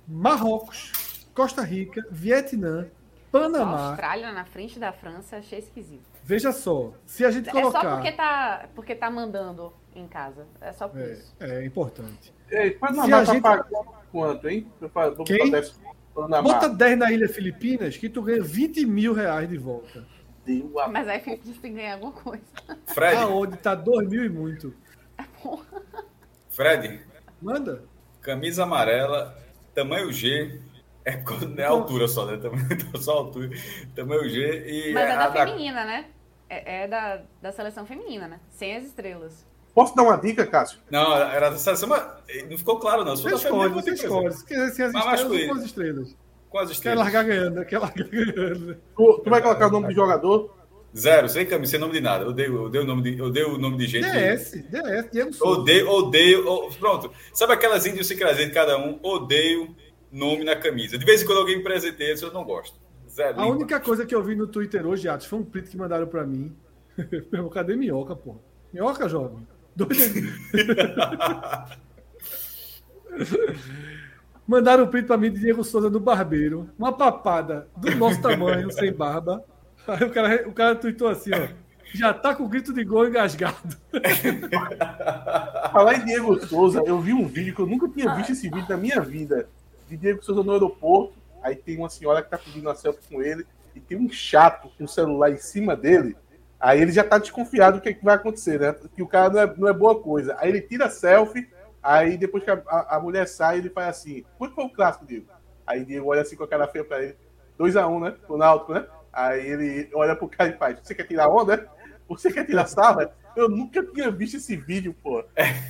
S1: Marrocos, Costa Rica, Vietnã,
S3: A
S1: Panamá.
S3: Austrália na frente da França, achei esquisito.
S1: Veja só, se a gente
S3: É só
S1: colocar.
S3: porque tá, porque tá mandando em casa. É só por isso.
S1: É, é importante.
S2: Ei, Panamá
S1: Se a
S2: tá
S1: gente-
S2: pagando quanto, hein? Eu falo, vou
S1: Quem?
S2: botar 10 Panamá.
S1: Bota 10 na Ilha Filipinas que tu ganha 20 mil reais de volta.
S2: Deu a-
S3: Mas aí fica difícil de ganhar alguma coisa.
S4: Fred,
S1: A onde tá 2 mil e muito.
S4: Fred,
S1: Manda.
S4: camisa amarela, tamanho G. É, quando- é a altura só, né? [laughs] Tamanho- Só a altura. Tamanho G e
S3: Mas é
S4: a
S3: da feminina, né? É, é da, da seleção feminina, né? Sem as estrelas.
S2: Posso dar uma dica, Cássio?
S4: Não, era da seleção, mas não ficou claro, não. tá Se
S1: Você
S4: for da feminina,
S1: escolhe,
S4: eu vou
S1: você
S4: ter que fazer.
S1: escolhe. Se quiser ser as estrelas
S4: Mas
S1: ou
S4: masculino.
S1: com as estrelas.
S4: Com as
S1: Quer
S4: estrelas.
S1: largar ganhando, né? Quer largar ganhando. né?
S2: Tu, tu vai colocar o nome do jogador?
S4: Zero, sem camisa, sem nome de nada. Eu dei, eu dei o nome de, eu dei o nome de gente.
S1: DS, DS, Diego Souza.
S4: Odeio, odeio, o- pronto. Sabe aquelas índios que trazem de cada um? Odeio nome na camisa. De vez em quando alguém me presenteia, isso eu não gosto. Zero.
S1: A
S4: limpa. [laughs]
S1: única coisa que eu vi no Twitter hoje, Atos, foi um print que mandaram pra mim. [laughs] Meu, Cadê minhoca, porra? Minhoca, jovem? Dois- [laughs] mandaram um print pra mim de Diego Souza no barbeiro. Uma papada do nosso tamanho, sem barba. Aí o cara, o cara tweetou assim, ó. Já tá com grito de gol engasgado.
S2: Falar em Diego Souza, eu vi um vídeo que eu nunca tinha visto esse vídeo na minha vida. De Diego Souza no aeroporto. Aí tem uma senhora que tá pedindo uma selfie com ele. E tem um chato com o celular em cima dele. Aí ele já tá desconfiado do que, é que vai acontecer, né? Que o cara não é, não é boa coisa. Aí ele tira a selfie. Aí depois que a, a- a mulher sai, ele faz assim: quanto foi o clássico, Diego? Aí Diego olha assim com a cara feia pra ele: 2x1, né? Pro Náutico, né? Aí ele olha pro cara e faz: você quer tirar onda? é? Você quer tirar sarra? Eu nunca tinha visto esse vídeo, pô. [laughs]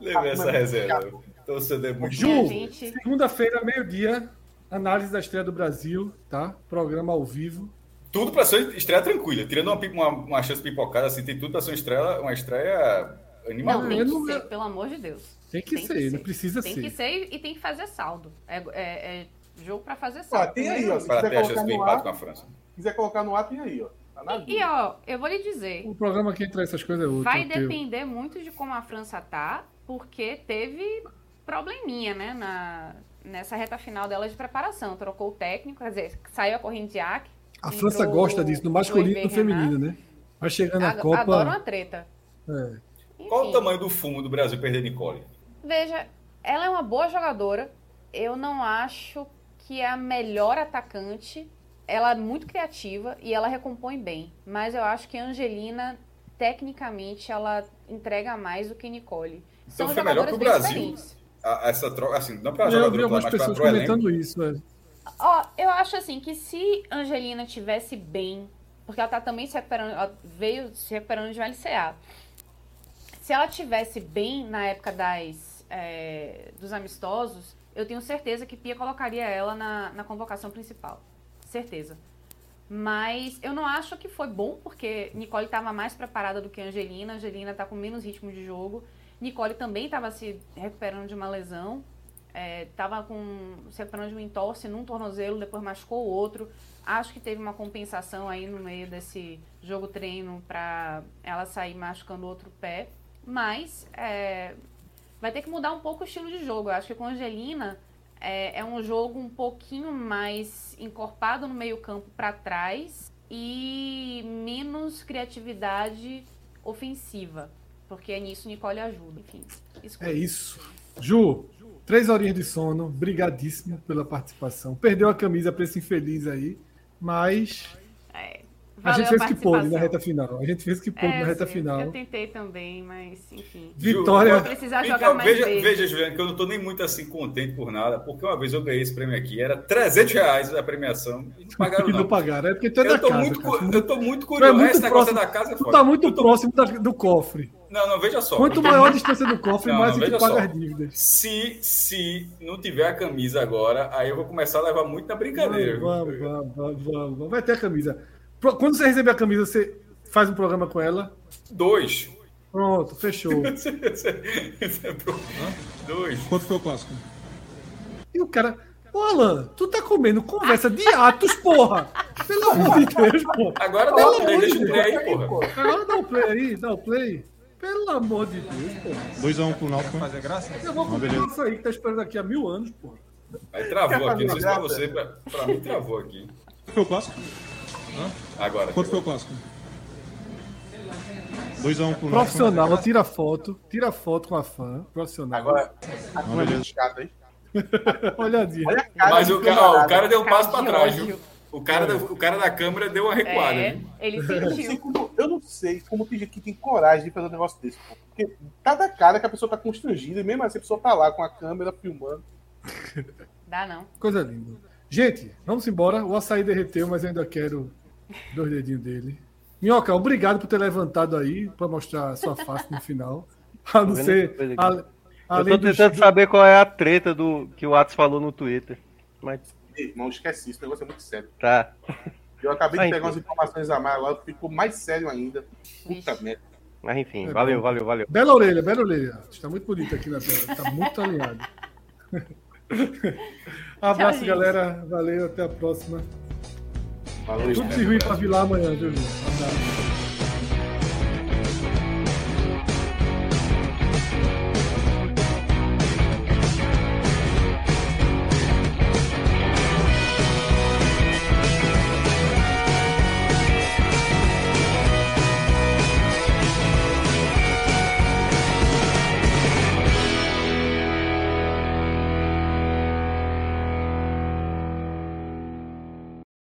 S4: Levei essa
S2: Mano,
S4: reserva. Torcedor é muito.
S1: Ju,
S3: E a gente.
S1: Segunda-feira, meio-dia, análise da estreia do Brasil, tá? Programa ao vivo.
S4: Tudo pra ser estreia tranquila. Tirando uma, pi- uma, uma chance pipocada, assim, tem tudo pra ser uma estreia, uma estreia animal.
S3: Não,
S1: Maluco,
S3: tem que
S1: não
S3: ser,
S1: é-
S3: pelo amor de Deus.
S1: Tem que
S3: Tem que
S1: ser,
S3: ser.
S1: não precisa
S3: Tem
S1: ser.
S3: que ser e tem que fazer saldo. É, é- é jogo pra fazer
S2: Ah,
S3: saldo.
S2: tem aí, ó. Se
S4: Para
S2: quiser
S4: ter a chance
S2: colocar,
S4: de
S2: no
S4: empate com
S2: ar,
S4: a França.
S2: quiser colocar no ar, tem aí, ó. Tá na
S3: E,
S2: dúvida.
S3: ó, eu vou lhe dizer.
S1: O programa que entra essas coisas é outro.
S3: Vai
S1: é teu.
S3: depender muito de como a França tá, porque teve probleminha, né, na, nessa reta final dela de preparação. Trocou o técnico, quer dizer, saiu a Corrindiac.
S1: A França gosta disso, no masculino e no feminino, né? Vai chegando a Copa.
S3: Adoro uma treta.
S1: é.
S4: Qual o
S3: Enfim,
S4: tamanho do fumo do Brasil perder Nicole?
S3: Veja, ela é uma boa jogadora. Eu não acho que é a melhor atacante. Ela é muito criativa e ela recompõe bem. Mas eu acho que a Angelina, tecnicamente, ela entrega mais do que Nicole.
S4: Então
S3: São
S4: foi melhor
S3: jogadoras
S4: pro
S3: bem
S4: Brasil.
S3: diferentes.
S4: A- essa troca, assim, não pra
S1: Eu vi
S4: jogador,
S1: algumas
S4: mas pra né?
S1: pessoas
S4: pro elenco.
S1: comentando isso. É.
S3: Ó, eu acho assim que se Angelina tivesse bem, porque ela tá também se recuperando, ela veio se recuperando de um LCA. Se ela tivesse bem na época das, é, dos amistosos, eu tenho certeza que Pia colocaria ela na, na convocação principal. Certeza. Mas eu não acho que foi bom, porque Nicole estava mais preparada do que Angelina. Angelina tá com menos ritmo de jogo. Nicole também estava se recuperando de uma lesão. É, tava com se recuperando de um entorse num tornozelo, depois machucou o outro. Acho que teve uma compensação aí no meio desse jogo treino para ela sair machucando o outro pé. Mas é, vai ter que mudar um pouco o estilo de jogo. Eu acho que com a Angelina é, é um jogo um pouquinho mais encorpado no meio-campo para trás e menos criatividade ofensiva. Porque é nisso Nicole ajuda. Enfim,
S1: É isso. Ju, três horinhas de sono. Brigadíssimo pela participação. Perdeu a camisa para esse infeliz aí, mas
S3: É,
S1: a
S3: valeu
S1: gente fez o que
S3: participação.
S1: pôde na reta final. A gente fez o que pôde
S3: É,
S1: na reta
S3: sim, Eu
S1: final.
S3: tentei também, mas enfim.
S1: Vitória.
S3: Vou precisar jogar
S4: Então,
S3: Tá mais
S4: veja,
S3: vezes.
S4: veja, Juliano, que eu não tô nem muito assim contente por nada, porque uma vez eu ganhei esse prêmio aqui, era 300 reais a premiação, e não
S1: [laughs]
S4: pagaram
S1: E não
S4: não.
S1: pagaram. É porque tu é da
S4: Eu tô,
S1: casa.
S4: muito,
S1: cara.
S4: cu- eu tô muito
S1: Tu é
S4: curioso.
S1: muito
S4: esse negócio
S1: próximo.
S4: da casa é
S1: Tu
S4: foda.
S1: tá muito
S4: Eu tô-
S1: próximo da- do cofre.
S4: Não, não, veja só.
S1: Quanto maior a distância do cofre,
S4: Não,
S1: mais
S4: não,
S1: a gente
S4: veja
S1: paga
S4: só.
S1: as dívidas.
S4: Se, se não tiver a camisa agora, aí eu vou começar a levar muito na brincadeira.
S1: Vamos, vamos, vamos, vamos. Vai ter a camisa. Pro- Quando você receber a camisa, você faz um programa com ela. [laughs]
S4: Dois.
S1: Pronto, fechou.
S4: Dois.
S8: Quanto foi o clássico?
S1: E o cara. Ô, Alan, tu tá comendo conversa de atos, porra! Pelo amor de Deus, porra!
S4: Agora dá
S1: Pelo
S4: uma play,
S1: amor
S4: deixa
S1: de
S4: eu ver aí, porra.
S1: Agora dá o play aí, dá o play. Pelo amor de Deus, porra.
S8: 2x1 pro Náutico.
S9: Fazer graça?
S1: Eu vou comprar isso aí que tá esperando aqui há mil anos, porra.
S4: Aí travou aqui, não sei se pra
S2: Gata.
S4: você, pra, pra mim travou aqui.
S8: Quanto foi o clássico?
S4: Agora.
S8: Quanto foi o clássico? 2x1 pro Náutico.
S1: Profissional, tira foto, tira foto com a fã, profissional.
S2: Agora, a
S4: Ah,
S8: Uma
S2: câmera
S8: beleza.
S2: do chato, hein?
S1: Olhadinha.
S2: Olha a cara
S4: Mas
S2: do
S4: o, ca- ó, o
S2: camarada.
S4: cara deu um passo pra
S3: de
S4: trás,
S3: ódio.
S4: viu? O cara, da, o cara da câmera deu uma recuada, né?
S3: É,
S4: viu? [laughs]
S3: ele
S2: Eu não sei
S3: sentiu.
S2: como- eu não sei como tem gente que tem coragem de fazer um negócio desse. pô. Porque cada cara que a pessoa tá constrangida, e mesmo assim a pessoa tá lá com a câmera filmando.
S3: Dá não.
S1: Coisa linda. Gente, vamos embora. O açaí derreteu, mas eu ainda quero dois dedinhos dele. Minhoca, obrigado por ter levantado aí para mostrar a sua face no final.
S5: [laughs]
S1: A não
S5: Tá vendo
S1: ser.
S5: essa coisa aqui.
S1: a-
S5: Eu
S1: além
S5: tô
S1: dos-
S5: tentando saber qual é a treta do que o Atos falou no Twitter. Mas
S2: Ei, Irmão, esquece isso, o negócio é muito sério.
S5: tá.
S2: Eu acabei
S5: Ai,
S2: de pegar umas informações a mais agora, ficou mais sério ainda. Puta
S3: Vixe.
S2: merda.
S5: Mas enfim,
S1: É
S5: valeu,
S1: bom.
S5: valeu, valeu.
S1: Bela orelha, bela orelha. Está muito bonito aqui na tela. Está muito alinhado. [laughs] Abraço,
S3: gente.
S1: galera. Valeu, até a próxima.
S2: Valeu,
S1: Tudo de ruim para Vilar amanhã, viu? gente? Um Abraço.